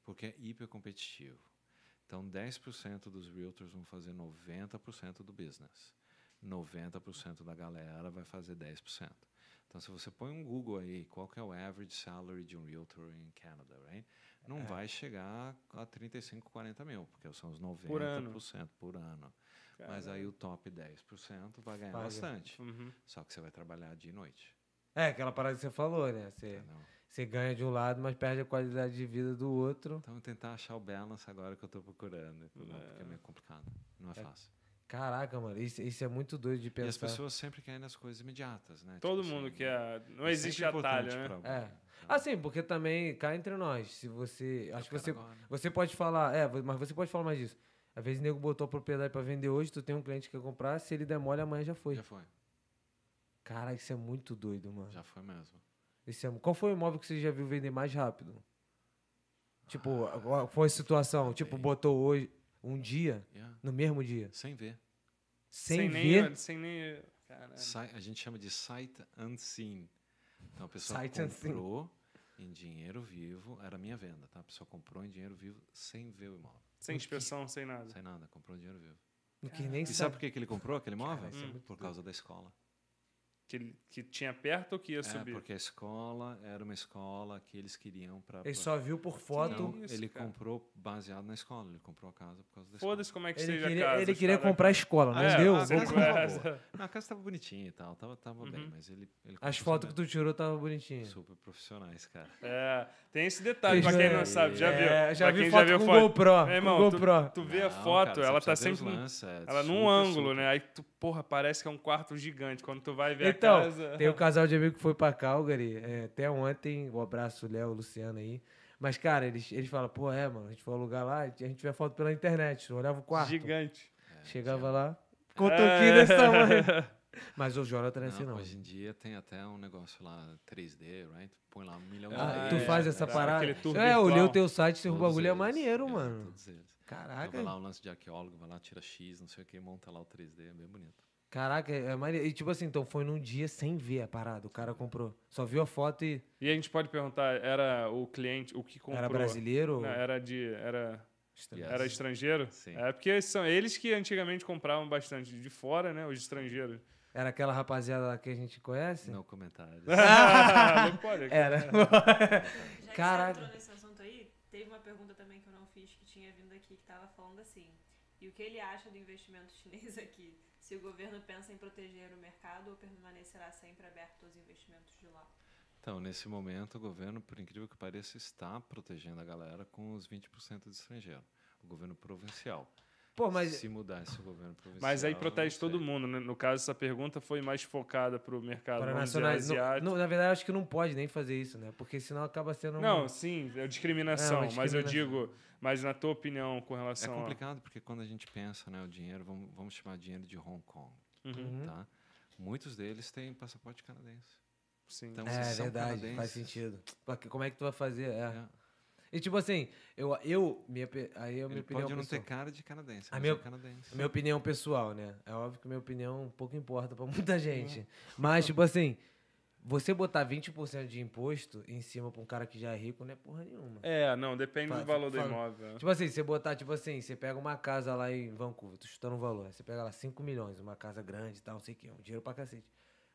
Porque é hipercompetitivo. Então, 10% dos realtors vão fazer 90% do business. 90% da galera vai fazer 10%. Então, se você põe um Google aí, qual que é o average salary de um realtor em Canada, right? Não vai chegar a 35, 40 mil, porque são os 90% por
ano.
ano. Mas aí o top 10% vai ganhar
Paga.
bastante.
Uhum.
Só que você vai trabalhar de noite. tá,
É, aquela parada que você falou, né? Você,
entendeu?
você ganha de um lado, mas perde a qualidade de vida do outro.
Então, eu tentar achar o balance agora que eu tô procurando, entendeu? porque é meio complicado. Não é fácil.
Caraca, mano, isso, isso é muito doido de
E
pensar.
as pessoas sempre querem as coisas imediatas, né?
Todo
Tipo
mundo
assim,
quer. Não
é
existe
sempre importante
atalho, né?
pra alguém.
É.
Então,
Ah, sim, porque também, cá entre nós, se você. Acho que
quero
você.
agora.
Você pode falar, é, vo- mas você pode falar mais disso. Às vezes o nego botou a propriedade pra vender hoje, tu tem um cliente que quer comprar, se ele demole, amanhã já foi.
Já foi.
Caraca, isso é muito doido, mano.
Já foi mesmo.
Isso é- Qual foi o imóvel que você já viu vender mais rápido? Tipo, qual foi a situação? Tipo, botou hoje, um dia,
Yeah.
no mesmo dia.
Sem ver.
Sem,
nem.
ver.
Sem nem. Caralho.
Si- a gente chama de sight unseen. Então a pessoa
Sight unseen.
comprou em dinheiro vivo, era a minha venda, tá? A pessoa comprou em dinheiro vivo sem ver o imóvel.
Sem inspeção, sem nada.
Sem nada, comprou em dinheiro vivo.
Não quis nem
E sabe
saber.
por que que ele comprou aquele imóvel?
é isso é
Hum.
muito
Por causa da escola.
Que, ele- que tinha perto ou que ia
É,
subir?
porque a escola era uma escola que eles queriam para.
Ele só viu por foto.
Isso,
ele
cara.
comprou baseado na escola, ele comprou a casa por causa da escola.
Foda-se como é que
Ele
seja a
queria,
casa.
ele
os
queria
caras-
comprar a escola, não
Ah, é,
deu?
ah,
Vou
sim,
comprar.
é.
Não, a casa estava bonitinha e tal, tava, tava bem,
Uhum.
mas ele. ele
As
comprou
fotos que
sabendo.
tu tirou estavam bonitinhas.
Super profissionais, cara.
É, tem esse detalhe, pra
Fechou.
quem não sabe, já viu.
É, já
Pra
vi
quem
foto
viu
com
foto-
GoPro,
Meu irmão,
com
tu-
GoPro.
Tu, vê a
Não,
foto,
cara,
ela
você
tá
precisa ver os
sempre. num-
lances, é
Ela num
super,
ângulo,
super.
né? Aí tu, porra, parece que é um quarto gigante. Quando tu vai ver
Então,
a casa.
tem um casal de amigo que foi pra Calgary é, até ontem. Um abraço, Léo, Luciano aí. Mas, cara, eles, eles falam, pô, é, mano, a gente foi alugar lá, a gente vê a foto pela internet, eu olhava o quarto.
Gigante. É.
Chegava lá, cotoquinho dessa mãe. Mas o Jonathan não é assim, não.
Hoje em dia tem até um negócio lá 3D, right? Põe lá um milhão
Ah,
de né?
tu
é,
faz essa
tá,
parada.
aquele tour
É, eu olhei
virtual.
o teu site, seu
Todos
bagulho é
eles,
maneiro,
é,
mano.
Todos eles. Então vai lá
Caraca,
um lance de arqueólogo, vai lá, tira X, não sei o que, monta lá o 3D, é bem bonito.
caraca, é maneiro. E tipo assim, então foi num dia sem ver a parada. O cara comprou. Só viu a foto e
E a gente pode perguntar, era o cliente, o que comprou?
era brasileiro?
Não, era de... Era,
Estrangeiro.
era estrangeiro?
Sim.
É, porque são eles que antigamente compravam bastante de fora, né? Os estrangeiros.
Era aquela rapaziada lá que a gente conhece?
Não comentários.
É.
Não pode.
Era.
Já
Caralho.
que você entrou nesse assunto aí, teve uma pergunta também que eu não fiz, que tinha vindo aqui, que tava falando assim. E o que ele acha do investimento chinês aqui? Se o governo pensa em proteger o mercado ou permanecerá sempre aberto aos investimentos de lá?
Então, nesse momento, o governo, por incrível que pareça, está protegendo a galera com os 20% de estrangeiro. O governo provincial.
Pô, mas.
Se mudar esse governo provincial.
Mas aí
eu
protege
não
todo
sei.
mundo, né? No caso, essa pergunta foi mais focada pro mercado
Para
vamos dizer,
nacionais. não-
asiático.
não, na verdade, eu acho que não pode nem fazer isso, né? Porque senão acaba sendo. um-
Não, sim, é discriminação,
É uma
mas eu
discriminação.
digo, mas na tua opinião com
É
relação a...
complicado porque quando a gente pensa, né, o dinheiro, vamos, vamos chamar dinheiro de Hong Kong,
Uhum,
tá? Muitos deles têm passaporte canadense.
sim.
Então,
É
se são
verdade,
canadenses,
faz sentido. Pra que- Como é que tu vai fazer? É.
é,
E tipo assim, eu, eu minha, pe- aí é a minha
Ele
opinião
pode não ter
pessoal.
cara de canadense,
A
mas
minha-
é canadense.
Minha opinião pessoal, né? É óbvio que minha opinião pouco importa pra muita gente. Mas tipo assim, você botar 20% de imposto em cima pra um cara que já é rico não é porra nenhuma.
É, não, depende
Fala-
do valor do
fala-
imóvel.
Tipo assim, você botar, tipo assim, você pega uma casa lá em Vancouver, tô chutando um valor, né? você pega lá 5 milhões, uma casa grande e tal, não sei o que, um dinheiro pra cacete.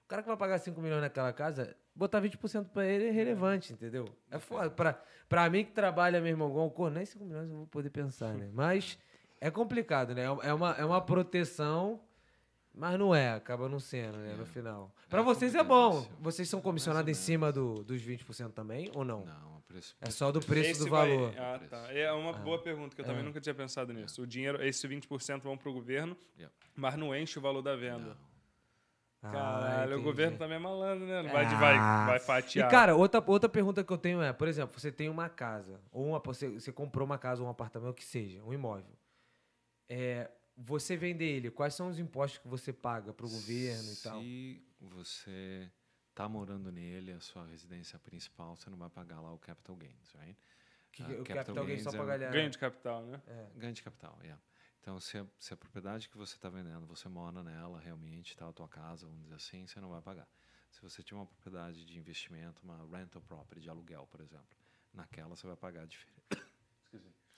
O cara que vai pagar 5 milhões naquela casa, botar 20% pra ele é relevante, entendeu? É foda. Pra, pra mim que trabalha, meu irmão, igual o corno, nem 5 milhões eu vou poder pensar, né? Mas é complicado, né? É uma, é uma proteção, mas não é, acaba não sendo, né, no final. Pra vocês é bom.
complicadíssimo.
Vocês são
Mais ou
comissionados em
menos.
cima do, dos 20% também, ou não?
Não, o preço.
É só do preço
Esse
do
vai-
valor.
Ah,
Preço.
tá. É uma boa pergunta, que eu também nunca tinha pensado nisso. O dinheiro, esse 20% vão pro governo,
Yeah.
mas não enche o valor da venda.
Ah,
Caralho, o
entendi.
governo também é malandro, né? Não vai, de-
Ah.
vai, vai
E,
fatiar.
cara, outra, outra pergunta que eu tenho é, por exemplo, você tem uma casa, ou uma, você, você comprou uma casa, ou um apartamento, o que seja, um imóvel. É, você vender ele, quais são os impostos que você paga pro governo e tal?
Se você tá morando nele, a sua residência principal, você não vai pagar lá o capital gains, right?
Que,
Ah,
o capital gain só
é
pra
um
galera.
Ganho de capital, né?
É.
Ganho de capital, yeah. Então, se a, se a propriedade que você está vendendo, você mora nela realmente, tá a tua casa, vamos dizer assim, você não vai pagar. Se você tiver uma propriedade de investimento, uma rental property de aluguel, por exemplo, naquela você vai pagar a, difer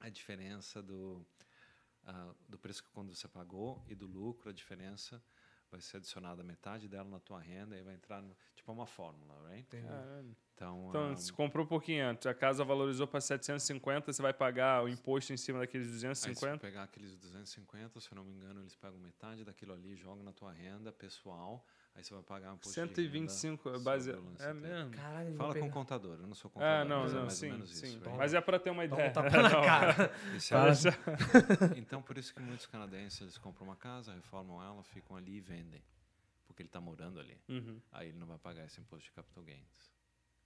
a diferença do, ah, do preço que quando você pagou e do lucro, a diferença vai ser adicionada metade dela na tua renda e vai entrar, no, tipo, é uma fórmula, right?
Caralho.
Então,
Então,
ah,
se comprou por 500, a casa valorizou para 750, você vai pagar o imposto em cima daqueles
Aí se tu
250?
pegar aqueles 250, se eu não me engano, eles pegam metade daquilo ali, jogam na tua renda pessoal, aí você vai pagar um imposto de renda
125 é
sobre
base.
o lance
É
inteiro.
mesmo?
Caralho, eu vou
Fala com
pegar.
o contador, eu não sou contador,
Ah, não,
mas é
não,
mais ou
sim,
menos isso.
sim.
right?
Mas é tá. pra ter uma
Toma um
ideia.
tapa na cara.
Isso é-
Fala. assim,
então, por isso que muitos canadenses eles compram uma casa, reformam ela, ficam ali e vendem, porque ele está morando ali.
Uhum.
Aí ele não vai pagar esse imposto de capital gains.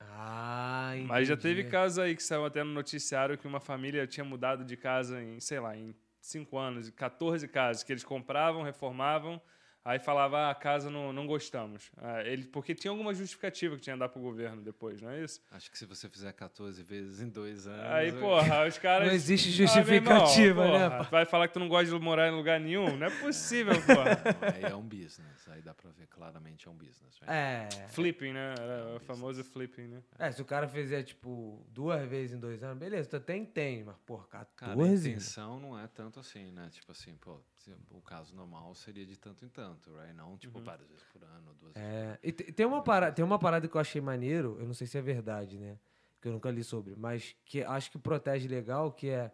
Ah, entendi.
Mas já teve caso aí que saiu até no noticiário que uma família tinha mudado de casa em, sei lá, em 5 anos, 14 casas, que eles compravam, reformavam, aí falava, ah, a casa não, não gostamos. Ah, ele, porque tinha alguma justificativa que tinha que dar pro governo depois, não é isso?
Acho que se você fizer 14 vezes em dois anos...
Aí,
eu-
porra, os caras.
É, Não existe
Ah, meu irmão,
justificativa, né?
porra,
pá?
Vai falar que tu não gosta de morar em lugar nenhum? Não é possível, porra.
Não, aí é um business, aí dá para ver claramente é um business. right?
É.
Flipping, né? Era o famoso flipping, né?
É, se o cara fizer, tipo, duas vezes em dois anos, beleza, tu até entende, mas, porra,
Cara,
14?
a intenção não é tanto assim, né? Tipo assim, pô, se- o caso normal seria de tanto em tanto, right? Não, tipo,
Uhum.
várias vezes por ano, duas vezes.
É, e te- tem, uma parada, tem uma parada que eu achei maneiro, eu não sei se é verdade, né? Que eu nunca li sobre, mas que acho que protege legal, que é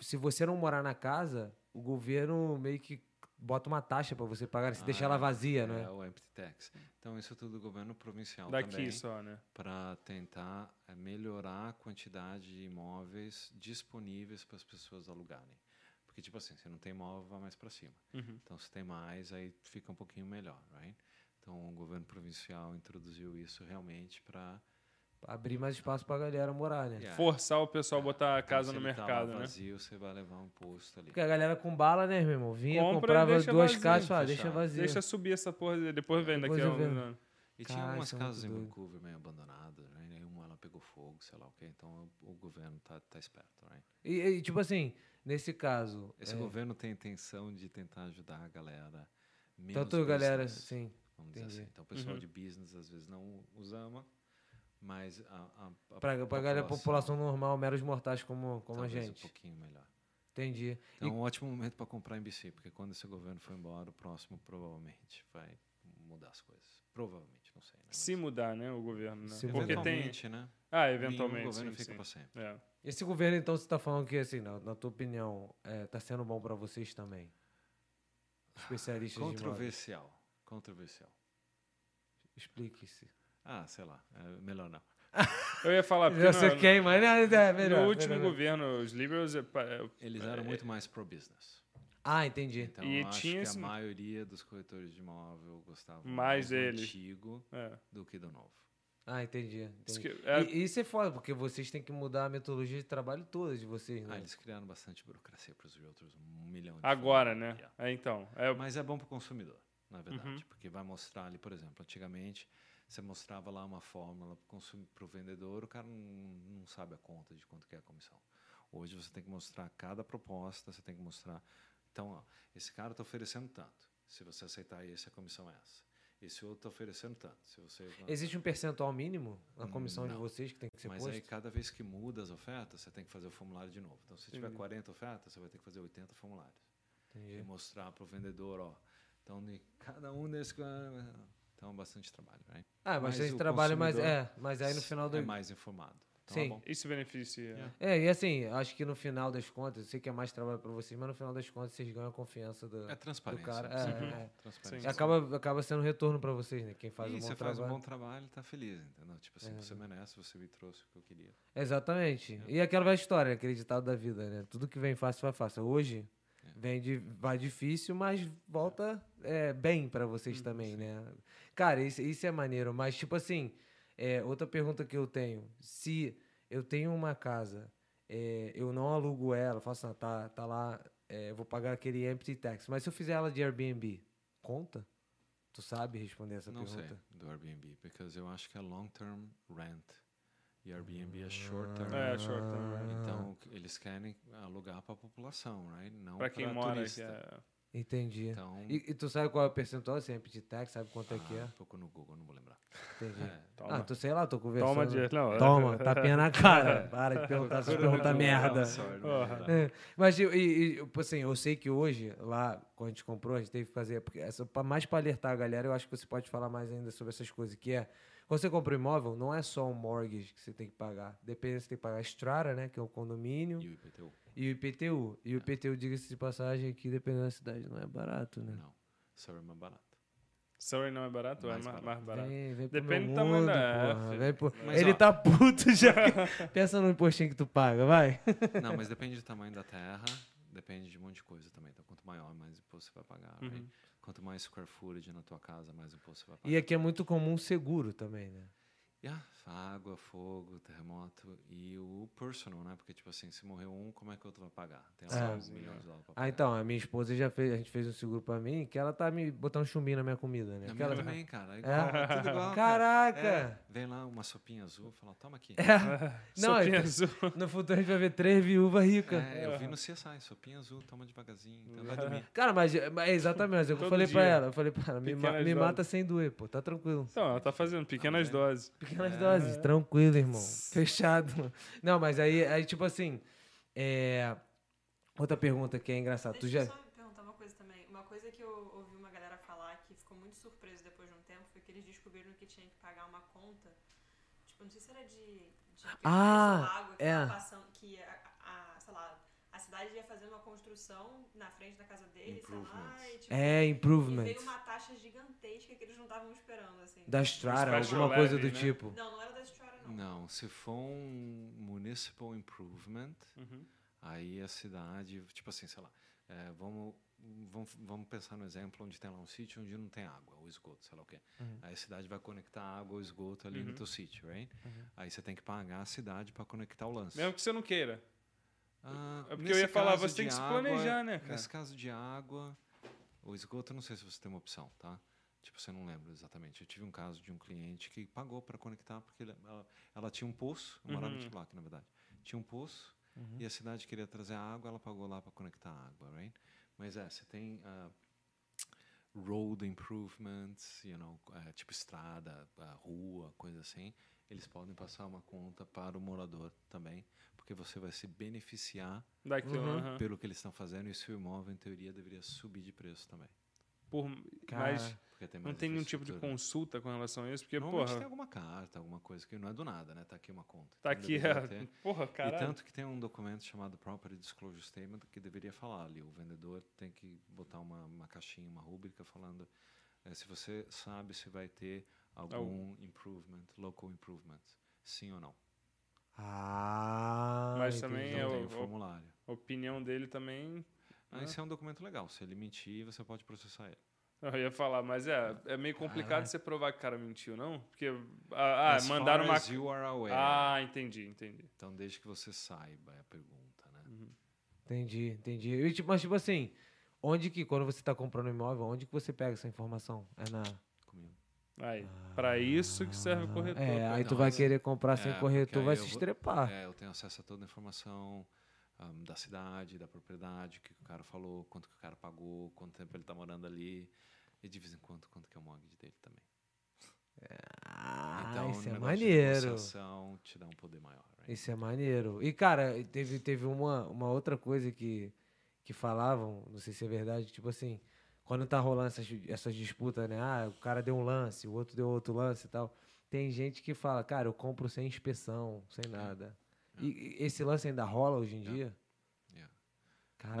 se você não morar na casa, o governo meio que bota uma taxa pra você pagar, se
Ah,
deixar ela
é.
vazia,
É,
né?
o empty tax. Então, isso tudo do governo provincial
Daqui
também,
só, né?
para tentar eh, melhorar a quantidade de imóveis disponíveis para as pessoas alugarem. Porque, tipo assim, se não tem imóvel, vai mais para cima.
Uhum.
Então, se tem mais, aí fica um pouquinho melhor, right? Então, o governo provincial introduziu isso realmente para
abrir mais espaço pra galera morar, né?
Yeah.
Forçar o pessoal a botar É, a
Então,
casa
se
no
ele tá lá
mercado, né?
vazio, você vai levar um posto ali.
Porque a galera com bala, né, meu irmão? Vinha,
Compra e
comprava
deixa
duas
vazio,
caixas, ah,
fechado.
deixa vazio.
Deixa subir essa porra, de- depois vende daqui
Depois
a
eu
um
vendo.
ano.
E
Cara,
tinha algumas
isso é muito
casas em
doido.
Vancouver meio abandonadas, né? E uma ela pegou fogo, sei lá o quê. Então o, o governo tá, tá esperto, né?
E, e, tipo assim, nesse caso.
Esse
é,
governo tem a intenção de tentar ajudar a galera menos
tanto galera,
business,
sim.
Vamos dizer
entendi.
assim. Então o pessoal
Uhum.
de business às vezes não usa ama, mas a, a, a
Pra, pra galera, população normal, meros mortais como, como a
talvez um
gente.
pouquinho melhor.
Entendi.
Então é um ótimo momento para comprar NBC, porque quando esse governo for embora, o próximo provavelmente vai mudar as coisas. Provavelmente, não sei. Né?
Se mudar, né, o governo, né?
Se
Porque tem...
eventualmente, né?
Ah,
Nenhum
eventualmente,
governo
sim,
fica
sim.
para sempre.
É.
Esse governo, então, você tá falando que, assim, na, na tua opinião, é, tá sendo bom pra vocês também? Especialistas de moda.
Controversial. Controversial.
Explique-se.
Ah, sei lá. é melhor não.
Eu ia falar, Ah, porque
Eu sei
no,
quem, mas né, é melhor.
no último
melhor.
governo, os liberals... é pa- é-
Eles eram muito mais pro-business.
Ah, entendi.
Então,
E
eu acho
tinha
que
esse-
a maioria dos corretores de imóvel gostavam
Mais
mais,
ele.
do antigo
é.
do que do novo.
Ah, entendi.
Isso
entendi.
que- é-
E, e isso é foda, porque vocês têm que mudar a metodologia de trabalho toda de vocês,
Ah,
né?
eles criaram bastante burocracia para os realtors, um milhão de
Agora,
formas.
né?
Yeah.
É, então. É,
Mas é bom para o consumidor, na verdade, porque vai mostrar ali, por exemplo, antigamente você mostrava lá uma fórmula para o vendedor, o cara não, não sabe a conta de quanto que é a comissão. Hoje você tem que mostrar cada proposta, você tem que mostrar. Então, ó, esse cara está oferecendo tanto. Se você aceitar esse, a comissão é essa. Esse outro está oferecendo tanto. Se você
Existe um percentual mínimo na
Hum,
comissão de vocês que tem que ser
mas
é
posto?
aí, cada vez que muda as ofertas, você tem que fazer o formulário de novo. Então, se tiver 40 ofertas, você vai ter que fazer 80 formulários. E
é
Entendi.
mostrar para o vendedor, ó. Então, de cada um desses... Então, bastante trabalho, né?
Ah,
Mas
bastante
o
trabalho, mas é,
consumidor
mas aí no final do
É mais informado. Então,
Sim.
É bom.
isso beneficia.
Yeah.
É, e assim, acho que no final das contas, eu sei que é mais trabalho pra vocês, mas no final das contas vocês ganham a confiança do,
É transparência.
do cara.
né? Sempre
É,
bom.
é.
Transparência.
E acaba, acaba sendo um retorno pra vocês, né? Quem faz
e
um bom
você
trabalho.
faz um bom trabalho, tá feliz, entendeu? Tipo assim, você merece, você me trouxe o que eu queria.
Exatamente.
É.
E aquela velha história, aquele ditado da vida, né? Tudo que vem fácil vai fácil. Hoje
É.
vem de, vai difícil, mas volta é, bem pra vocês
Hum,
também, né? Cara, isso, isso é maneiro. Mas, tipo assim, é, outra pergunta que eu tenho. Se eu tenho uma casa, é, eu não alugo ela, faço, ah, tá, tá lá, é, eu vou pagar aquele empty tax. Mas se eu fizer ela de Airbnb, conta? Tu sabe responder essa
Não
pergunta?
sei do Airbnb, because eu acho que é long-term rent. E Airbnb é short-term.
É, short term. né?
Então, eles querem alugar para a população, right? Não
Pra quem
pra
mora aqui,
turista. Ah,
é...
Entendi.
Então-
e, e tu sabe qual é o percentual desse empty tax? Sabe quanto é que
Ah,
é?
um pouco no Google, não vou lembrar. É.
Entendi.
Toma.
Ah, tu sei lá, tô
né?
conversando.
Toma, Dias, não, é.
Toma, tapinha na cara. Para de perguntar essas perguntas merda.
Sorry, não vou
Porra.
lembrar.
É, Mas, e, e, e, assim, eu sei que hoje, lá, quando a gente comprou, a gente teve que fazer. Porque essa, pra- mais para alertar a galera, eu acho que você pode falar mais ainda sobre essas coisas, que é. Quando você compra um imóvel, não é só o mortgage que você tem que pagar. Depende, você tem que pagar a Strara, né? Que é o condomínio.
um E o IPTU?
E o IPTU. E o IPTU, diga-se de passagem, aqui, dependendo da cidade, não é barato, né?
Não. Sorry, é mais barato.
Surrey não é barato?
Mais
é ma-
barato.
mais barato.
Vem, vem pro
Depende
meu
do tamanho
mundo,
da
porra,
F.
vem pro-
Mas,
Ele
ó.
tá puto já. Pensa no impostinho que tu paga, vai.
Não, mas depende do tamanho da terra, depende de um monte de coisa também. Então, quanto maior, mais imposto você vai pagar.
Uhum.
Uhum.
right? Quanto mais square footage na tua casa, mais imposto você vai pagar.
E aqui é muito comum seguro também, né?
Yeah, água, fogo, terremoto e o personal, né? Porque, tipo assim, se morrer um, como é que o outro vai pagar? Tem lá uns milhões de dólares pra pagar.
É. Ah, então, a minha esposa já fez, a gente fez um seguro pra mim, que ela tá me botando chumbinho na minha comida, né?
Na
Aquela-
minha também, cara. É igual, é tudo igual,
Caraca!
cara. É, vem lá uma sopinha azul, fala, toma aqui.
Não,
Sopinha
é-
azul.
no futuro a gente vai ver três viúvas ricas.
É, eu vi no CSI, sopinha azul, toma devagarzinho, então vai dormir.
Cara, mas, mas é exatamente, mas eu
Todo
falei pra
dia.
ela, eu falei pra ela, me, ma-
Pequenas
me
doses.
mata sem doer, pô, tá tranquilo.
Então, ela tá fazendo pequenas doses.
Pequenas doses, tranquilo, irmão. É. Fechado. mano. Não, mas aí, aí tipo assim, é... Outra pergunta que é engraçada. Tu já...
Deixa eu só perguntar uma coisa também. Uma coisa que eu ouvi uma galera falar que ficou muito surpreso depois de um tempo foi que eles descobriram que tinha que pagar uma conta. Tipo, não sei se era de, de
Ah,
ou água que
é.
tava passando, que a, a- sei lá, a cidade ia fazer uma construção na frente da casa dele, sei lá, e tipo,
É,
e
improvement.
veio uma taxa gigantesca que eles não estavam esperando, assim.
Da Strara,
Special
alguma coisa
levy,
do
né?
tipo.
Não, não era da Estrada, não.
Não, se for um municipal improvement,
Uhum.
aí a cidade, tipo assim, sei lá, é, vamos vamos, vamos pensar no exemplo onde tem lá um sítio onde não tem água, ou esgoto, sei lá o quê.
Uhum.
Aí a cidade vai conectar água ou esgoto ali no teu sítio, right? Aí você tem que pagar a cidade para conectar o lance.
Uhum. Mesmo que você não queira.
Ah,
É porque eu
nesse
ia falar,
caso
você tem
de
que se planejar, né, cara?
Nesse caso de água, o esgoto, eu não sei se você tem uma opção, tá? Tipo, você não lembra exatamente. Eu tive um caso de um cliente que pagou para conectar, porque ele- ela, ela tinha um poço, eu morava
Uhum.
em Tilac, na verdade. Tinha um poço e a cidade queria trazer água, ela pagou lá para conectar a água, right? Mas é, você tem ah, road improvements, you know, eh, tipo estrada, ah, rua, coisa assim, eles podem passar uma conta para o morador também, porque você vai se beneficiar
Daquilo, aham.
pelo que eles estão fazendo e seu imóvel, em teoria, deveria subir de preço também.
Por,
Cara,
mas
Porque tem
não
mais
tem nenhum tipo de
infraestrutura. né?
consulta com relação a isso, porque,
Normalmente
porra,
tem alguma carta, alguma coisa que não é do nada, né? Tá aqui uma conta. Então,
tá aqui.
deveria ter.
É, porra,
E
caralho.
tanto que tem um documento chamado Property Disclosure Statement que deveria falar ali. O vendedor tem que botar uma, uma caixinha, uma rúbrica falando eh, se você sabe se vai ter algum improvement, local improvement, sim ou não.
Ah,
Mas
entendi.
também
Então
é
tem
o-
o formulário.
A opinião dele também.
Ah, esse é um documento legal. Se ele mentir, você pode processar ele.
Eu ia falar, mas é, é
Ah,
meio complicado
Caralho.
você provar que o cara mentiu, não? Porque. Ah, ah,
As
mandaram
far
uma.
as you are aware.
Ah, entendi, entendi.
Então, desde que você saiba, é a pergunta, né?
Uhum. Entendi, entendi. E, tipo, mas tipo assim, onde que, quando você tá comprando um imóvel, onde que você pega essa informação? É na.
Comigo.
Aí,
Ah.
pra isso que serve o corretor.
É,
pô.
aí tu
né? Não,
vai
mas-
querer comprar sem
É, porque
corretor,
aí
vai
eu
se
vou-
estrepar.
É, eu tenho acesso a toda a informação ahm, da cidade, da propriedade, o que o cara falou, quanto que o cara pagou, quanto tempo ele tá morando ali. E de vez em quando, quanto que é o mortgage dele também.
Ah,
então,
isso
o
é
negócio de
maneiro.
negociação te dá um poder maior. Right?
Isso é maneiro. E, cara, teve, teve uma, uma outra coisa que, que falavam, não sei se é verdade, tipo assim, quando tá rolando essas, essas disputas, né? Ah, o cara deu um lance, o outro deu outro lance e tal. Tem gente que fala, cara, eu compro sem inspeção,
É.
sem nada. E, e esse lance ainda rola hoje em dia?
Yeah.
Cara,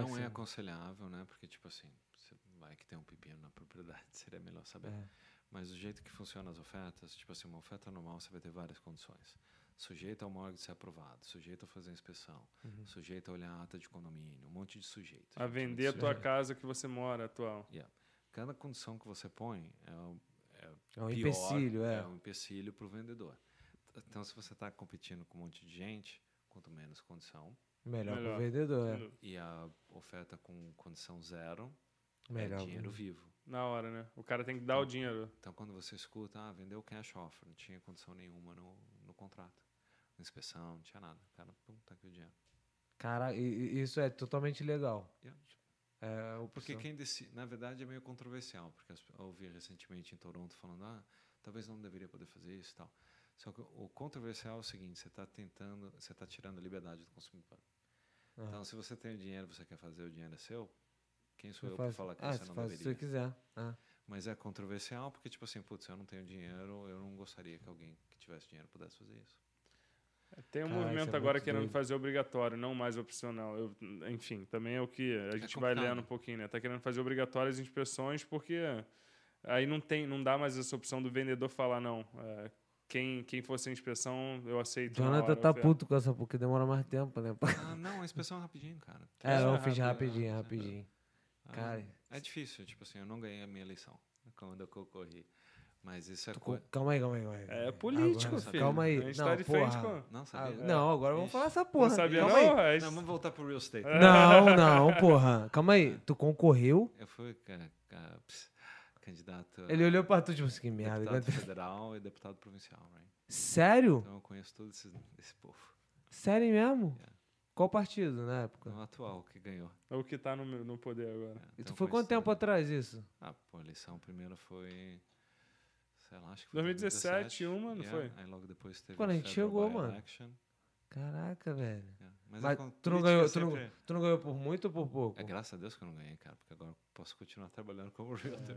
É. Não
assim,
é aconselhável, né? Porque, tipo assim, você vai que tem um pepino na propriedade, seria melhor saber.
É.
Mas o jeito que funcionam as ofertas, tipo assim, uma oferta normal você vai ter várias condições. Sujeito ao mortgage ser aprovado, sujeito a fazer a inspeção,
Uhum.
sujeito a olhar a ata de condomínio, um monte de sujeito.
A vender a
É.
tua casa que você mora atual.
Yeah. Cada condição que você põe é, o-
É um
pior,
empecilho, é.
é um empecilho para o vendedor. T- Então, se você está competindo com um monte de gente, quanto menos condição,
Melhor, pro
Melhor.
vendedor, é.
e a oferta com condição zero,
Melhor.
é
pro-
dinheiro vivo.
Na hora, né? O cara tem que dar o dinheiro.
Então, quando você escuta, ah, vendeu cash offer, não tinha condição nenhuma no, no contrato. Na inspeção, não tinha nada. O cara, pum, tá aqui o dinheiro.
Cara, e- e- isso é totalmente legal.
Yeah.
É, opção.
Porque quem decide, na verdade, é meio controversial, porque as- eu ouvi recentemente em Toronto falando, ah, talvez não deveria poder fazer isso e tal. Só que o controversial é o seguinte, você está tentando, você está tirando a liberdade do consumidor. Então, se você tem o dinheiro, você quer fazer, o dinheiro é seu, quem sou eu, para
faz-
falar que
ah,
você
você
não
faz o que você
deveria?
quiser. Ah.
Mas é controversial porque, tipo assim, putz, eu não tenho dinheiro, eu não gostaria que alguém que tivesse dinheiro pudesse fazer isso.
Tem um
Cara, isso
movimento
é
agora
muito
querendo
doido.
fazer obrigatório, não mais opcional. Eu- enfim, também é o que a gente vai
complicado.
lendo um pouquinho, né? Tá querendo fazer obrigatórias inspeções porque eh, aí não tem, não dá mais essa opção do vendedor falar não. é, quem quem for sem inspeção, eu aceito. na
Jonathan
hora,
tá
eu falo.
puto com essa porque demora mais tempo, né?
Ah, não, a inspeção é rapidinho, cara.
É,
Isso
eu
é
fiz
rápido,
rapidinho,
né?
rapidinho.
Ah,
Cara,
É difível, tipo assim, eu não ganhei a minha eleição quando eu concorri. Mas isso é
tu-
coisa.
calma aí, calma aí, calma aí.
É político,
Agora-
filho.
Calma aí.
A gente
não,
tá de
porra.
frente com.
Não
Ah,
sabia.
não, agora vamos
Ixi.
falar essa
Não
porra.
sabia
calma
não?
aí.
É isso.
Não, É. vamos voltar pro real estate.
É.
Não, não, porra. Calma aí. Tu concorreu,
Eu fui ca- ca- ps, candidato
ele
a
olhou pra tu tipo assim, que merda.
deputado
quanto-
federal e deputado provincial, right?
Sério?
Então eu conheço todo esse, esse povo.
Sério mesmo?
Yeah.
Qual partido na época?
O atual que ganhou.
É o que tá no, meu- no poder agora.
né?
Tá. E
Então
tu
eu
foi
conheço
quanto tempo
todo-
atrás isso?
Ah, pô, a eleição primeira foi. Sei lá, acho que foi
2017, uma, não
yeah. Aí logo depois teve.
Pô,
a
a gente
federal
chegou, mano.
by-election,
Caraca, velho.
yeah.
Mas,
é quando-
tu, não
política
ganhou,
é
tu, não,
sempre-
tu não ganhou por muito ou por pouco?
É graças a Deus que eu não ganhei, cara, porque agora eu posso continuar trabalhando como realtor.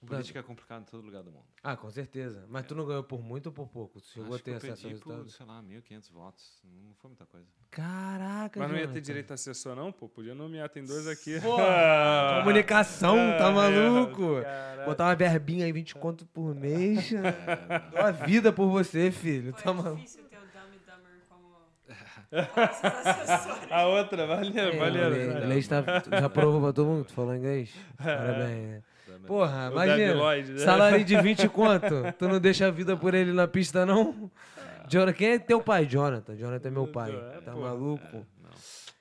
Política
Brasil.
é complicada em todo lugar do mundo.
Ah, com certeza. Mas tu não ganhou por muito ou por pouco? Tu chegou
Acho
a ter
que eu
acesso ao
perdi
resultado?
por, sei lá, 1.500 votos. Não foi muita coisa.
Caraca,
Mas não ia ter
Jonathan.
direito a assessor, não, pô. Podia nomear, tem dois aqui.
Porra, comunicação, tá
Ah,
maluco?
caralho.
Botar uma verbinha aí, 20 conto por mês. Dou a vida por você, filho.
Foi
Tá maluco?
difícil ter o Dumb and Dumber como Nossos assessores.
A outra, valeu,
É,
valeu. É.
o
né?
inglês tá, já provou pra todo mundo que tu falou inglês? Parabéns. né? Porra,
O Davi Lloyd,
imagina.
né?
Salário de 20 e quanto? Tu não deixa a vida por ele na pista, não? Jonathan, quem é teu pai? Jonathan. Jonathan é meu pai.
É,
Tá
pô.
maluco? pô?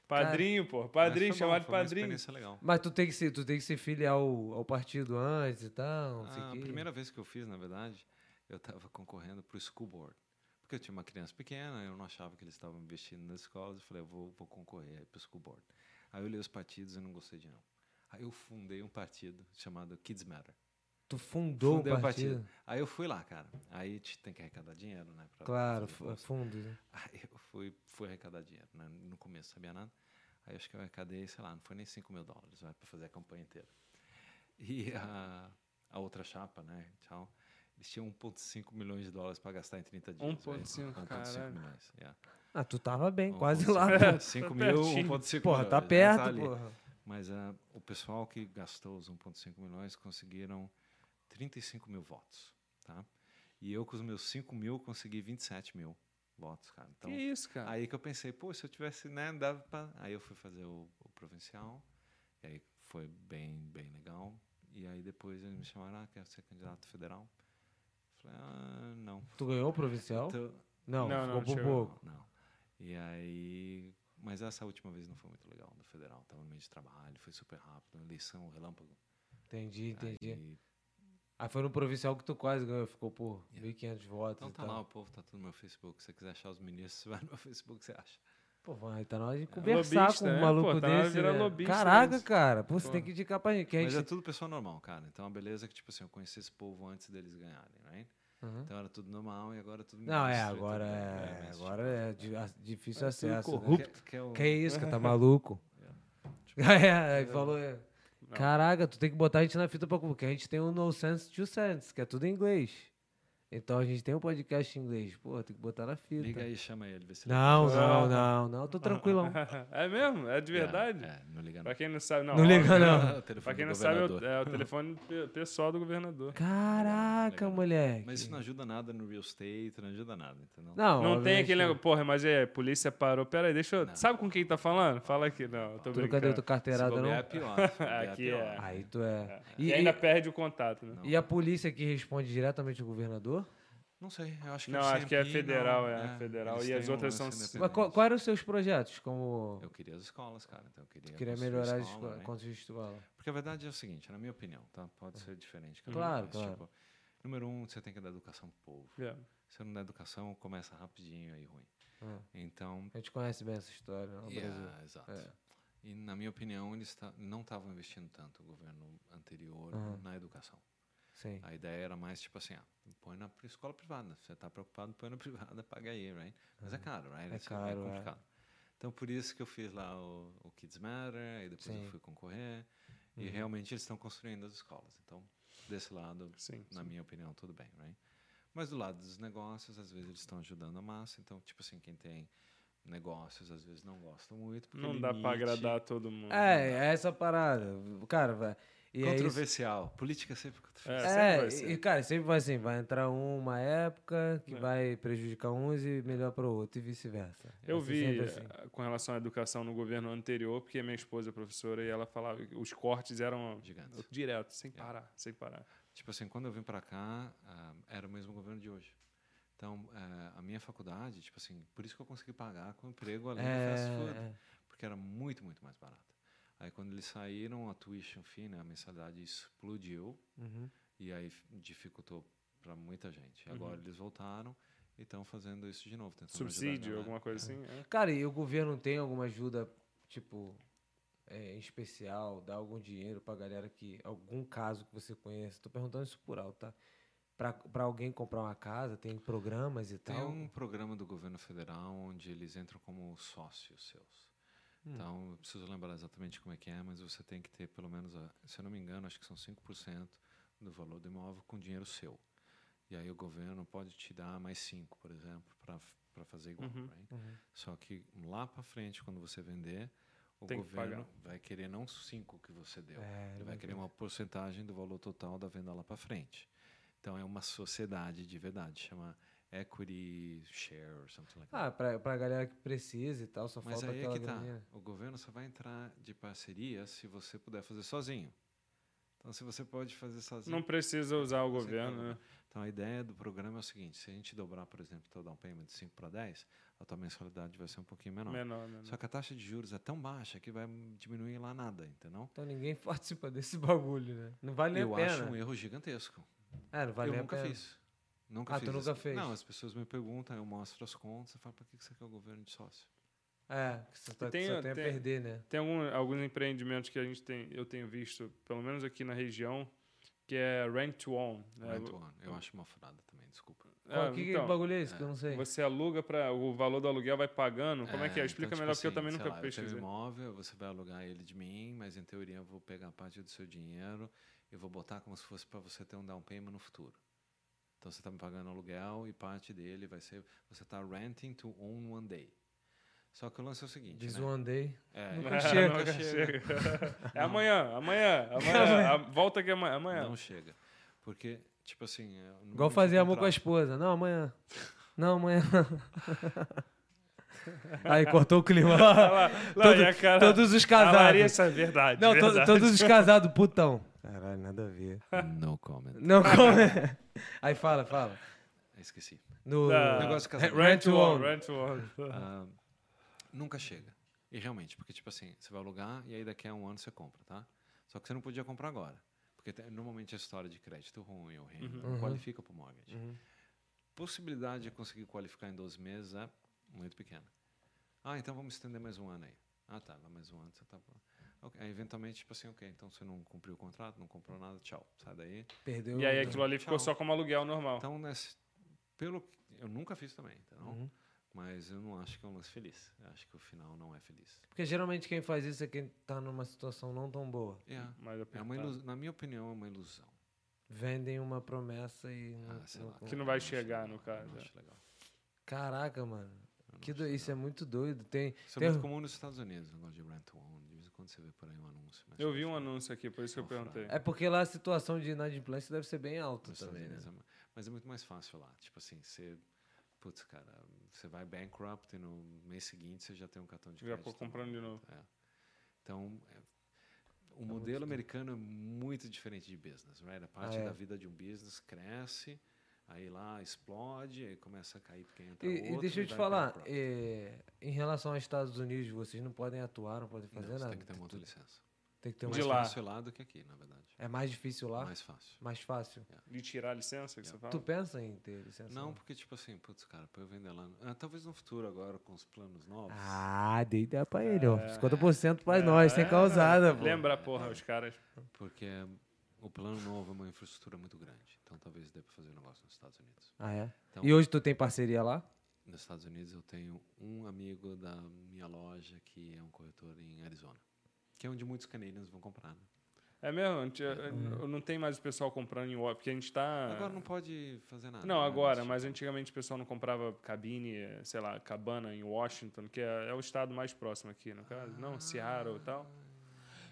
Padrinho, pô. Padrinho,
Mas foi bom,
chamado
foi é uma
padrinho.
experiência legal.
Mas tu tem que se, tu tem que se filiar ao, ao partido antes e tal, não sei o
Ah,
quê.
a primeira vez que eu fiz, na verdade, eu estava concorrendo para o school board. Porque eu tinha uma criança pequena, eu não achava que eles estavam investindo nas escolas. Eu falei, eu vou, vou concorrer para o school board. Aí eu li os partidos e não gostei de não. Aí eu fundei um partido chamado Kids Matter.
Tu fundou
Fundei
o partido.
Aí eu fui lá, cara. Aí te- tem que arrecadar dinheiro, né? pra
Claro,
fazer o
fu-
curso.
fundo. né?
Aí eu fui, fui arrecadar dinheiro, né? No começo, sabia nada. Aí acho que eu arrecadei, sei lá, não foi nem 5 mil dólares, vai, para fazer a campanha inteira. E a, a outra chapa, né? Tchau. Eles tinham 1,5 milhões de dólares para gastar em 30 dias. né? vai.
1,5,
1,5
caralho.
milhões. é. Um Yeah.
Ah, tu tava bem, quase lá. né?
5
Tá
mil,
pertinho.
1,5
Porra,
milhões,
tá
né?
perto,
ali.
porra.
Mas ah, o pessoal que gastou os 1,5 milhões conseguiram 35 mil votos, tá? E eu, com os meus 5 mil, consegui 27 mil votos, cara. Então,
Que isso,
É.
cara.
Aí que eu pensei, pô, se eu tivesse, né, dava pra... Aí eu fui fazer o, o provincial, e aí foi bem, bem legal. E aí depois eles me chamaram, ah, quer ser candidato federal? Eu falei, ah, não.
Tu ganhou o provincial?
Então-
Não,
Não,
ficou
não,
por
chegou.
pouco.
não, não. E aí... Mas essa última vez não foi muito legal, do federal. Tava no meio de trabalho, foi super rápido, eleição, relâmpago.
Entendi, entendi. Aí,
Aí-
foi no provincial que tu quase ganhou, ficou por
É.
Yeah.
1.500 votos
então
e
tá
tal.
lá, o povo tá tudo no meu Facebook. Se você quiser achar os ministros, vai no meu Facebook, você acha.
Pô, vai, tá na hora de conversar
Lobista,
com um
né?
maluco
Pô, tá na hora de
desse.
virar
né?
lobista,
Caraca,
né?
cara. Pô, você
Pô.
tem que indicar pra gente. Que a
Mas é
gente...
tudo pessoa normal, cara. Então a beleza é que, tipo assim, eu conheci esse povo antes deles ganharem, right?
Uhum.
Então era tudo normal e agora é tudo
Não, é,
ministro e
agora
tudo-
é,
ministro.
agora é
tipo,
di- a- difícil acesso. né?
Corrupto. Que, que é o-
Que isso, cara, tá maluco? É, aí falou. é,
Não.
Caraca, tu tem que botar a gente na fita pra porque a gente tem o No Sense, Two Sense, que é tudo em inglês. Então a gente tem um podcast em inglês. Pô, tem que botar na
Liga
fita.
aí, chama ele. Vê se ele-
então. Não,
Ah.
não, não, não, tô tranquilão.
É mesmo? É de
Ah, tá. É,
verdade?
É, não liga não.
Pra quem não sabe, não.
Não liga, não.
O telefone
Pra quem
do
não sabe, é o-
governador.
é o telefone pe- pessoal do governador.
Caraca,
Legal.
moleque.
Mas isso não ajuda nada no real estate, não ajuda nada, entendeu?
Não,
Não tem
obviamente
aquele
não.
negócio, porra, mas é, a polícia parou. Pera aí, deixa eu.
Não.
Sabe com quem tá falando? Fala aqui, não. Tô
Tu nunca deu
brincando.
tua
Se
carteirada,
bobear,
não?
é pior. se bobear,
Aqui
pior.
é.
Aí tu é.
E, ainda perde o contato, né?
e a polícia que responde diretamente ao governador?
Não sei, eu acho que
Não,
o
acho que é
CMP,
federal,
não,
é, federal,
eles
e as
têm um
outras são-
lance
Mas
Mas qual,
independente.
qual é? eram os seus projetos? Como
Eu queria as escolas, cara. Então eu queria,
queria
construir
melhorar a
escola,
escola
né?
contextual?
Porque a verdade é o seguinte, na minha opinião, tá? Pode ser diferente. cada um,
Claro,
mas,
claro.
tipo, número um, você tem que dar educação pro povo.
É.
Se não der educação, começa rapidinho aí ruim.
Ah,
Então,
a gente conhece bem essa história né, no
yeah,
Brasil.
exato.
É.
E na minha opinião, eles ta- não estavam investindo tanto o governo anterior
Aham.
na educação.
Sim.
A ideia era mais tipo assim, ah, põe na pri- escola privada. Se Você está preocupado, põe na privada, paga aí, right? Mas é caro, right?
É
Isso
caro, é.
complicado. Então, por isso que eu fiz lá o, o Kids Matter, e depois
Sim. Uhum.
eu fui concorrer. E realmente eles estão construindo as escolas. Então, desse lado,
Sim.
na minha opinião, tudo bem, right? Mas do lado dos negócios, às vezes eles estão ajudando a massa. Então, tipo assim, quem tem negócios, às vezes não gostam muito. porque
Não dá pra
limite-
agradar todo mundo. né?
É, é essa parada. Cara, vai. E é isso.
Controversial. Política é sempre controversial.
É, sempre vai
É,
ser.
e cara, sempre vai assim, vai entrar um uma época que
É.
vai prejudicar uns e melhor para o outro e vice-versa.
Eu
Vai ser sempre
vi
assim.
eh, com relação à educação no governo anterior, porque minha esposa é professora e ela falava que os cortes eram
Gigantes.
direto, sem
Yeah.
parar, sem parar.
Tipo assim, quando eu vim para cá, ah, era o mesmo governo de hoje. Então, eh, a minha faculdade, tipo assim, por isso que eu consegui pagar com emprego além
né,
do fast food,
É,
porque era muito, muito mais barato. Aí, quando eles saíram, a tuition fee, né, a mensalidade explodiu
uhum.
e aí f- dificultou para muita gente. Agora eles voltaram e estão fazendo isso de novo. tentando ajudar né, a
Subsídio,
galera.
alguma coisa assim? é.
Cara, e o governo tem alguma ajuda, tipo, é, em especial, dá algum dinheiro pra galera que. algum caso que você conhece? Tô perguntando isso por alto, tá? Pra, pra alguém comprar uma casa, tem programas e
Tem
tal.
um programa do governo federal onde eles entram como sócios seus.
Hum.
Então, eu preciso lembrar exatamente como é que é, mas você tem que ter pelo menos, a- se eu não me engano, acho que são 5% do valor do imóvel com dinheiro seu. E aí o governo pode te dar mais 5, por exemplo, para fazer igual.
Uhum.
right?
Uhum.
Só que lá para frente, quando você vender, o
Tem que
governo vai querer não 5 que você deu.
É,
Ele vai querer um uma porcentagem do valor total da venda lá para frente. Então é uma sociedade de verdade, chama equity share or something like
Ah, pra, pra galera que precisa e tal, só
Mas
falta
aí é
aquela
que tá.
graninha.
O governo só vai entrar de parceria se você puder fazer sozinho. Então, se você pode fazer sozinho.
Não precisa usar o
você
governo,
pode.
né?
Então, a ideia do programa é o seguinte: se a gente dobrar, por exemplo, teu down payment de 5 para 10, a tua mensalidade vai ser um pouquinho menor.
Menor,
né?
menor.
Só que a taxa de juros é tão baixa que vai diminuir lá nada, entendeu?
Então ninguém participa desse bagulho, né? Não vale
Eu
a pena.
acho um erro gigantesco.
É, não vale
eu
a
nunca
pena.
fiz. Nunca
Ah,
fiz.
tu nunca
As-
fez?
Não, as pessoas me perguntam, eu mostro as contas, eu falo, para que que você quer o governo de sócio?
É, que você tá,
E tem-
só tem a
tem-
perder, né?
Tem algum- alguns empreendimentos que a gente tem, eu tenho visto, pelo menos aqui na região, que é rent to own. né?
Rent one. Eu acho uma furada também, desculpa.
É,
Qual- que, que
então,
bagulho é esse que eu não sei?
Você aluga para o valor do aluguel vai pagando. Como é, que é? Explica
então,
melhor,
tipo
porque eu também
assim, sei
nunca
lá, Eu
pesquisei.
tenho um imóvel, você vai alugar ele de mim, mas em teoria eu vou pegar parte do seu dinheiro e vou botar como se fosse para você ter um down payment no futuro. Então você está me pagando aluguel e parte dele vai ser. Você está renting to own one day. Só que o lance é o seguinte.
Diz
né?
um andei.
É,
Nunca
não
chega.
Nunca chega. É amanhã, amanhã, amanhã. a- volta que é amanhã. amanhã.
Não chega. Porque, tipo assim. é o número
Igual
de
fazer amor com a
contratos.
esposa. Não, amanhã. Não, amanhã. Aí cortou o clima.
Lá,
Todo-
e a cara-
todos os casados.
A Larissa, é verdade.
Não, to-
verdade.
todos os casados, putão. Caralho, nada a ver.
No comment.
Não, como é? Aí fala, fala.
Esqueci.
No...
Ah,
Negócio casado.
Rent to own,
own.
rent to own.
Ah, nunca chega. E realmente, porque, tipo assim, você vai alugar e aí daqui a um ano você compra, tá? Só que você não podia comprar agora. Porque te- normalmente a história de crédito ruim ou
Uhum.
renda não qualifica para mortgage. Possibilidade de conseguir qualificar em 12 meses é muito pequena. Ah, então vamos estender mais um ano aí. Ah, tá, vai mais um ano, você tá. Ok, Aí, eventualmente, tipo assim, ok, então você não cumpriu o contrato, não comprou nada, tchau, sai daí.
Perdeu.
E aí é aquilo ali ficou
Tchau.
só como aluguel normal.
Então, nesse, pelo que- eu nunca fiz também, tá? não?
Uhum.
Mas eu não acho que é um lance feliz. Eu acho que o final não é feliz.
Porque geralmente quem faz isso é quem tá numa situação não tão boa.
É.
Mas
É uma ilusão, na minha opinião, é uma ilusão.
Vendem uma promessa e. não-
Ah, sei
não-
lá,
É, Que não
eu
vai
acho
chegar,
legal,
no
eu
caso,
não
é.
acho legal.
Caraca, mano. Que do- Isso é muito doido. Tem.
Isso é
tem-
um-
muito comum nos Estados Unidos, o negócio de rent to own. De vez em quando você vê por aí um anúncio. mas
Eu vi um
acho
anúncio aqui, por isso que eu
Vamos
perguntei.
É porque lá a situação de inadimplência deve ser bem
que
alta
Nos Estados
também, né?
Unidos, é ma- mas é muito mais fácil lá. Tipo assim, você. Putz, cara, você vai bankrupt e no mês seguinte você já tem um cartão de
Já
crédito.
tô comprando de novo.
É. Então, é- o modelo americano é muito diferente de business, right? A parte
Ah, é.
da vida de um business cresce, aí lá explode, aí começa a cair porque entra
E,
outro.
e deixa eu te
vai
falar,
bankrupt.
é, em relação aos Estados Unidos, vocês não podem atuar, não podem
Não,
fazer
você
nada.
tem que ter uma outra licença.
Tem um que ter
É
uma
De
mais
lá.
fácil lá do que aqui, na verdade.
É mais difícil lá? Mais,
Mais fácil.
fácil?
De tirar a licença que você fala?
Tu pensa em ter licença?
Não,
lá?
porque tipo assim, putz, cara, pra eu vender lá... Ah, talvez no futuro agora, com os planos novos.
Ah, dei ideia pra ele, ó. 50%
é,
pra nós, sem causada, pô.
É, Lembra, porra, os caras.
Porque o plano novo é uma infraestrutura muito grande. Então talvez dê pra fazer um negócio nos Estados Unidos.
Ah, é?
Então-
E hoje tu tem parceria lá?
Nos Estados Unidos eu tenho um amigo da minha loja que é um corretor em Arizona. Que é onde muitos canadianos vão comprar, né?
É mesmo? Não tinha- Não tem mais o pessoal comprando em UOL, porque a gente tá.
Agora não pode fazer nada.
Não,
né?
agora,
tipo,
mas antigamente o pessoal não comprava cabine, eh, sei lá, cabana em Washington, que é, é o estado mais próximo aqui, no caso.
Ah,
Não, Seattle e tal.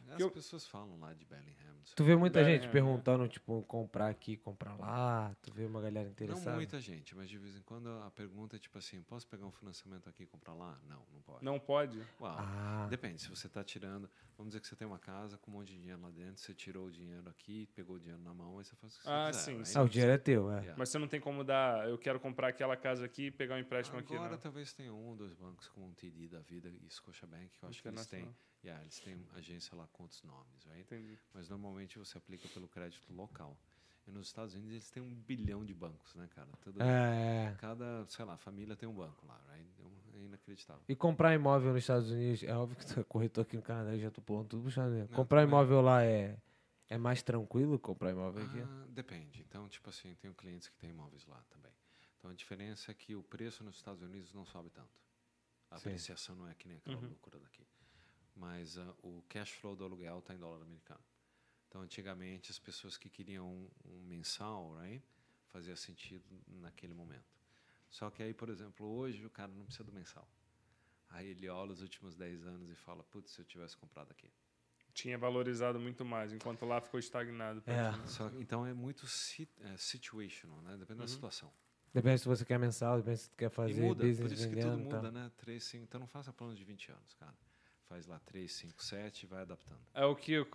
As
que eu-
pessoas falam lá de Bellingham. não sei
Tu vê muita
É,
gente
é.
perguntando, tipo, comprar aqui, comprar lá. Tu vê uma galera interessada.
Não muita gente, mas de vez em quando a pergunta é tipo assim: posso pegar um financiamento aqui e comprar lá? Não, não pode.
Não pode?
Uau,
Ah.
Depende, se você está tirando. Vamos dizer que você tem uma casa com um monte de dinheiro lá dentro, você tirou o dinheiro aqui, pegou o dinheiro na mão, aí você faz o que você
Ah,
quiser.
sim,
right?
sim.
Ah, o dinheiro é teu, é.
Yeah.
Mas você não tem como dar. Eu quero comprar aquela casa aqui e pegar um empréstimo aqui.
Agora
Não.
talvez tenha um ou dois bancos como um TD da vida e Scotiabank, que eu acho
é
que eles têm. Yeah, eles têm agência lá com outros nomes, right?
Entendi.
Mas normalmente você aplica pelo crédito local. E nos Estados Unidos eles têm um bilhão de bancos, né, cara? Todo-
É.
Cada, sei lá, família tem um banco lá, right? É inacreditável.
E comprar imóvel nos Estados Unidos, é óbvio que tu é corretor aqui no Canadá, eu já tô pulando tudo pro Estados Unidos.
Não,
comprar
tudo bem.
imóvel lá é, é mais tranquilo comprar imóvel aqui?
Ah, depende. Então, tipo assim, tenho clientes que têm imóveis lá também. Então, a diferença é que o preço nos Estados Unidos não sobe tanto. A
Sim.
apreciação não é que nem aquela loucura daqui. Mas ah, o cash flow do aluguel está em dólar americano. Então, antigamente, as pessoas que queriam um, um mensal, right, fazia sentido naquele momento. Só que aí, por exemplo, hoje o cara não precisa do mensal. Aí ele olha os últimos 10 anos e fala, putz, se eu tivesse comprado aqui.
Tinha valorizado muito mais, enquanto
Ah,
lá ficou estagnado.
É.
praticamente.
Só que- então é muito si- é, situational, né? Depende da situação.
Depende se você quer mensal, depende se você quer fazer
e muda,
business
por isso que
vendendo,
tudo muda,
tá?
né? 3, 5, então não faça plano de 20 anos, cara. Faz lá 3, 5, 7 e vai adaptando.
É o que, o,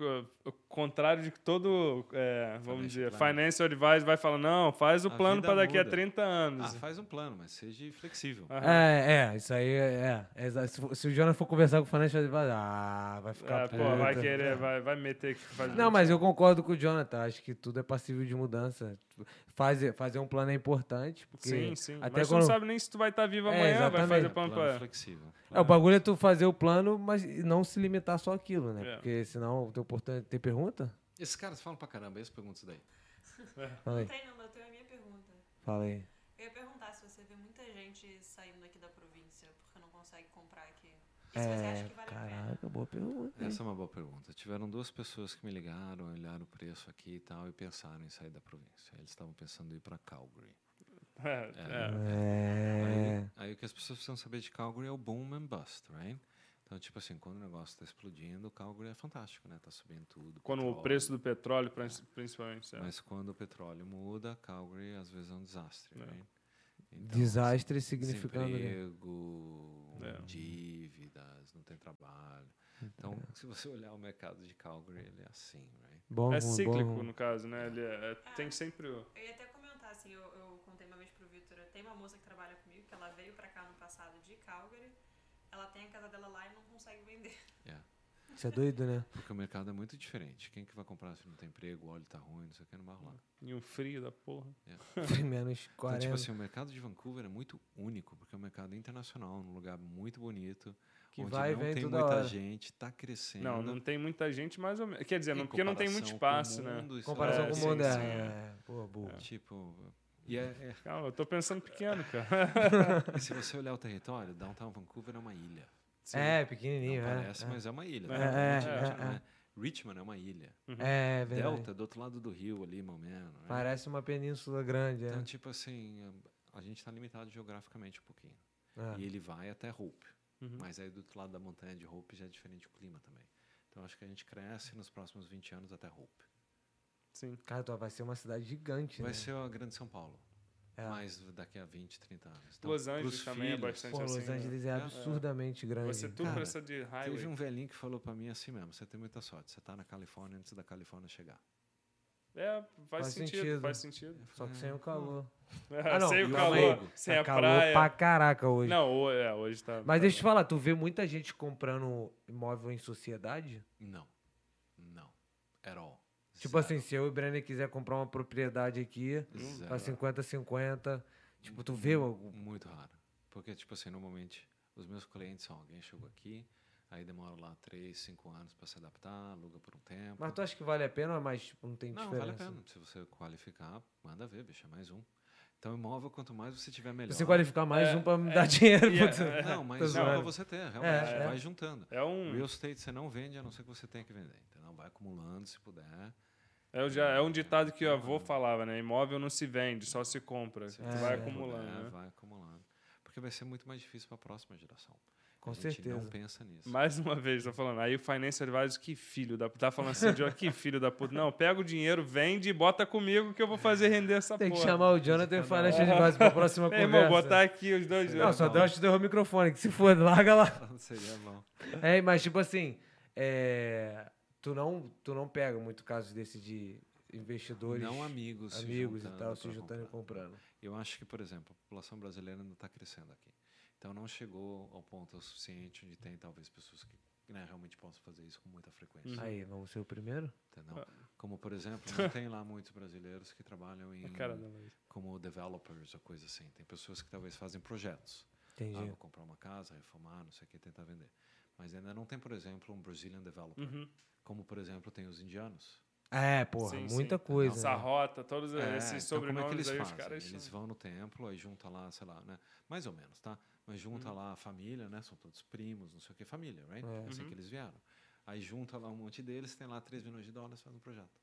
o contrário de que todo, é,
Financial
vamos dizer,
planner.
financial advisor vai falar, não, faz o
A
plano
vida
para daqui a
muda.
30
Ah,
anos.
faz um plano, mas seja flexível.
Ah,
É, é, isso aí é. é, exa- se, for- se o Jonas for conversar com o Financial Advisor, ah, vai ficar
É, pô,
puto.
vai querer, vai, vai meter que faz
Não, mas eu concordo com o Jonathan, acho que tudo é passível de mudança. Tipo, Fazer, fazer um plano é importante, porque
tipo, Sim, sim.
até
mas tu
quando
não sabe nem se tu vai estar vivo
É,
amanhã, vai
exatamente.
fazer
É,
plano
plano
pra...
flexível.
É, o bagulho é tu fazer o plano, mas não se limitar só aquilo, né?
É.
Porque senão tem oportunidade. Tem pergunta?
Esses caras falam pra caramba, eles perguntam isso daí.
Fala
Não
aí.
tem, não, mas eu tenho a minha pergunta.
Fala aí.
Eu ia perguntar se você vê muita gente saindo aqui da província porque não consegue comprar aqui. E se você acha
É,
que vale a pena?
caraca, boa pergunta. hein?
Essa é uma boa pergunta. Tiveram duas pessoas que me ligaram, olharam o preço aqui e tal, e pensaram em sair da província. Eles estavam pensando em ir pra Calgary.
É, é.
É.
Aí, aí o que as pessoas precisam saber de Calgary é o boom and bust, right? Então, tipo assim, quando o negócio está explodindo, o Calgary é fantástico, né? Tá subindo tudo.
Quando o
petróleo.
preço do petróleo, prin- principalmente. é.
Mas quando o petróleo muda, Calgary às vezes é um desastre,
É.
right? Então,
Desastre significando. né?
Desemprego,
É.
dívidas, não tem trabalho. Então,
É.
se você olhar o mercado de Calgary, ele é assim, right?
Bom,
É
ruim, bom,
cíclico,
ruim.
no caso, né? Ele é- é- tem sempre o...
Eu ia até comentar, assim, eu, eu contei uma vez pro Vitor, tem uma moça que trabalha comigo, que ela veio pra cá no passado de Calgary, ela tem a casa dela lá e não consegue vender.
Yeah.
Isso é doido, né?
Porque o mercado é muito diferente. Quem que vai comprar se não tem emprego, o óleo tá ruim, não sei o que, não vai rolar.
E um frio da porra.
Menos
Então,
40.
tipo assim, o mercado de Vancouver é muito único, porque é um mercado internacional, um lugar muito bonito,
Que
onde
vai e
não
vem
tem
toda
muita
hora.
gente, tá crescendo.
Não, não tem muita gente, mais ou menos. Quer dizer,
em
não, porque não tem muito
comparação com
espaço,
o
né?
mundo, isso
Comparação
é-
com o
sim,
mundo
sim,
é. Pô, burro.
Tipo, e é-
Calma, eu tô pensando pequeno, cara.
é- se você olhar o território, Downtown Vancouver é uma ilha.
É,
Não
pequenininho, é.
parece,
é.
mas é uma ilha.
É,
né? Um monte
é,
de gente
é,
não
é.
é. Richmond é uma ilha.
É, verdade.
Delta, do outro lado do rio ali, mais ou menos. né?
Parece uma península grande, é.
Então, tipo assim, a- a gente está limitado geograficamente um pouquinho. E
É.
ele vai até Hope.
Uhum.
Mas aí do outro lado da montanha de Hope já é diferente o clima também. Então acho que a gente cresce nos próximos 20 anos até Hope.
Sim.
Cara, tu vai ser uma cidade gigante,
Vai
né?
ser a grande São Paulo.
É.
Mas daqui a 20, 30 anos. Então,
Los
pros
Angeles também é bastante-
Pô, Los
assim, né?
Angeles é absurdamente grande.
Vai ser tudo
Cara,
pra essa de highway.
Teve um velhinho que falou pra mim assim mesmo, você tem muita sorte, você tá na Califórnia antes da Califórnia chegar.
É, faz,
Faz
sentido,
sentido.
faz sentido.
Só que sem o calor.
É,
não,
sem
e
o
o
calor,
Flamengo?
sem
tá
a
calor
praia.
pra caraca hoje.
Não, ho- é, hoje tá.
Mas
tá-
deixa eu te falar, tu vê muita gente comprando imóvel em sociedade?
Não. Não. At all.
Tipo assim,
Zero.
se eu e o Brenner quiser comprar uma propriedade aqui,
Zero. Assim,
tá 50-50. Tipo, tu vê o-
Muito raro. Porque, tipo assim, normalmente os meus clientes são alguém chegou aqui, aí demora lá 3, 5 anos pra se adaptar, aluga por um tempo.
Mas tu acha que vale a pena, mas tipo, não tem
Não, vale a
diferença?
pena. Se você qualificar, manda ver, bicho, é mais um. Então, imóvel, quanto mais você tiver, melhor.
Você qualificar mais
É,
um pra me
é,
dar dinheiro,
e é-
puto.
é.
Não,
Tá
mas um pra
zoando.
você ter, realmente,
É, é.
vai juntando.
É um,
Real estate você não vende, a não ser que você tenha que vender. Então, vai acumulando se puder.
é, o já, é um ditado que o avô falava, né? Imóvel não se vende, só se compra.
se
Tu
você
É,
vai
puder,
acumulando, né?
É, Vai acumulando. Porque vai ser muito mais difícil pra próxima geração.
Com
a gente não
certeza.
pensa nisso.
Mais uma vez, tô falando. Aí o Financial Advisor, que filho da puta. Tá falando assim, Joe, que filho da puta. Não, pega o dinheiro, vende e bota comigo que eu vou fazer render essa
Tem que
porra.
chamar o Jonathan e o Financial Advisor pra próxima
Meu
conversa.
irmão, botar aqui os dois.
Não,
juntos.
só Deus te deu o microfone, que se for, larga lá.
Seria bom.
É, mas tipo assim, é, tu, não, tu não pega muito caso desse de investidores,
Não amigos, se
amigos e
juntando
tal, se
pra
juntando
comprar.
e comprando.
Eu acho que, por exemplo, a população brasileira ainda está crescendo aqui. Então não chegou ao ponto o suficiente onde tem talvez pessoas que né, realmente possam fazer isso com muita frequência.
Uhum.
Aí, vamos ser o primeiro?
Entendeu? Como, por exemplo, não tem lá muitos brasileiros que trabalham em,
É Cara, né? não, mas-
como developers ou coisa assim. Tem pessoas que talvez fazem projetos. Ah,
Entendi.
vou comprar uma casa, reformar, não sei o que, tentar vender. Mas ainda não tem, por exemplo, um Brazilian developer.
Uhum.
Como, por exemplo, tem os indianos.
É, porra,
Sim,
muita
um
sim.
coisa.
Essa
né?
rota, todos
É,
esses
então como é que
sobrenomes
eles
aí, os
fazem?
caras.
Eles
são-
vão no templo, aí junta lá, sei lá, né? Mais ou menos, tá? Mas
Uhum.
junta lá a família, né? São todos primos, não sei o que, família, right?
É.
Uhum.
Assim que eles vieram. Aí junta lá um monte deles, tem lá 3 milhões de dólares, faz um projeto.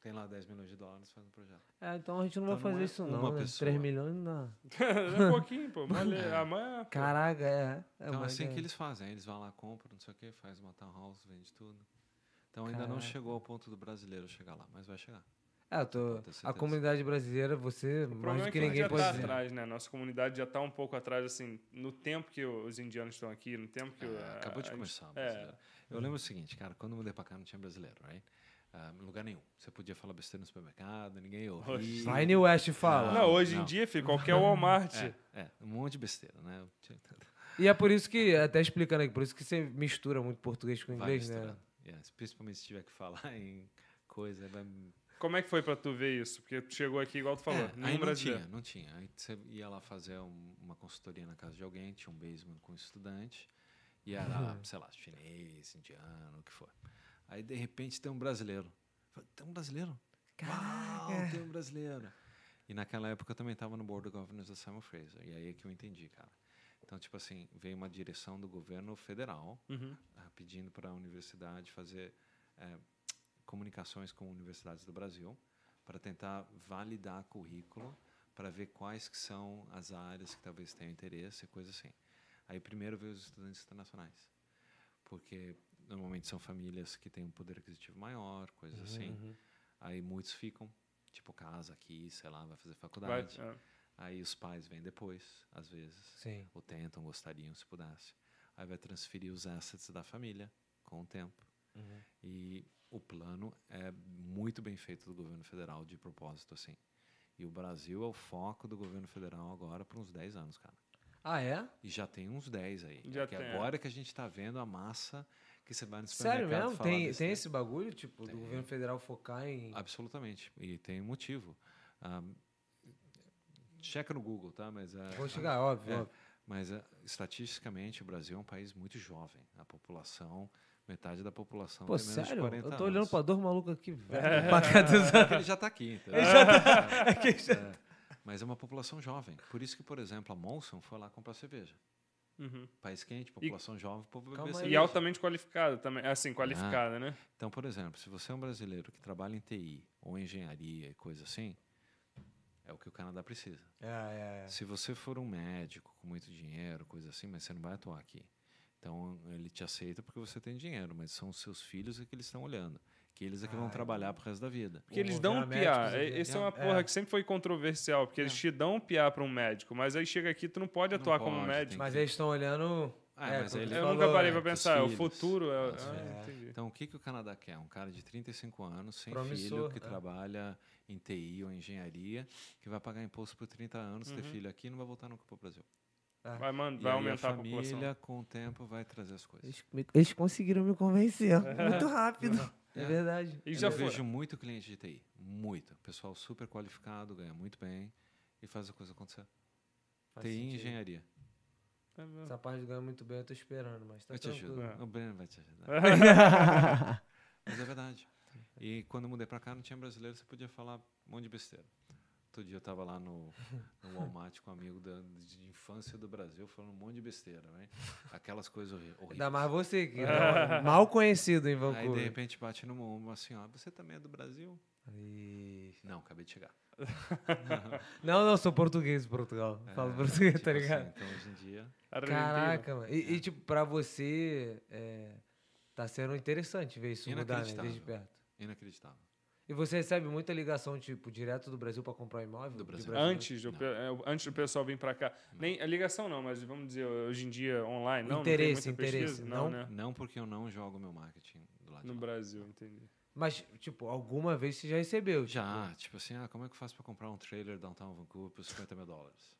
Tem lá 10 milhões de dólares, faz um projeto.
É, então a gente não
Então
vai
não
fazer
é
isso
uma
não, né?
pessoa.
3 milhões não.
É um pouquinho, pô. é, Mole, amanhã.
Caraca, é. é
Então
uma
é assim
ideia.
que eles fazem. Aí eles vão lá, compram, não sei o que, faz uma townhouse, vende tudo. Então ainda não
Caraca.
chegou ao ponto do brasileiro chegar lá, mas vai chegar.
É, eu tô-
tenho
a
certeza.
comunidade brasileira, você,
O
mais
problema
do
é
que
que a gente
ninguém
já
pode
tá
dizer.
atrás, né? Nossa comunidade já tá um pouco atrás, assim, no tempo que os indianos estão aqui, no tempo que...
É,
o- a-
acabou de
a-
começar. o
É,
brasileiro. Eu lembro o seguinte, cara, quando eu mudei pra cá não tinha brasileiro, right? Ah, em lugar nenhum. Você podia falar besteira no supermercado, ninguém ouvia.
Kanye West fala.
Não, hoje em
Não.
dia, filho, qualquer Walmart.
É, é, um monte de besteira, né? Eu tinha-
E é por isso que, até explicando aqui, por isso que você mistura muito português com
Vai
inglês, né?
misturando. Yeah, principalmente se tiver que falar em coisa. Vai...
Como é que foi pra tu ver isso? Porque tu chegou aqui, igual tu falou,
É, aí
nenhum
não
brasileiro.
tinha, não tinha. Aí você ia lá fazer um- uma consultoria na casa de alguém, tinha um basement com um estudante, e era, sei lá, chinês, indiano, o que for. Aí, de repente, tem um brasileiro. Eu falei, Tem um brasileiro? Uau, tem um brasileiro. E naquela época eu também estava no Board of Governors da Simon Fraser. E aí é que eu entendi, cara. Então, tipo assim, veio uma direção do governo federal
Uhum.
ah, pedindo para a universidade fazer eh, comunicações com universidades do Brasil para tentar validar currículo para ver quais que são as áreas que talvez tenham interesse, coisa assim. Aí primeiro veio os estudantes internacionais, porque normalmente são famílias que têm um poder aquisitivo maior, coisas
Uhum.
assim. Aí muitos ficam, tipo casa aqui, sei lá, vai fazer
Vai,
faculdade.
é.
Aí os pais vêm depois, às vezes.
Sim.
Ou tentam, gostariam, se pudesse. Aí vai transferir os assets da família com o tempo.
Uhum.
E o plano é muito bem feito do governo federal, de propósito, assim. E o Brasil é o foco do governo federal agora por uns 10 anos, cara.
Ah, é?
E já tem uns 10 aí.
Já
é que
tem, é.
agora que a gente está vendo a massa que você vai no supermercado
Sério mesmo?
falar
Tem, tem
besteira.
esse bagulho, tipo, do governo federal focar
Ah,
em.
Absolutamente. E tem um motivo. Ah, checa no Google, tá? Mas ah,
Vou
ah,
chegar, óbvio,
é.
óbvio.
Mas eh, estatisticamente o Brasil é um país muito jovem. A população, metade da população
Pô,
tem menos de
sério?
40
Eu tô olhando
anos.
pra dor maluco aqui, velho. Pra cá dos-
Ele já está aqui. Então.
Ele já tá-
É, é. Mas é uma população jovem. Por isso que, por exemplo, a Monson foi lá comprar cerveja.
Uhum.
País quente, população jovem, povo
Calma
beber
aí.
E
cerveja.
altamente qualificada também. Assim, qualificada, né?
Então, por exemplo, se você é um brasileiro que trabalha em TI ou engenharia e coisa assim, é o que o Canadá precisa.
É, é, é.
Se você for um médico com muito dinheiro, coisa assim, mas você não vai atuar aqui. Então ele te aceita porque você tem dinheiro, mas são os seus filhos é que eles estão olhando, que eles é que vão trabalhar pro resto da vida.
Ah, Porque eles
Ou
dão um
virar
piá.
médicos,
É-
eles-
Essa é uma
é.
porra que sempre foi controversial, porque eles te dão um piá pra um médico, mas aí chega aqui tu não pode
Não
atuar como
pode,
médico.
Mas eles estão olhando.
Ah, mas
como
aí
tu
ele-
Eu
falou,
nunca parei
é.
pra
pros
pensar, o
filhos.
futuro é.
Pros
Ah,
filhos.
entendi.
Então o que que o Canadá quer? Um cara de 35 anos, sem filho,
Promissor,
que
é.
né?
trabalha em TI ou engenharia, que vai pagar imposto por 30 anos, ter filho aqui, e não vai voltar nunca pro Brasil.
Vai,
E
mano, Uhum. vai
aí
aumentar a,
a família,
população.
com o tempo, vai trazer as coisas.
Eles, me- eles conseguiram me convencer. Muito rápido. É verdade.
E
Eu
já foi.
vejo muito cliente de TI, muito. Pessoal super qualificado, ganha muito bem e faz a coisa acontecer.
Faz
TI e
sentido.
engenharia.
Essa parte ganha muito bem, eu tô esperando, mas tá
eu te
tranquilo.
ajudo.
É.
O Breno vai te ajudar. Mas é verdade. E quando eu mudei pra cá, não tinha brasileiro, você podia falar um monte de besteira. Outro dia eu tava lá no, no Walmart com um amigo da, de infância do Brasil falando um monte de besteira, né? Aquelas coisas horri- horríveis.
Ainda mais você, que é um mal conhecido em
Aí de
Vancouver.
repente bate no ombro assim, ó, você também é do Brasil?
Ih.
Não, acabei de chegar.
Não, não, sou português de Portugal. Falo
É,
português,
tipo
tá
assim,
ligado?
então hoje em dia.
Argentino.
Caraca, mano.
É.
E, e, tipo, pra você, é, tá sendo interessante ver isso mudar, né? Desde
Inacreditável.
perto.
Inacreditável.
E você recebe muita ligação, tipo, direto do Brasil pra comprar imóvel?
Do
De
Brasil.
brasileiro?
Antes do, pe- é, o- antes do pessoal vir pra cá. Nem, a ligação não, mas vamos dizer, hoje em dia online, não?
Interesse,
não tem muita
interesse,
pesquisa?
não?
Não, né?
Não porque eu não jogo meu marketing do lado
No
de lá.
Brasil, entendi.
Mas, tipo, alguma vez você já recebeu? Tipo,
Já, tipo assim, ah, como é que eu faço pra comprar um trailer downtown Vancouver por 50 mil dólares?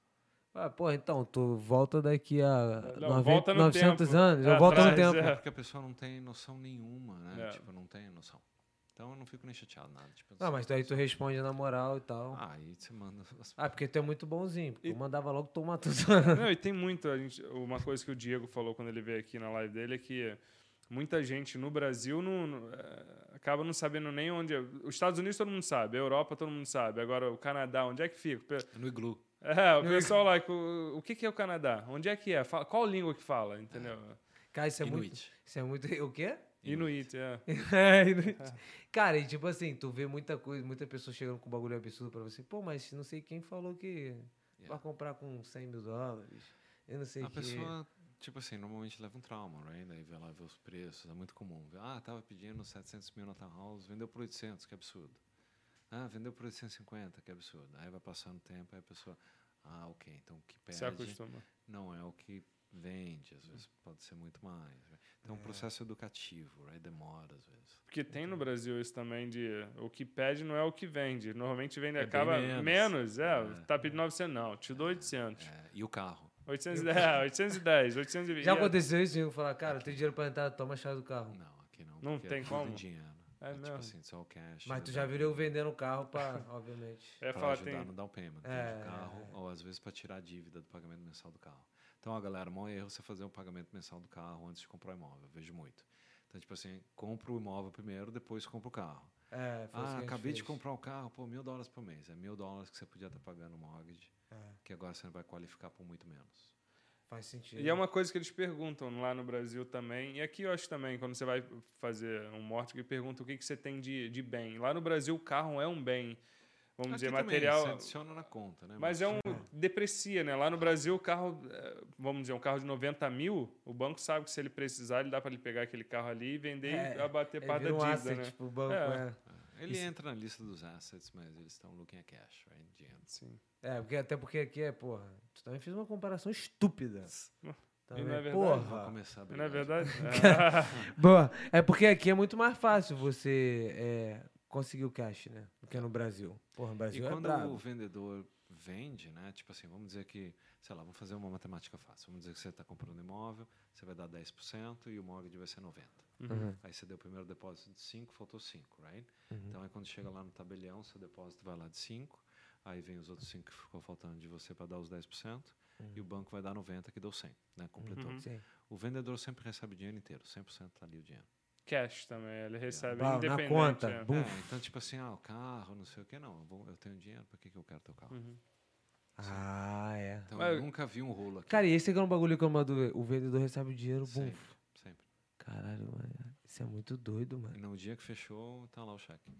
ah, pô, então, tu volta daqui a
Não,
90
volta no
900
tempo.
anos, eu
Ah,
volto no
atrás,
tempo.
É
É.
porque a pessoa não tem noção nenhuma, né?
É.
Tipo, não tem noção. Então eu não fico nem chateado nada. Tipo,
Não, mas daí tu é responde na moral e tal. Ah,
Ah, aí você manda. as-
porque tu é muito bonzinho, porque
E-
eu mandava logo tomar tudo.
Não, e tem muito. a gente- uma coisa que o Diego falou quando ele veio aqui na live dele é que muita gente no Brasil não, não- eh, acaba não sabendo nem onde. é. Os Estados Unidos todo mundo sabe, a Europa todo mundo sabe. Agora o Canadá, onde é que fica? O pe-
No iglu.
É, o pessoal lá, o, o que, que é o Canadá? Onde é que é? Fala- qual língua que fala? Entendeu?
Cara, isso é muito.
Inuit.
Isso é muito. O quê?
Inuit, é.
É, Inuit. Cara, e tipo assim, tu vê muita coisa, muita pessoa chegando com um bagulho absurdo pra você. Pô, mas não sei quem falou que
É.
vai comprar com 100 mil dólares. Eu não sei
A
que.
pessoa, tipo assim, normalmente leva um trauma, né? Daí vai lá ver os preços, é muito comum. Vê, Ah, tava pedindo 700 mil na Town House, vendeu por 800, que absurdo. Ah, vendeu por 850, que absurdo. Aí vai passando o tempo, aí a pessoa. Ah, ok, então o que perde
Se acostuma.
não é o que vende, às vezes pode ser muito mais. né? Então é um processo educativo, né? demora às vezes.
Porque tem no Brasil isso também de o que pede não é o que vende. Normalmente vende,
É bem
acaba
menos.
menos. é,
É.
tá pedindo 900, não, te dou 800.
É, e o carro?
810, é, 810, 820.
Já aconteceu isso, eu falar, cara, tem dinheiro pra entrar, toma a chave do carro.
Não, aqui não.
Não
porque
tem
é tudo
como?
em dinheiro.
É
tipo
mesmo.
assim, só o cash.
Mas
né,
tu já
pra-
virou vendendo o carro pra, obviamente.
É,
Pra
falar,
ajudar
tem,
no down payment
É.
né, do carro, ou às vezes para tirar a dívida do pagamento mensal do carro. Então, ó, galera, o maior erro é você fazer o pagamento mensal do carro antes de comprar o imóvel. Eu vejo muito. Então, tipo assim, compra o imóvel primeiro, depois compra o carro.
É, foi isso que a
Ah,
gente
acabei de
fez.
comprar o carro, pô, mil dólares por mês. É mil dólares que você podia estar pagando o mortgage,
É,
que agora você vai qualificar por muito menos.
faz sentido.
E é uma coisa que eles perguntam lá no Brasil também. E aqui eu acho também, quando você vai fazer um morte, que pergunta o que, que você tem de, de bem. Lá no Brasil, o carro é um bem, vamos dizer,
Aqui também, é
material.
Você adiciona na conta, né?
Mas é um. deprecia, né? Lá no Brasil, o carro, eh, vamos dizer, um carro de 90 mil, o banco sabe que se ele precisar, ele dá para ele pegar aquele carro ali e vender e
É,
abater
ele
parte da
vira um
dívida,
asset
né?
pro banco,
É.
é.
Ele entra na lista dos assets, mas eles estão looking at cash, right? Dinheiro.
Sim.
É, porque, até porque aqui é, porra, tu também fez uma comparação estúpida. Também,
não é verdade?
Vou
porra.
começar a
Não é
brigar.
verdade?
Boa. É porque aqui é muito mais fácil você é, conseguir o cash, né? Do que no Brasil. Porra, no
E
Brasil é
quando o
brabo.
vendedor vende, né? Tipo assim, vamos dizer que, sei lá, vamos fazer uma matemática fácil. Vamos dizer que você está comprando imóvel, você vai dar 10% e o mortgage vai ser 90%.
Uhum.
Aí você deu o primeiro depósito de 5, faltou 5, right? Então aí quando chega lá no tabelião, seu depósito vai lá de 5, aí vem os outros 5 que ficou faltando de você para dar os 10%, e o banco vai dar 90 que deu 100, né? Completou.
Sim.
O vendendor sempre recebe o dinheiro inteiro, 100% tá ali o dinheiro.
Cash também, ele recebe
Bah, na
independente.
conta.
é.
Bum.
É, então tipo assim, ah, o carro, não sei o quê, não, eu, vou- eu tenho dinheiro, para que que eu quero teu
Uhum.
carro?
Ah, é.
Então
Mas-
eu nunca vi um rolo aqui.
Cara, e esse aqui é um bagulho que eu mando ver. O vendedor recebe o dinheiro, bum.
sempre, sempre.
Caralho, mano. Isso é muito doido,
E
mano.
no dia que fechou, tá lá o cheque.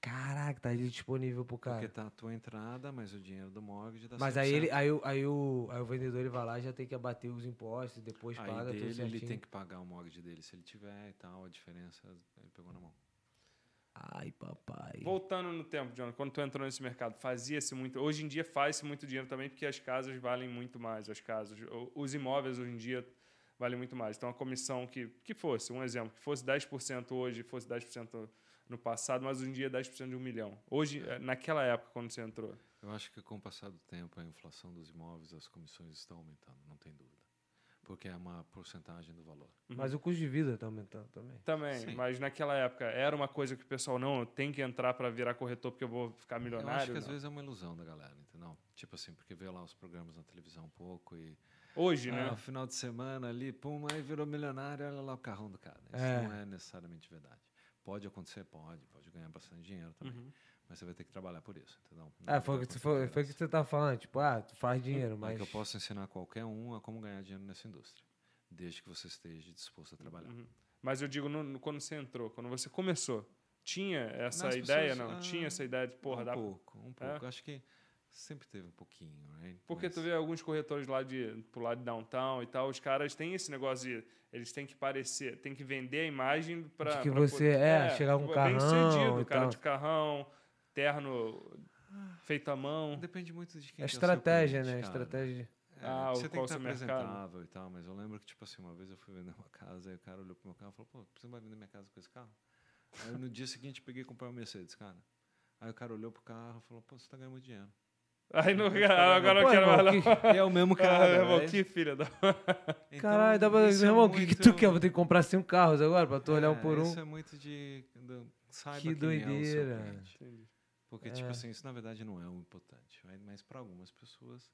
Caraca, tá ali disponível pro cara.
Porque tá a tua entrada, mas o dinheiro do mortgage dá
Mas aí, ele,
100%.
aí, o, aí, o, aí o vendedor ele vai lá e já tem que abater os impostos, depois
Aí
paga tudo
dele,
certinho.
ele tem que pagar o mortgage dele se ele tiver e tal, a diferença ele pegou na mão.
Ai, papai.
Voltando no tempo, John, quando tu entrou nesse mercado, fazia-se muito. Hoje em dia faz-se muito dinheiro também, porque as casas valem muito mais. As casas, o- os imóveis hoje em dia valem muito mais. Então, a comissão que, que fosse, um exemplo, que fosse 10% hoje, fosse 10% no passado, mas hoje em dia é 10% de um milhão. Hoje, eh, naquela época, quando você entrou.
Eu acho que com o passar do tempo, a inflação dos imóveis, as comissões estão aumentando, não tem dúvida. Porque é uma porcentagem do valor.
Mas o custo de vida tá aumentando também.
Também,
Sim.
mas naquela época era uma coisa que o pessoal, não, eu tenho que entrar para virar corretor porque eu vou ficar
Eu
milionário.
acho que às
não.
vezes é uma ilusão da galera, entendeu? Tipo assim, porque vê lá os programas na televisão um pouco e
Hoje,
ah,
né?
final de semana ali, pum, aí virou milionário, olha lá o carrão do cara. Isso
É.
não é necessariamente verdade. Pode acontecer, pode, pode ganhar bastante dinheiro também. Mas você vai ter que trabalhar por isso, entendeu? Não
Uhum. É, foi o que,
tem
tu- foi, foi o
oportunidade.
que você tá falando. Tipo, ah, tu faz dinheiro,
Mas...
mas.
é que eu posso ensinar qualquer um a como ganhar dinheiro nessa indústria, desde que você esteja disposto a trabalhar.
Uhum.
Mas eu digo, no- no- quando você entrou, quando você começou, tinha essa
Nas
ideia,
pessoas,
não?
ah,
tinha essa ideia de, porra,
um
dá pra-
pouco, um
É.
pouco. Acho que sempre teve um pouquinho, né?
Porque
Mas
tu vê alguns corretores lá de, pro lado de downtown e tal, os caras têm esse negócio de. Eles têm que parecer, têm que vender a imagem pra.
De que
pra
você-
poder- tipo,
é, chegar com
bem
carrão
sucedido,
e
cara
tal.
de carrão, terno feito à mão.
Depende muito de quem que
É
é o seu
estratégia,
cliente,
né?
cara.
Estratégia.
É,
Ah, o-
você tem
qual
que estar
o seu mercado.
apresentável e tal, mas eu lembro que, tipo assim, uma vez eu fui vender uma casa e o cara olhou pro meu carro e falou, pô, você vai vender minha casa com esse carro? Aí no dia seguinte eu peguei e comprei um Mercedes, cara. Aí o cara olhou pro carro e falou, pô, você tá ganhando muito dinheiro.
Aí não, agora eu
Pô,
quero
irmão,
mais. não.
E
que-
é o mesmo cara,
Ah,
né?
irmão,
velho.
que filha da.
Então,
Caralho, dá pra. Meu
isso é
irmão, o que, que tu
muito-
quer? Vou ter que comprar cinco carros agora pra tu olhar um
É,
por um.
Isso é muito de. do- saiba
Que
quem É
doideira.
o seu cliente. Porque, tipo assim, isso na verdade não é o importante. né? Mas para algumas pessoas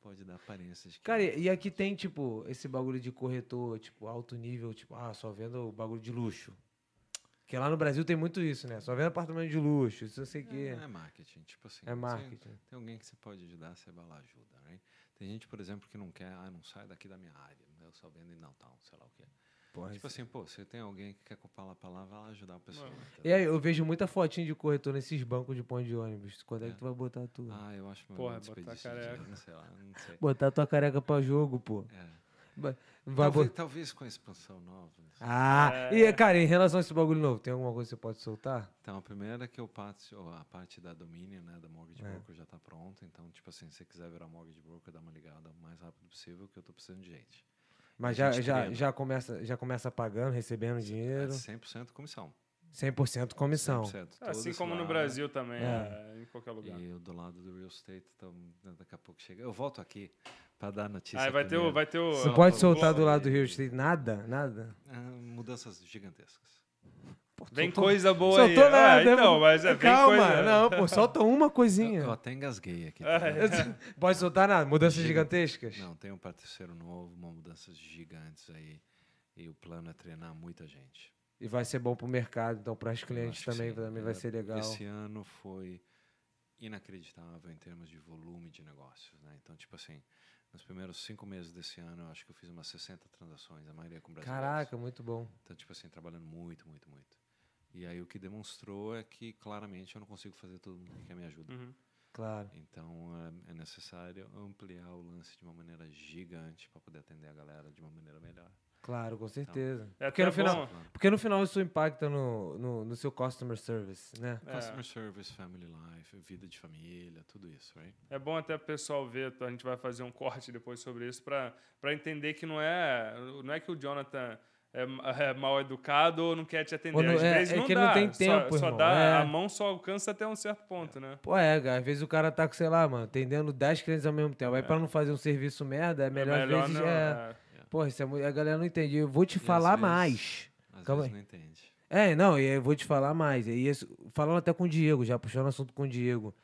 pode dar aparência de que.
Cara, e e aqui tem, tipo, esse bagulho de corretor, tipo, alto nível, tipo, ah, só vendo o bagulho de luxo. Porque lá no Brasil tem muito isso, né? Só vendo apartamento de luxo, isso não sei o quê.
é, não é marketing. Tipo assim.
É marketing.
Tem, tem alguém que você pode ajudar, você vai lá ajuda. Né? Tem gente, por exemplo, que não quer, ah, não sai daqui da minha área. né? Eu só vendo em downtown, sei lá o quê.
Porra,
tipo
isso-
assim, pô, você tem alguém que quer comprar lá pra lá, vai lá ajudar a pessoa.
é- E
entendeu?
aí, eu vejo muita fotinha de corretor nesses bancos de ponto de ônibus. Quando é, que tu vai botar tu?
Ah, é. eu acho meu
Porra,
irmão
botar
desperdício de
careca.
dinheiro, sei lá, não sei.
Botar tua careca pra jogo, pô.
É.
Vai
Talvez,
bot-
talvez com a expansão nova.
Ah,
É.
e cara, em relação a esse bagulho novo, tem alguma coisa que você pode soltar?
Então, a primeira é que o parte, ou a parte da domínio, né, da mortgage
É.
broker já está pronta. Então, tipo assim, se você quiser virar mortgage broker, dá uma ligada o mais rápido possível, que eu tô precisando de gente.
Mas
A
já,
gente
já,
cria.
já, começa, já começa pagando, recebendo
É
dinheiro,
100% comissão.
100% comissão.
100%.
Assim
Toda
como no
semana.
Brasil também,
né? É.
é, em qualquer lugar.
E eu do lado do real estate, então daqui a pouco chega. Eu volto aqui para dar notícia.
Aí vai ter o.
primeiro.
Vai ter o
é Você
a-
pode
o-
soltar
o-
do lado do Rio Street nada? Nada?
Ah, mudanças gigantescas.
Pô,
Vem
soltou-
coisa boa aí.
Soltou
É,
nada.
então, mas é vem
Calma,
coisa-
não, pô, solta uma
Eu, eu
coisinha.
até engasguei aqui.
Ah,
tá vendo?
é?
Pode soltar nada, mudanças gigantescas?
Não, tem um parceiro novo, uma mudanças gigantes aí. E o plano é treinar muita gente.
E vai ser bom pro mercado, então, para os clientes
acho que
também,
sim.
também vai
É,
ser legal.
Esse ano foi inacreditável em termos de volume de negócios, né? Então, tipo assim, nos primeiros cinco meses desse ano, eu acho que eu fiz umas 60 transações, a maioria com brasileiros.
Caraca, muito bom.
Então, tipo assim, trabalhando muito, muito, muito. E aí o que demonstrou é que claramente eu não consigo fazer todo mundo que quer me ajuda.
Uhum.
Claro.
Então é, é necessário ampliar o lance de uma maneira gigante para poder atender a galera de uma maneira melhor.
Claro, com certeza.
É
porque,
até
no final,
bom.
porque no final isso impacta no, no, no seu customer service, né?
É.
Customer service, family life, vida de família, tudo isso, right?
É bom até o pessoal ver, a gente vai fazer um corte depois sobre isso para entender que não é, não é que o Jonathan é, ma- é mal educado ou não quer te atender.
Ou não-
Às
é-
vezes
é
não
que ele
dá.
não tem
Só-
tempo,
só
irmão.
dá,
É.
a mão só alcança até um certo ponto, né?
Pô, é, cara, às vezes o cara tá com, sei lá, mano, atendendo 10 clientes ao mesmo tempo. Aí pra não fazer um serviço merda, é melhor, às vezes.
não-
É...
é.
Pô, isso é mu- a galera não entende. Eu vou te
às
falar
vezes-
mais.
Às
Calma
vezes
aí.
não entende.
É, não, e eu vou te falar mais. E isso- falando até com o Diego, já puxando o assunto com o Diego.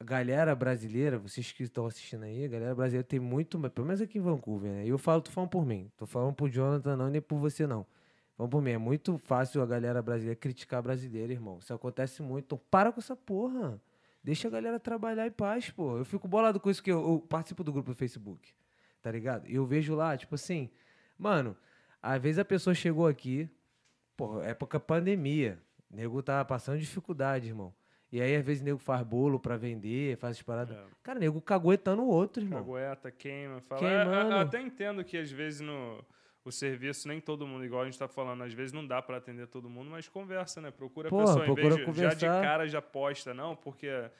A galera brasileira, vocês que estão assistindo aí, a galera brasileira tem muito, mais- pelo menos aqui em Vancouver, né? E eu falo, tô falando por mim. Tô falando por Jonathan, não, nem por você, não. Vamos por mim. É muito fácil a galera brasileira criticar brasileiro, irmão. Isso acontece muito. Então, para com essa porra. Deixa a galera trabalhar em paz, pô. Eu fico bolado com isso que eu, eu participo do grupo do Facebook, tá ligado? E eu vejo lá, tipo assim, mano, às vezes a pessoa chegou aqui, Pô, época pandemia. O nego tava passando dificuldade, irmão. E aí, às vezes, o nego faz bolo pra vender, faz as paradas.
É.
Cara, o nego caguetando o outro, irmão.
Cagueta, queima, fala.
Queimando.
É, a- até entendo que às vezes no o serviço nem todo mundo igual a gente tá falando, às vezes não dá pra atender todo mundo, mas conversa, né? Procura
Porra,
a pessoa
procura
em vez de, já de
conversar.
cara já posta, não, porque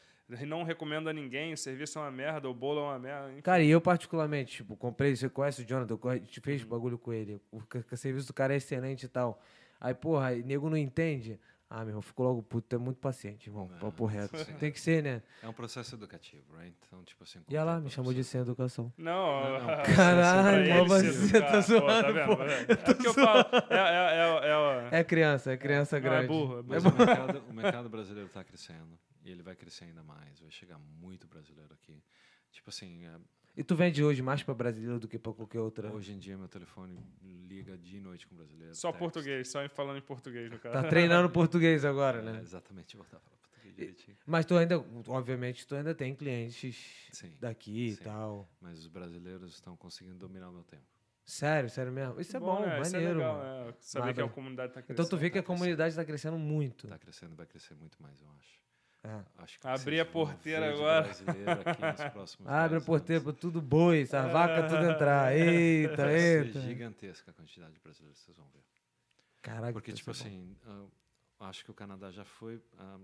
não recomendo a ninguém, o serviço é uma merda, o bolo é uma merda. enfim.
Cara, e eu particularmente, tipo, comprei, você conhece o Jonathan, eu corre- te
Uhum.
fez bagulho com ele. O, c- c- serviço do cara é excelente e tal. Aí, porra, aí, nego não entende. Ah, meu irmão, ficou logo puto, tu é muito paciente, irmão.
Ah,
Papo reto.
sim.
Tem que ser, né?
É um processo educativo, right? Então, tipo assim...
E
como
ela
tem
lá, me chamou de
processo-
sem educação.
Não,
Não, não,
pra
Caralho,
ele
mó
se
vacilo,
educar.
tá
Pô,
zoando,
vendo,
pô.
vendo? É o que eu falo. É, é, é, é, ó.
É criança, é criança
Não, é
grande.
burro, é burro.
Mas o mercado, o mercado brasileiro está crescendo. E ele vai crescer ainda mais. Vai chegar muito brasileiro aqui. Tipo assim, é,
E tu vende hoje mais pra brasileiro do que pra qualquer outra.
hoje em dia meu telefone liga de noite com brasileiro.
Só
text.
português, só em- falando em português, no caso.
Tá treinando português
É,
agora, né?
exatamente, voltar a falar português direitinho.
Mas tu ainda, obviamente, tu ainda tem clientes
Sim,
daqui e
sim.
tal.
Mas os brasileiros estão conseguindo dominar o meu tempo.
Sério, sério mesmo. Isso é bom,
né?
maneiro.
Isso é legal,
mano.
né? Saber
Mas-
que a comunidade tá crescendo.
Então tu vê que a
tá crescendo.
comunidade tá crescendo muito.
Está crescendo, vai crescer muito mais, eu acho.
É.
acho
Abri
vocês
a
vão
porteira
ver de
agora.
brasileiro aqui nos próximos
Abre a
10
porteira
anos.
pra tudo boi, essa
É.
vaca tudo entrar. Eita,
Vai ser
eita.
gigantesca a quantidade de brasileiros, vocês vão ver.
Caraca,
Porque,
isso
tipo
é bom.
assim, ah, acho que o Canadá já foi. ah,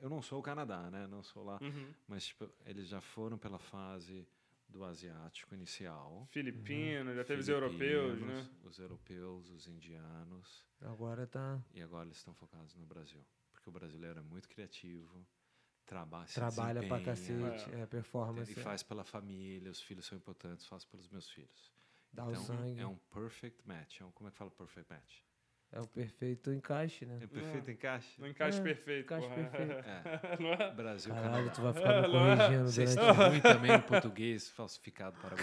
eu não sou o Canadá, né? Não sou lá.
Uhum.
Mas, tipo, eles já foram pela fase do asiático inicial.
Filipino, já teve os europeus, né?
filipinos, Os europeus, os indianos.
Agora tá.
E agora eles estão focados no Brasil. Porque o brasileiro é muito criativo, trabalha, se
Trabalha pra
desempenha,
cacete, é, performance.
E faz pela família, os filhos são importantes, faço pelos meus filhos.
Dá o
então,
sangue.
é um perfect match. É um, como é que fala perfect match?
É o perfeito encaixe, né?
É um perfeito encaixe?
No encaixe
É,
perfeito.
encaixe
porra.
perfeito.
É.
Não é?
Brasil,
Caralho,
Canadá.
tá tu vai ficar me
Não é?
corrigindo
Vocês
durante
estão ruim também em português falsificado para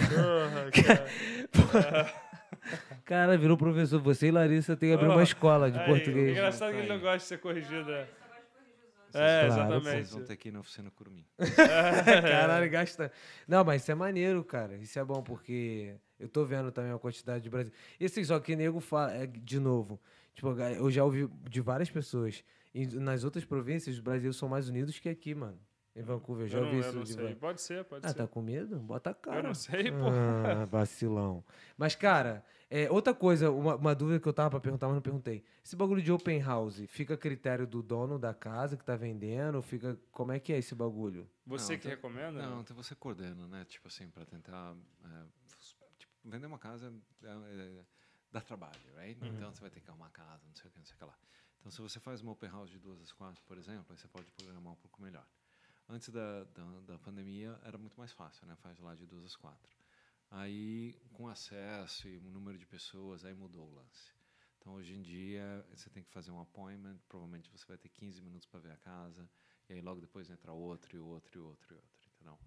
Cara, virou professor. Você e Larissa tem que abrir uma
Oh,
escola de
Aí,
português. né?
Engraçado que
Tá
ele não
aí.
gosta de ser corrigido.
Não,
É,
ele só gosta de corrigir os outros.
É,
Claro, pô. então
Vocês vão
exatamente.
ter que ir na oficina Curumim.
É.
Caralho, gasta. Não, mas isso é maneiro, cara. Isso é bom, porque eu tô vendo também a quantidade de brasileiros. E assim, só que nego fala, é, de novo, tipo, ga- eu já ouvi de várias pessoas. E nas outras províncias, os brasileiros são mais unidos que aqui, mano. Em Vancouver, eu já
Eu não,
ouvi
eu
isso
não
de
sei.
Van-
Pode ser, pode
Ah,
ser.
tá com medo? Bota a cara.
não sei, pô.
Ah, vacilão. Mas, cara, é, outra coisa, uma, uma dúvida que eu tava pra perguntar, mas não perguntei. Esse bagulho de open house, fica a critério do dono da casa que tá vendendo? Fica. Como é que é esse bagulho?
Você
Não,
que
tá-
recomenda?
Não, então você coordena, né? Tipo assim, para tentar. é, fos- tipo, vender uma casa é, é, dá trabalho, right? Então você vai ter que arrumar casa, não sei o que, não sei o que lá. Então se você faz uma open house de duas às quatro, por exemplo, aí você pode programar um pouco melhor. Antes da, da, da pandemia era muito mais fácil, né? Faz lá de duas às quatro. Aí, com acesso e o número de pessoas, aí mudou o lance. Então, hoje em dia, você tem que fazer um appointment, provavelmente você vai ter 15 minutos para ver a casa, e aí logo depois entra outro, e outro, e outro, e outro, entendeu?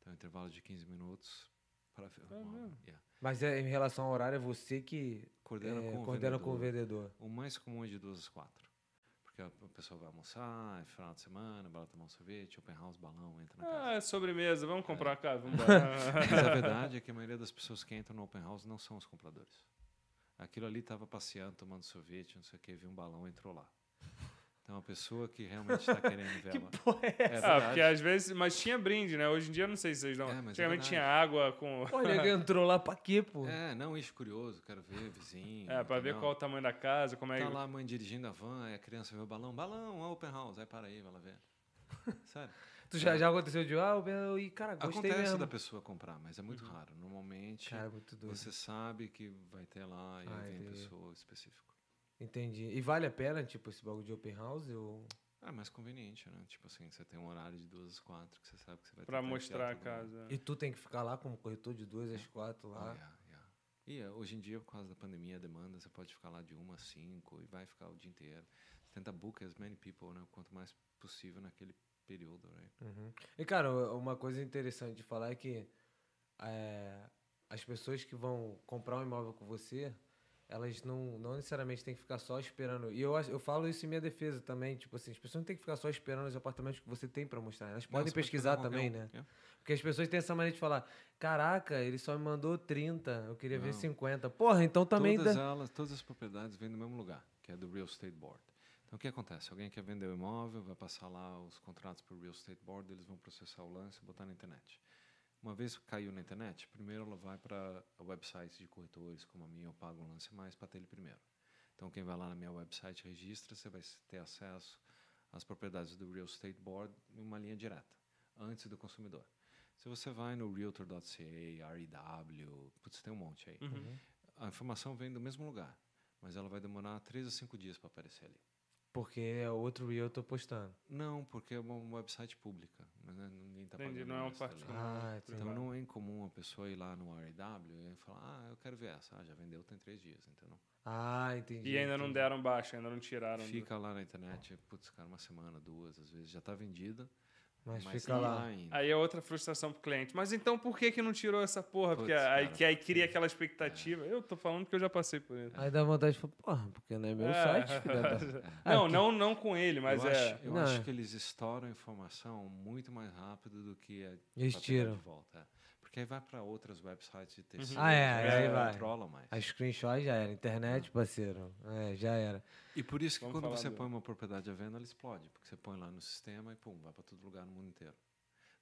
Então, intervalo de 15 minutos para ver.
mesmo?
Yeah.
Mas é, em relação ao horário, é você que
Coordena
é,
com o
coordena com o
vendedor.
vendedor.
O mais comum é de duas às quatro. Porque a a pessoa vai almoçar, é final de semana, vai lá tomar um sorvete, open house, balão, entra na casa.
Ah, é sobremesa, vamos comprar a casa, vamos embora.
Mas a verdade é que a maioria das pessoas que entram no open house não são os compradores. Aquilo ali estava passeando, tomando sorvete, não sei o que, viu um balão, entrou lá. Então a pessoa que realmente está querendo ver ela.
porra
É
Ah,
verdade.
porque às vezes. Mas tinha brinde, né? Hoje em dia eu não sei se vocês não.
É, mas é verdade.
Antigamente tinha água com.
Olha, ele entrou lá pra quê, pô?
É, não, isso curioso, quero ver vizinho.
É, pra ver
entendeu?
qual o tamanho da casa, como é
Tá
que.
lá a mãe dirigindo a van, aí a criança vê o balão, balão, ó, open house, aí para aí, vai lá ver. Sério.
Tu já, já aconteceu de. Ah, eu, e, cara, gostei
Acontece
mesmo. Uhum.
da pessoa comprar, mas é muito raro. Normalmente
Cara, é muito doido.
você sabe que vai ter lá e
Ah,
aí vem
entendi.
pessoa específica.
Entendi. E vale a pena, tipo, esse bagulho de open house? Ou...
É mais conveniente, né? Tipo assim, você tem um horário de duas às quatro que você sabe que você vai
Pra
tentar
mostrar a
enfiar todo mundo.
casa.
E tu tem que ficar lá como corretor de duas às quatro lá.
Yeah, yeah. E eh, hoje em dia, por causa da pandemia, a demanda, você pode ficar lá de uma a cinco e vai ficar o dia inteiro. Você tenta book as many people, né? Quanto mais possível naquele período, né?
Uhum. E, cara, u- uma coisa interessante de falar é que é, as pessoas que vão comprar um imóvel com você, elas não, não necessariamente têm que ficar só esperando. E eu, acho- eu falo isso em minha defesa também, tipo assim, as pessoas não têm que ficar só esperando os apartamentos que você tem pra mostrar. Elas
Não,
podem
você pode
pesquisar
pegar qualquer
também,
um.
né?
Yeah.
Porque as pessoas têm essa mania de falar, caraca, ele só me mandou 30, eu queria ver
Não.
50. Porra, então também...
todas
dá-
elas, todas as propriedades vêm do mesmo lugar, que é do Real Estate Board. Então o que acontece? Alguém quer vender o imóvel, vai passar lá os contratos para o Real Estate Board, eles vão processar o lance e botar na internet. Uma vez que caiu na internet, primeiro ela vai para websites de corretores como a minha, eu pago um lance mais para ter ele primeiro. Então quem vai lá na minha website registra, você vai ter acesso às propriedades do Real Estate Board em uma linha direta, antes do consumidor. Se você vai no realtor.ca, REW, putz, tem um monte aí.
Uhum.
A informação vem do mesmo lugar, mas ela vai demorar três a cinco dias para aparecer ali.
Porque é outro realtor postando.
Não, porque é uma uma website pública, né? ninguém está
Entendi,
pagando.
não é um
isso dali.
particular.
Ah, entendi.
Então não é incomum a pessoa ir lá no REW e falar, ah, eu quero ver essa, ah, já vendeu tem três dias, entendeu?
Ah, entendi.
E ainda não
entendi.
deram baixo, ainda não tiraram. do-
Fica lá na internet, putz, cara, uma semana, duas, às vezes já está vendida,
Mas,
mas,
fica
tá
lá.
ainda.
Aí é outra frustração pro cliente. Mas então por que que não tirou essa porra? Porque
Putz,
aí,
cara,
que aí cria
É.
aquela expectativa. Eu tô falando que eu já passei por isso.
Aí dá vontade de falar, porra, porque não é meu
É.
site, filha da...
Não, não, não com ele, mas
eu
é.
acho, eu
Não,
acho
é.
que eles estouram a informação muito mais rápido do que a
Eles
pra pegar
tiram.
de volta. é. Porque aí vai para outras websites de
Uhum.
terceiros,
Ah, é,
eles
aí
não
vai.
controlam mais.
A screenshot já era, internet,
Ah.
parceiro. É, já era.
E por isso que
Vamos
quando
falar
você
do-
põe uma propriedade à venda, ela explode, porque você põe lá no sistema e pum, vai para todo lugar no mundo inteiro.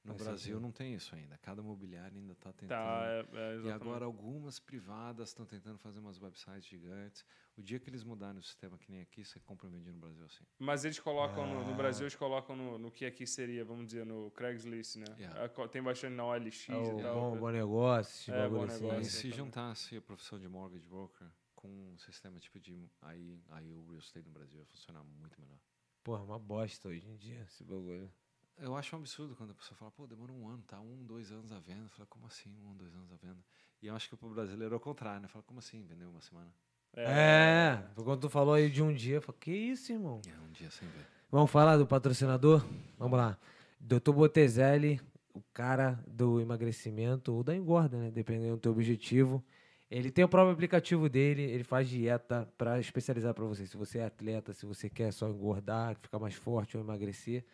No
Faz
Brasil
sentido.
não tem isso ainda. Cada mobiliário ainda está tentando.
Tá, é,
E
é, exatamente.
agora algumas privadas estão tentando fazer umas websites gigantes. O dia que eles mudarem o sistema que nem aqui, você compra e vende no Brasil assim.
Mas eles colocam no, no
Ah.
Brasil, eles colocam no, no que aqui seria, vamos dizer, no Craigslist, né?
Yeah.
Ah, co- Tem bastante na OLX
É o
e tal.
bom, bom negócio, esse
É,
bagulho
bom
assim.
negócio.
E se
Sim.
juntasse a profissão de mortgage broker com um sistema tipo de. Aí, aí o real estate no Brasil ia funcionar muito melhor.
Porra, uma bosta hoje em dia, esse bagulho.
Eu acho um absurdo quando a pessoa fala, pô, demora um ano, tá um, dois anos à venda. Fala, como assim um, dois anos à venda? E eu acho que pro brasileiro é o contrário, né? Fala, como assim vendeu uma semana?
É, quando tu falou aí de um dia, eu falei, que isso, irmão?
É, um dia sem ver.
Vamos falar do patrocinador? Vamos lá. Dr. Botezelli, o cara do emagrecimento ou da engorda, né? Dependendo do teu objetivo. Ele tem o próprio aplicativo dele, ele faz dieta para especializar para você. Se você é atleta, se você quer só engordar, ficar mais forte ou emagrecer,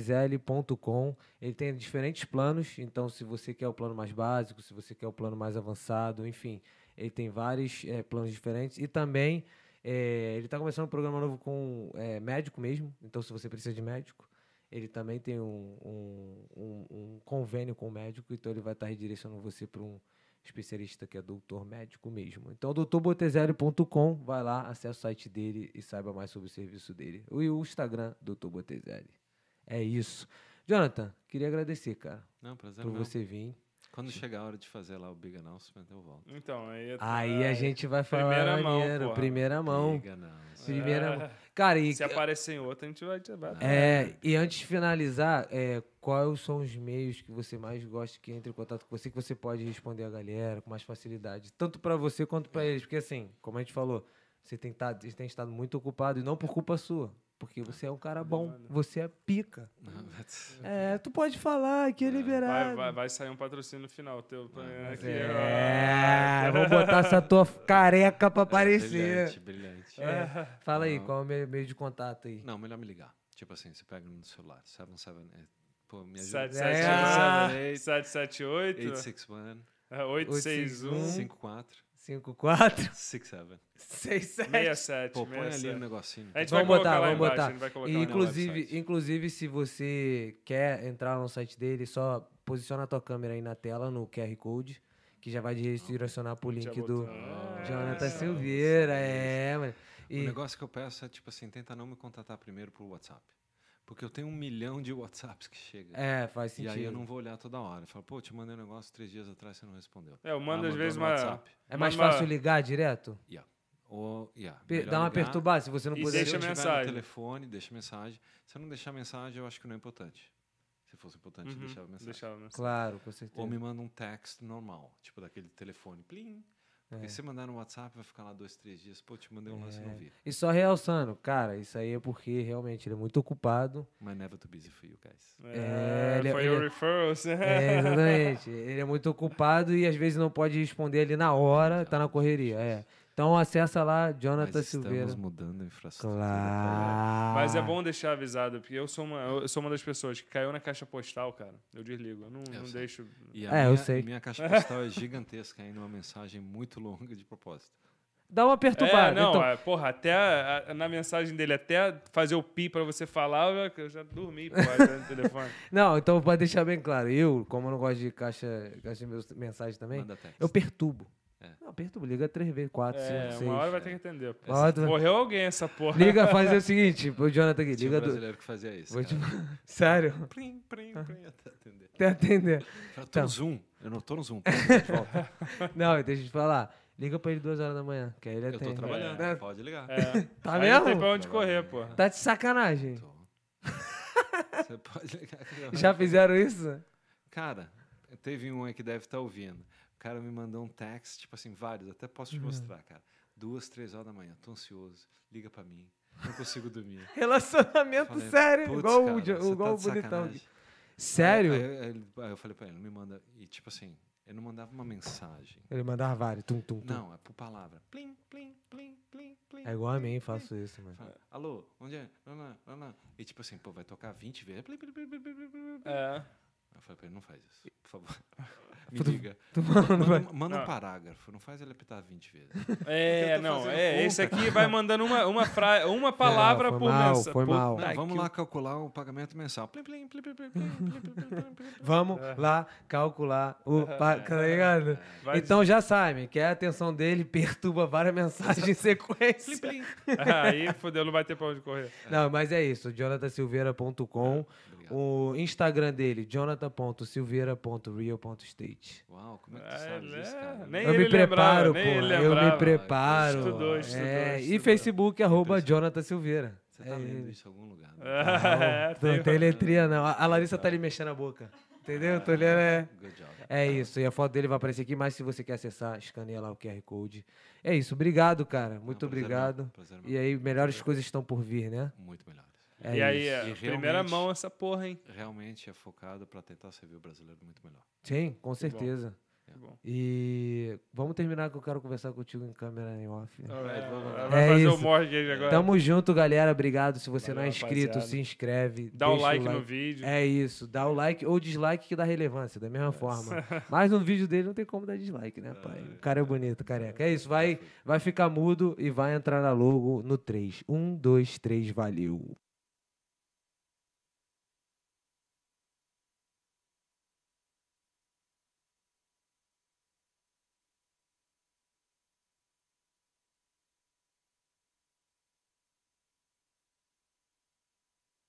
drbotezelli.com. Ele tem diferentes planos, então se você quer o plano mais básico, se você quer o plano mais avançado, enfim, ele tem vários eh, planos diferentes. E também tá É eh, ele está começando um programa novo com eh, médico mesmo, então se você precisa de médico, ele também tem um, um, um- um convênio com o médico, então ele vai estar redirecionando você para um especialista que é doutor médico mesmo. Então, doutorbotezelli.com, vai lá, acessa o site dele e saiba mais sobre o serviço dele. E o Instagram, Dr. Botezelli. É isso. Jonathan, queria agradecer, cara,
Não, é prazer
por
meu.
você vir.
Quando chegar a hora de fazer lá o Big Announcement, eu volto.
Então, aí... é-
Aí a gente vai falar
Primeira mão,
maneiro,
porra. É.
primeira mão.
Big Announcement.
Primeira mão. Cara, e
Se aparecer em outra, a gente vai... vai
É, e antes de finalizar, é, quais são os meios que você mais gosta que entre em contato com você, que você pode responder a galera com mais facilidade, tanto pra você quanto pra eles? Porque assim, como a gente falou, você tem, tado- você tem estado muito ocupado e não por culpa sua, porque você é um cara bom, você é pica.
Não, mas-
É, tu pode falar que é
Vai,
liberado.
vai, vai sair um patrocínio no final teu. pra- aqui,
É,
ó.
vou botar essa tua careca pra
É, Brilhante,
aparecer.
brilhante.
É, fala aí,
Não.
qual é o meio, meio de contato aí?
Não, melhor me ligar. Tipo assim, você pega no celular. 77... eh, Pô, me ajuda.
Sete,
É.
sete, sete, sete, oito,
861
é, oito, seis, um,
54
5, 4,
67.
6, 7.
meia, sete,
Pô, põe
meia,
ali
sete.
um negocinho.
A gente
né? Vamos
vai
botar,
colocar lá
vamos
embaixo,
botar.
a gente vai colocar
E,
lá embaixo.
inclusive,
website.
inclusive, se você quer entrar no site dele, só posiciona a tua câmera aí na tela, no QR Code, que já vai direcionar pro
Já
link
botou.
do
Ah,
Jonathan
isso,
Silveira.
isso.
É, mano.
O
E,
negócio que eu peço é, tipo assim, tenta não me contatar primeiro por WhatsApp. Porque eu tenho um milhão de WhatsApps que chega.
é, faz
e
sentido.
aí eu não vou olhar toda hora. Eu falo, pô, te mandei um negócio três dias atrás, você não respondeu.
É, eu mando
Ah,
às
mandou
vezes
no
uma...
WhatsApp.
É mais
manda-
fácil ligar direto?
Yeah. Ou, yeah,
Pe-
melhor
Dá uma
ligar.
perturbada se você não
E
Se
puder.
deixa
eu tiver
mensagem.
no telefone, deixa mensagem. Se eu não deixar mensagem, eu acho que não é importante. Se fosse importante,
Uhum,
eu deixava mensagem.
deixava mensagem.
Claro, com certeza.
Ou me manda um texto normal, tipo daquele telefone, plim.
É.
Porque se mandar no WhatsApp, vai ficar lá dois, três dias. Pô, te mandei um lance e não vi.
E só realçando, cara, isso aí é porque realmente ele é muito ocupado.
My never too busy for you guys.
É, ele-
foi
ele-
o referrals. né?
É, exatamente. Ele é muito ocupado e às vezes não pode responder ali na hora, tá na correria. É. Então acessa lá,
Mas
Jonathan
estamos né,
Silveira.
mudando a infraestrutura. tá pra-
Claro.
Mas é bom deixar avisado, porque eu sou uma, eu sou uma das pessoas que caiu na caixa postal, cara. Eu desligo, eu não, não
sei.
deixo...
E a
É, eu
minha,
sei.
Minha caixa postal é gigantesca, ainda uma mensagem muito longa de propósito.
Dá uma
É,
perturbada.
não,
então,
é, porra, até a- a- na mensagem dele, até fazer o pi pra você falar, eu, eu já dormi, pô, atrás do telefone.
não, então pra deixar bem claro, eu, como eu não gosto de caixa, caixa de mens- mensagem também,
Manda texto.
eu perturbo.
É.
Não, perturbo, liga três vezes, quatro,
É,
cinco, seis.
uma hora vai ter que atender. pô.
Uma hora tu vai-
Morreu alguém essa porra.
Liga, faz o seguinte, o Jonathan aqui,
Tinha
liga
um
do.
brasileiro que fazia isso.
Vou te...
cara.
Sério,
Plim, plim, plim, até atender.
até atender.
Eu tô
Então.
no Zoom. Eu não tô no Zoom.
Não, deixa eu te falar. Liga pra ele duas horas da manhã, que aí ele
Eu
atende.
tô trabalhando.
Né?
Pode ligar.
É.
Tá
Aí Não tem
mesmo?
pra onde correr, pô.
Tá de sacanagem.
Tô. Você pode ligar. que eu-
Já fizeram isso?
Cara, teve um aí que deve estar ouvindo. O cara me mandou um text, tipo assim, vários, até posso
Uhum.
te mostrar, cara. Duas, três horas da manhã, tô ansioso, liga pra mim, não consigo dormir.
Relacionamento
Falei,
sério,
"Putz,
igual o,
cara,
Jo-
você
igual
tá
o
de
bonitão.
sacanagem." É,
Sério?
Aí, aí ele- aí eu falei pra ele, me manda. E tipo assim, ele não mandava uma mensagem.
Ele mandava vários, tum, tum, tum.
Não, é por palavra. Plim, plim, plim, plim, plim.
É igual a mim,
plim,
faço isso, mano.
Fala, Alô, onde é? Lá, lá, lá, lá. E tipo assim, pô, vai tocar 20 vezes. Plim, plim, plim, plim, plim, plim, plim.
É.
Eu falei pra ele, não faz isso, por favor. Me liga.
Tu falando, vai.
Manda, um- manda um
Não.
parágrafo, não faz ele apitar 20 vezes.
É,
Eu tô
não,
fazendo
é,
conta,
esse aqui vai mandando uma, uma, fra... uma palavra
foi
por
mal,
mensa-
foi
por-
mal.
Não,
Ai,
vamos
que-
lá calcular o pagamento mensal. Plim, plim, plim, plim, plim, plim, plim, plim, plim, plim, plim, plim.
Vamos
É.
lá calcular o. pa- Tá ligado?
Vai-
Então já sabe, que a atenção dele perturba várias mensagens em
Plim,
sequência.
plim.
Aí, fodeu, não vai ter pra onde correr.
Não, mas é isso,
É,
jonathansilveira.com.
Obrigado.
O Instagram dele, jonathan.silveira.real.state.
Uau, como é que
Ah,
tu sabe
ele
isso,
é-
cara?
nem-
eu
ele
me preparo,
lembrava, nem ele
pô. Eu me
lembrava.
preparo.
Estudou, estudou,
É, E
estudou.
Facebook, arroba Jonathan Silveira.
Você tá
É
lendo
ele.
isso em algum lugar? né?
É,
Não, não tem letrinha, não. A a Larissa tá ali mexendo a boca. Entendeu? Tô olhando, é...
Good job.
É isso, e a foto dele vai aparecer aqui, mas se você quer acessar, escaneia lá o QR Code. É isso, obrigado, cara. Muito
prazer meu,
obrigado.
prazer meu.
E aí, melhores coisas estão por vir, né?
Muito melhores.
É
e aí,
isso.
é,
E
primeira
realmente-
mão essa porra, hein?
Realmente é focado para tentar servir o brasileiro muito melhor.
Sim, com certeza.
Bom.
E vamos terminar que eu quero conversar contigo em câmera em off.
Vai
É
fazer o
isso. Então,
mortgage agora.
Tamo junto, galera. Obrigado. Se você
Valeu,
não é inscrito,
rapaziada.
se inscreve.
Dá o
deixa
like, no vídeo.
É isso, dá o like ou dislike que dá relevância, da mesma forma. Mas no vídeo dele não tem como dar dislike, né, pai? O cara é bonito, careca. É isso, vai, vai ficar mudo e vai entrar na logo no 3. 1, 2, 3, Um, valeu.